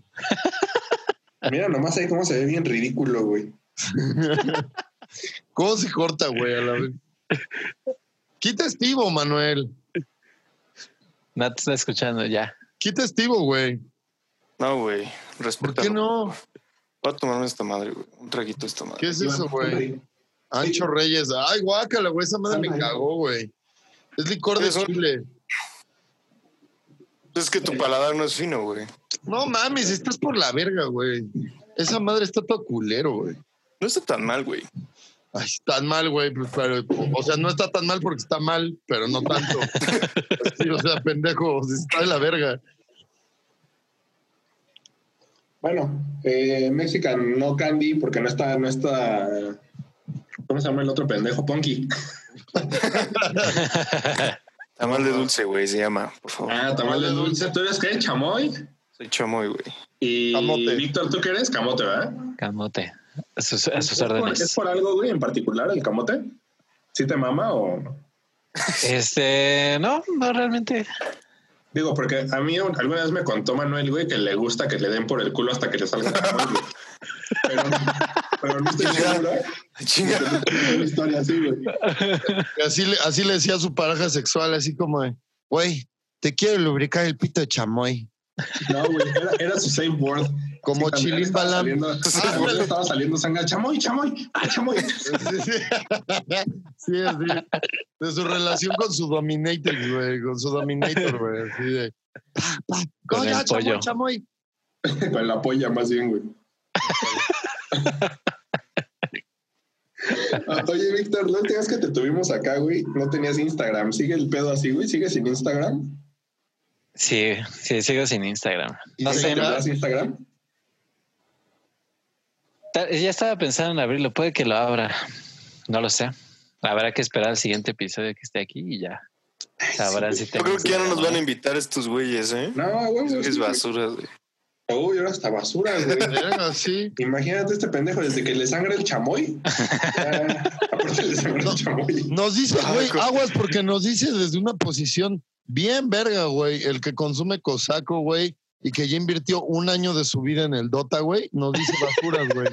Speaker 1: Mira nomás ahí cómo se ve bien ridículo, güey.
Speaker 3: ¿Cómo se corta, güey? a la vez? Quita estivo, Manuel.
Speaker 4: No te está escuchando ya.
Speaker 3: Quita estivo, güey.
Speaker 2: No, güey.
Speaker 3: ¿Por
Speaker 2: Respétalo.
Speaker 3: qué no?
Speaker 2: Voy a tomarme esta madre, güey. Un traguito de esta madre.
Speaker 3: ¿Qué es eso, güey? Ancho Reyes. Ay, guácala, güey. Esa madre me cagó, güey. Es licor de
Speaker 2: Eso-
Speaker 3: chile.
Speaker 2: Es que tu paladar no es fino, güey.
Speaker 3: No mames, estás por la verga, güey. Esa madre está todo culero, güey.
Speaker 2: No está tan mal, güey.
Speaker 3: Ay, tan mal, güey. pues, pero- o sea, no está tan mal porque está mal, pero no tanto. Sí, o sea, pendejo, está de la verga.
Speaker 1: Bueno, eh, Mexican no Candy porque no está, no está. ¿Cómo se llama el otro pendejo? Ponky.
Speaker 2: Tamal de dulce, güey, se llama. Por favor.
Speaker 1: Ah, tamal de dulce. ¿Tú eres qué? Chamoy.
Speaker 2: Soy chamoy, güey.
Speaker 1: Y
Speaker 3: Camote.
Speaker 1: Víctor, ¿tú qué eres? Camote, ¿verdad?
Speaker 4: Camote. A sus, a sus
Speaker 1: ¿Es por- ¿Es
Speaker 4: órdenes.
Speaker 1: por algo, güey, en particular el camote? ¿Sí te mama o...? no?
Speaker 4: Este, no, no realmente.
Speaker 1: Digo, porque a mí un- alguna vez me contó Manuel, güey, que le gusta que le den por el culo hasta que le salga camote. güey. Pero, pero no estoy seguro.
Speaker 2: Chinga.
Speaker 1: Es una historia así, güey.
Speaker 3: Y Así le, así le decía a su pareja sexual, así como de, güey, te quiero lubricar el pito de chamoy.
Speaker 1: No, güey, era, era su safe word.
Speaker 3: Como
Speaker 1: Sí, también
Speaker 3: Chilín
Speaker 1: estaba
Speaker 3: Balam.
Speaker 1: saliendo- ah, güey, estaba saliendo sangre. Chamoy, chamoy, ah, chamoy.
Speaker 3: Sí, sí. Sí, así. De su relación con su dominator, güey. Con su dominator, güey. Así de, pa, pa,
Speaker 4: Con
Speaker 3: no,
Speaker 4: el
Speaker 3: ya,
Speaker 4: pollo.
Speaker 3: chamoy, chamoy.
Speaker 1: Con la polla, más bien, güey. Ah, Oye, Víctor, la última vez que te tuvimos acá, güey, no tenías Instagram. ¿Sigue el pedo así, güey? ¿Sigue sin Instagram?
Speaker 4: Sí, sí, sigo sin Instagram. No
Speaker 1: ¿Sí
Speaker 4: sé,
Speaker 1: que tendrás Instagram?
Speaker 4: ta- ya estaba pensando en abrirlo. Puede que lo abra. No lo sé. Habrá que esperar al siguiente episodio que esté aquí y ya. Sabrán si
Speaker 2: Yo
Speaker 4: tengo
Speaker 2: creo que ya no nos van a
Speaker 4: Instagram,
Speaker 2: invitar estos güeyes, ¿eh?
Speaker 1: No, güey, güey,
Speaker 2: Es
Speaker 1: sí,
Speaker 2: basura, güey.
Speaker 1: güey. Uy, ahora hasta basura, güey.
Speaker 3: Verga, sí.
Speaker 1: Imagínate este pendejo desde que le sangra el chamoy. Ya, aparte le sangra el chamoy.
Speaker 3: Nos dice,
Speaker 4: Ah,
Speaker 2: Ay,
Speaker 3: güey,
Speaker 2: co-
Speaker 3: aguas porque nos dice desde una posición bien verga, güey, el que consume cosaco, güey, y que ya invirtió un año de su vida en el Dota, güey, nos dice basuras, güey.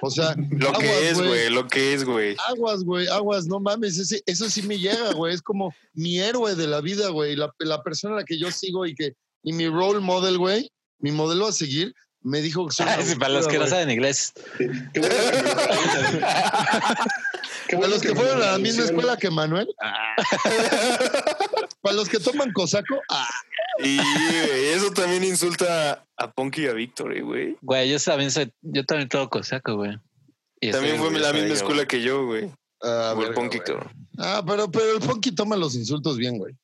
Speaker 3: O sea,
Speaker 2: Lo
Speaker 3: Aguas,
Speaker 2: que es,
Speaker 3: güey.
Speaker 2: güey, lo que es, güey.
Speaker 3: aguas, güey, aguas, no mames, ese- eso sí me llega, güey, es como mi héroe de la vida, güey, la, la persona a la que yo sigo y que, y mi role model, güey, mi modelo a seguir, me dijo que soy una
Speaker 4: Ah, sí, para los que
Speaker 3: basura, güey.
Speaker 4: no saben inglés.
Speaker 1: Sí, Qué bueno que me lo preguntas. Qué
Speaker 3: Para
Speaker 1: bueno
Speaker 3: los que
Speaker 1: me lo
Speaker 3: fueron a la misma
Speaker 1: mencionas.
Speaker 3: escuela que Manuel.
Speaker 4: Ah.
Speaker 3: Para los que toman cosaco. Ah,
Speaker 2: Y güey, eso también insulta a Ponky y a Victory, güey.
Speaker 4: Güey, yo también soy, yo también todo cosaco, güey. Y
Speaker 2: También
Speaker 4: estoy
Speaker 2: fue la
Speaker 4: orgulloso de
Speaker 2: misma
Speaker 4: ello,
Speaker 2: escuela que yo, güey.
Speaker 3: ah,
Speaker 2: O el
Speaker 3: verga,
Speaker 2: Ponky,
Speaker 3: güey.
Speaker 2: cabrón.
Speaker 3: Ah, pero, pero el Ponky toma los insultos bien, güey.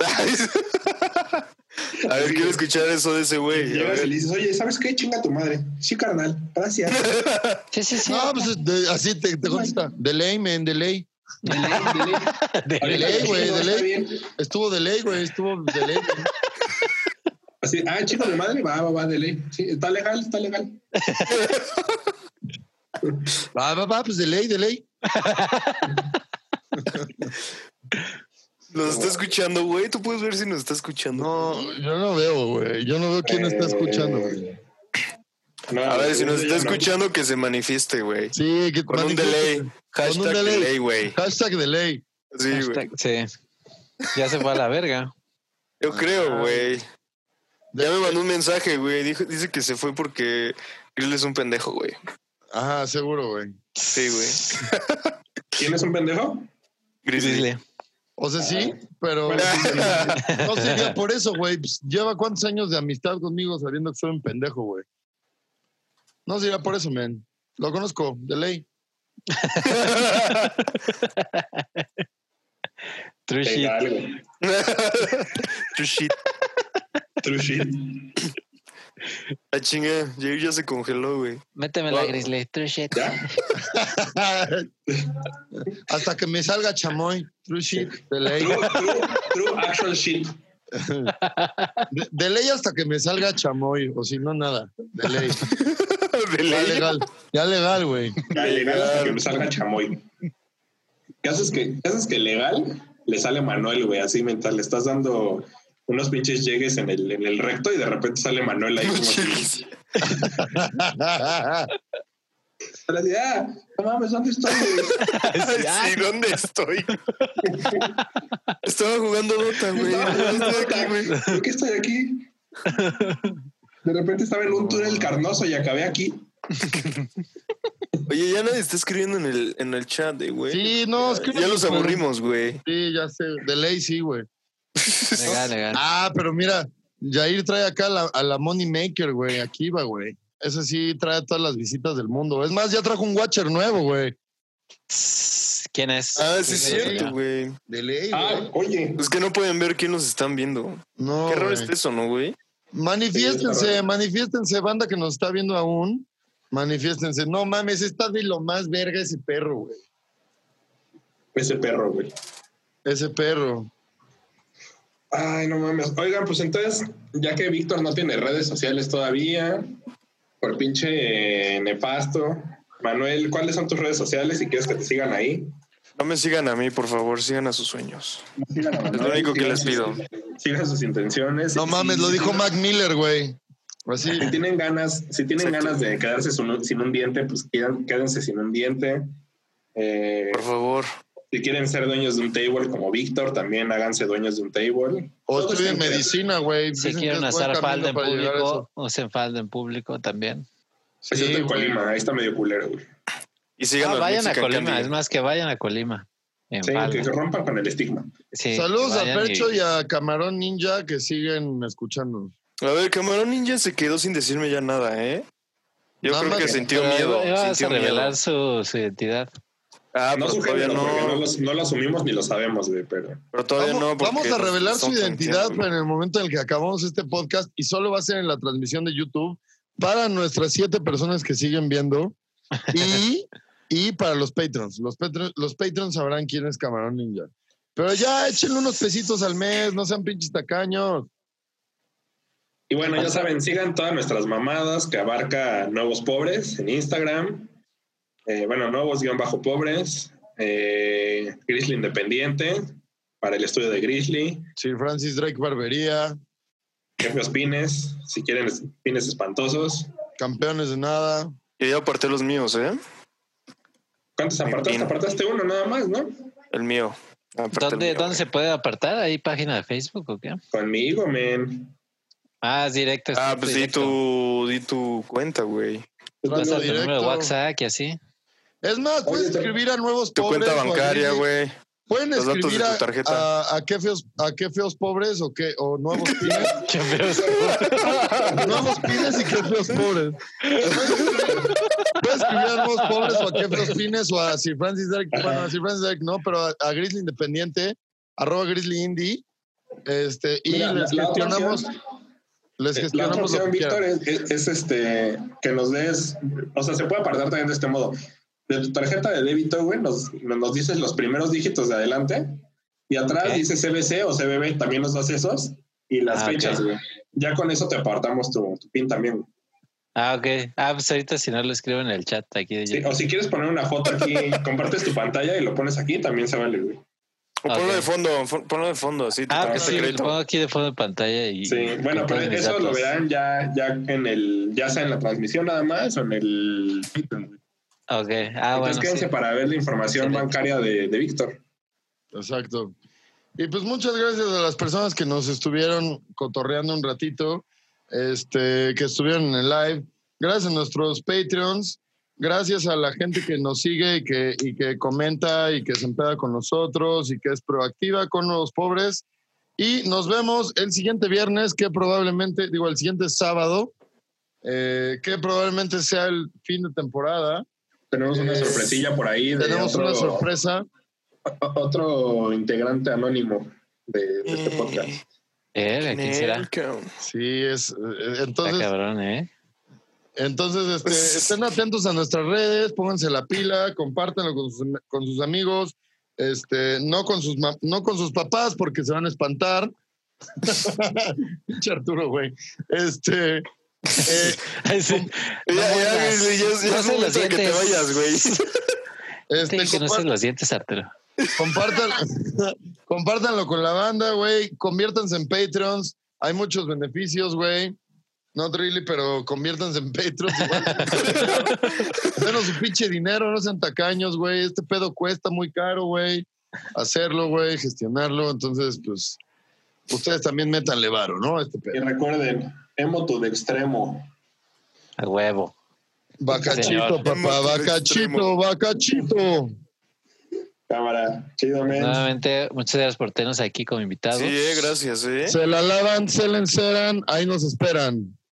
Speaker 2: A ver, quiero escuchar eso de ese güey. A
Speaker 1: Llegas y
Speaker 2: ver.
Speaker 1: le dices, oye, ¿sabes qué? Chinga tu madre. Sí, carnal. Gracias.
Speaker 4: güey. Sí, sí, sí.
Speaker 3: No, pues de- así te, te contesta. De ley, man, de ley.
Speaker 1: Delay, delay.
Speaker 4: De-
Speaker 1: Ahorita
Speaker 3: Delay,
Speaker 1: lo
Speaker 3: güey,
Speaker 1: chingo, está
Speaker 3: delay.
Speaker 1: bien.
Speaker 3: Estuvo de ley, güey, estuvo de ley.
Speaker 1: Así, ah, chico de madre, va, va, va, delay. Sí, está legal, está legal.
Speaker 3: Va, va, va, pues de ley, de ley.
Speaker 2: ¿Nos está escuchando, güey? ¿Tú puedes ver si nos está escuchando?
Speaker 3: No, yo no veo, güey. Yo no veo quién está escuchando,
Speaker 2: Eh,
Speaker 3: güey.
Speaker 1: No,
Speaker 2: A ver, si nos
Speaker 1: ya
Speaker 2: está
Speaker 1: no.
Speaker 2: escuchando, que se manifieste, güey.
Speaker 3: Sí, que
Speaker 2: Con un
Speaker 3: manifieste.
Speaker 2: delay. Hashtag
Speaker 3: un delay.
Speaker 2: delay, güey.
Speaker 3: Hashtag de ley.
Speaker 2: Sí, güey.
Speaker 4: Hashtag- Sí. Ya se fue a la verga.
Speaker 2: Yo creo, güey. Ya me mandó un mensaje, güey. Dijo- Dice que se fue porque Grill es un pendejo, güey.
Speaker 3: Ajá, seguro, güey.
Speaker 2: Sí, güey.
Speaker 1: ¿Quién es un pendejo?
Speaker 2: Grizzly.
Speaker 4: Grizzly.
Speaker 3: O sea,
Speaker 2: Ah.
Speaker 3: sí, pero
Speaker 1: Bueno, sí, sí, sí.
Speaker 3: no sería por eso, güey. Pues, lleva cuántos años de amistad conmigo sabiendo que soy un pendejo, güey. No sería por eso, man. Lo conozco, de ley.
Speaker 4: True shit.
Speaker 1: Legal, güey.
Speaker 2: True shit.
Speaker 1: True shit.
Speaker 2: La Ah, chinga. Jair ya se congeló, güey.
Speaker 4: Méteme la Grizzly. True shit.
Speaker 1: ¿Ya?
Speaker 3: Hasta que me salga chamoy. True shit, de ley.
Speaker 1: True, true, true actual shit.
Speaker 3: De, de ley hasta que me salga chamoy, o si no, nada. De ley. Ya
Speaker 2: Delay.
Speaker 3: legal. Ya legal, güey.
Speaker 1: Ya, legal hasta que me salga chamoy. ¿Qué haces que, qué haces que legal le sale Manuel, güey? Así mental, le estás dando unos pinches llegues en el, en el recto y de repente sale Manuel ahí
Speaker 2: No
Speaker 1: como que-
Speaker 2: chingues.
Speaker 1: Pero así, ah, no mames, ¿dónde estoy? güey?
Speaker 2: Sí, ¿dónde estoy? Estaba jugando Dota, güey. No estoy aquí, güey.
Speaker 1: ¿Por qué estoy aquí? De repente estaba en un túnel carnoso y acabé aquí.
Speaker 2: Oye, ya nadie está escribiendo en el, en el chat, eh, güey.
Speaker 3: Sí, no, es que.
Speaker 2: Ya los aburrimos, güey.
Speaker 3: Sí, ya sé. De ley, sí, güey.
Speaker 4: Legal, legal.
Speaker 3: Ah, pero mira, Jair trae acá la- a la Money Maker, güey. Aquí va, güey. Ese sí trae todas las visitas del mundo. Es más, ya trajo un Watcher nuevo, güey.
Speaker 4: Tss, ¿Quién es?
Speaker 2: Ah, sí, es
Speaker 3: Sí,
Speaker 2: cierto,
Speaker 3: ya.
Speaker 2: güey.
Speaker 3: De ley,
Speaker 1: Ah, oye,
Speaker 2: Es que no pueden ver quién nos están viendo.
Speaker 3: No,
Speaker 2: Qué raro
Speaker 3: güey.
Speaker 2: es este. eso, ¿no, güey?
Speaker 1: Sí, está
Speaker 3: Manifiéstense,
Speaker 1: raro.
Speaker 3: manifiéstense, banda que nos está viendo aún. Manifiéstense. No mames, está de lo más verga ese perro, güey.
Speaker 1: ese perro, güey.
Speaker 3: Ese perro.
Speaker 1: Ay, no mames. Oigan, pues entonces, ya que Víctor no tiene redes sociales todavía, por pinche eh, nefasto, Manuel, ¿cuáles son tus redes sociales si quieres que te sigan ahí?
Speaker 2: No me sigan a mí, por favor, sigan a sus sueños.
Speaker 1: Sigan a
Speaker 2: Es
Speaker 1: Manuel,
Speaker 2: lo único que
Speaker 1: sigan
Speaker 2: les
Speaker 1: sus-
Speaker 2: pido.
Speaker 1: Sigan sus intenciones.
Speaker 3: No
Speaker 1: Sí,
Speaker 3: mames, lo
Speaker 1: sí,
Speaker 3: dijo
Speaker 1: sí.
Speaker 3: Mac Miller, güey. Así.
Speaker 1: Si tienen ganas, si tienen
Speaker 2: Exacto.
Speaker 1: ganas de quedarse sin, sin un diente, pues quedan- quédense sin un diente. Eh,
Speaker 2: Por favor.
Speaker 1: si quieren ser dueños de un table como Víctor, también háganse dueños de un table.
Speaker 3: O
Speaker 1: Todo
Speaker 3: estudien
Speaker 1: está en-
Speaker 3: medicina, güey.
Speaker 4: Si
Speaker 3: Dicen que
Speaker 4: quieren
Speaker 3: es buen
Speaker 4: usar
Speaker 3: camino
Speaker 4: falda en
Speaker 3: para llegar a eso.
Speaker 4: público, usen falda en público también.
Speaker 1: Pues yo
Speaker 3: Sí,
Speaker 1: estoy en
Speaker 3: güey.
Speaker 1: Colima, ahí está medio culero, güey.
Speaker 2: Y sigan
Speaker 4: Ah,
Speaker 2: al
Speaker 4: vayan a
Speaker 2: Mexican
Speaker 4: Colima,
Speaker 2: Candy.
Speaker 4: es más que vayan a Colima. En
Speaker 1: Sí,
Speaker 4: falda.
Speaker 1: que se rompan con el estigma.
Speaker 4: Sí,
Speaker 3: Saludos
Speaker 4: que
Speaker 3: a
Speaker 4: vayan
Speaker 3: Percho y... a Camarón Ninja que siguen escuchando.
Speaker 2: A ver, Camarón Ninja se quedó sin decirme ya nada, ¿eh? Yo
Speaker 3: Nada
Speaker 2: creo
Speaker 3: más
Speaker 2: que
Speaker 3: que-
Speaker 2: sintió
Speaker 4: Pero
Speaker 2: miedo.
Speaker 4: iba- ibas
Speaker 2: sintió
Speaker 4: a
Speaker 2: miedo.
Speaker 4: revelar su, su identidad.
Speaker 2: Ah,
Speaker 1: no
Speaker 2: pero
Speaker 1: su
Speaker 2: todavía
Speaker 1: género, porque no,
Speaker 2: no.
Speaker 1: los- no lo asumimos ni lo sabemos, güey, pero
Speaker 2: Pero todavía
Speaker 3: vamos,
Speaker 2: no. porque pues,
Speaker 3: vamos a
Speaker 2: nos-
Speaker 3: revelar
Speaker 2: nos
Speaker 3: su
Speaker 2: estamos
Speaker 3: identidad
Speaker 2: mintiendo.
Speaker 3: en el momento en el que acabamos este podcast y solo va a ser en la transmisión de YouTube para nuestras siete personas que siguen viendo y, y para los patrons. Los, patro- los patrons sabrán quién es Camarón Ninja. Pero ya échenle unos pesitos al mes, no sean pinches tacaños.
Speaker 1: Y bueno, ya saben, sigan todas nuestras mamadas que abarca Nuevos Pobres en Instagram. Eh, bueno, Nuevos guión bajo pobres. eh, Grizzly Independiente para el estudio de Grizzly.
Speaker 3: Sir Francis Drake Barbería,
Speaker 1: Jefes Pines, si quieren es- pines espantosos.
Speaker 3: campeones de nada.
Speaker 2: Yo ya aparté los míos, ¿eh?
Speaker 1: ¿Cuántos apartaste?
Speaker 2: Pino.
Speaker 1: Apartaste uno nada más, ¿no?
Speaker 2: El mío. Aparté el
Speaker 4: ¿Dónde,
Speaker 2: mío,
Speaker 4: ¿dónde
Speaker 2: güey.
Speaker 4: se puede apartar? ¿Hay página de Facebook o qué?
Speaker 1: Conmigo, men.
Speaker 4: Ah, es directo. es
Speaker 2: Ah,
Speaker 4: punto
Speaker 2: pues di
Speaker 4: directo.
Speaker 2: tu, di tu cuenta, güey.
Speaker 3: Es número
Speaker 4: Vas a tu número de
Speaker 3: directo.
Speaker 4: WhatsApp y así.
Speaker 3: Es más, puedes
Speaker 1: Oye, te-
Speaker 3: escribir a nuevos
Speaker 2: Tu
Speaker 3: pobres.
Speaker 2: cuenta
Speaker 3: o a
Speaker 2: bancaria,
Speaker 3: Grizzly.
Speaker 2: güey.
Speaker 3: Pueden
Speaker 2: Los datos
Speaker 3: escribir
Speaker 2: de tu
Speaker 3: a-
Speaker 2: tarjeta.
Speaker 3: A, a qué feos, a qué feos pobres o qué, o nuevos pines.
Speaker 4: Qué feo.
Speaker 3: nuevos pines y qué feos pobres. Puedes escribir a nuevos pobres o a qué feos pines o a Sir Francis Drake. Bueno, a Sir Francis Drake no, pero a, a Grizzly Independiente, arroba Grizzly Indie. Este, y
Speaker 1: Mira,
Speaker 3: les
Speaker 1: la- la otra
Speaker 3: gestionamos,
Speaker 1: opción- eh,
Speaker 3: les
Speaker 1: La otra
Speaker 3: gestionamos lo
Speaker 1: opción,
Speaker 3: que
Speaker 1: Víctor,
Speaker 3: quieran.
Speaker 1: es, es- es, este que nos des, o sea, se puede apartar también de este modo. De tu tarjeta de débito, güey, nos, nos dices los primeros dígitos de adelante y atrás
Speaker 4: Ok.
Speaker 1: dice CBC o CBB, también nos das esos y las
Speaker 4: Ah,
Speaker 1: fechas,
Speaker 4: ok.
Speaker 1: güey. Ya con eso te apartamos tu, tu pin también. güey.
Speaker 4: Ah, ok. Ah, pues ahorita si no lo escribo en el chat aquí de
Speaker 1: Sí,
Speaker 4: YouTube.
Speaker 1: o si quieres poner una foto aquí, compartes tu pantalla y lo pones aquí, también se vale, güey.
Speaker 2: O ponlo
Speaker 4: ok.
Speaker 2: de fondo, fo- ponlo de fondo, así.
Speaker 4: Ah,
Speaker 2: tu
Speaker 4: pues
Speaker 2: cuenta
Speaker 4: sí, lo
Speaker 2: secreta.
Speaker 4: pongo aquí de fondo de pantalla y.
Speaker 1: este Sí,
Speaker 4: y
Speaker 1: bueno,
Speaker 4: con
Speaker 1: pero
Speaker 4: todos mis
Speaker 1: eso lo
Speaker 4: datos.
Speaker 1: verán ya, ya en el, ya sea en la transmisión nada más o en el Patreon, güey.
Speaker 4: Ok. Ah,
Speaker 1: Entonces
Speaker 4: bueno.
Speaker 1: quédense
Speaker 4: sí.
Speaker 1: para ver la información
Speaker 4: Excelente.
Speaker 1: bancaria de, de Víctor.
Speaker 3: Exacto. Y pues muchas gracias a las personas que nos estuvieron cotorreando un ratito, este, que estuvieron en el live. Gracias a nuestros Patreons. Gracias a la gente que nos sigue y que, y que comenta y que se empeda con nosotros y que es proactiva con los pobres. Y nos vemos el siguiente viernes, que probablemente, digo, el siguiente sábado, eh, que probablemente sea el fin de temporada.
Speaker 1: Tenemos una
Speaker 3: Eh,
Speaker 1: sorpresilla por ahí. De
Speaker 3: Tenemos
Speaker 1: otro,
Speaker 3: una sorpresa.
Speaker 1: o- Otro integrante anónimo de, de este podcast.
Speaker 4: Eh, ¿Quién será?
Speaker 3: Sí, es. eh,
Speaker 4: Está
Speaker 3: Entonces,
Speaker 4: cabrón, ¿eh?
Speaker 3: Entonces, este, estén atentos a nuestras redes, pónganse la pila, compártanlo con sus, con sus amigos, este, no, con sus, ma- no con sus papás porque se van a espantar. Pinche Arturo, güey. Este, eh,
Speaker 4: Ay, sí.
Speaker 2: Ya,
Speaker 4: No
Speaker 2: ya,
Speaker 4: muerdas.
Speaker 2: Grizzly, ya, ya
Speaker 4: No
Speaker 2: es
Speaker 4: se
Speaker 2: momento
Speaker 4: los
Speaker 2: de que te
Speaker 4: dientes.
Speaker 2: vayas, güey.
Speaker 3: este,
Speaker 4: Sí, que no
Speaker 3: compa-
Speaker 4: se los dientes, Arturo.
Speaker 3: Compartan- compártanlo con la banda, güey. Conviértanse en Patreons. Hay muchos beneficios, güey. No really, pero conviértanse en Patreons. igual. Denos su pinche dinero, no sean tacaños, güey. Este pedo cuesta muy caro, güey. Hacerlo, güey, gestionarlo. Entonces, pues, ustedes también métanle varo, ¿no? Este
Speaker 1: Y
Speaker 3: pedo.
Speaker 1: recuerden, emo tu de extremo.
Speaker 4: A huevo.
Speaker 3: Bacachito,
Speaker 4: Señor.
Speaker 3: papá, bacachito, bacachito.
Speaker 1: Cámara, chido, men.
Speaker 4: Nuevamente, muchas gracias por tenernos aquí como invitados.
Speaker 2: Sí, eh, gracias, eh.
Speaker 3: Se la lavan, se la enceran, ahí nos esperan.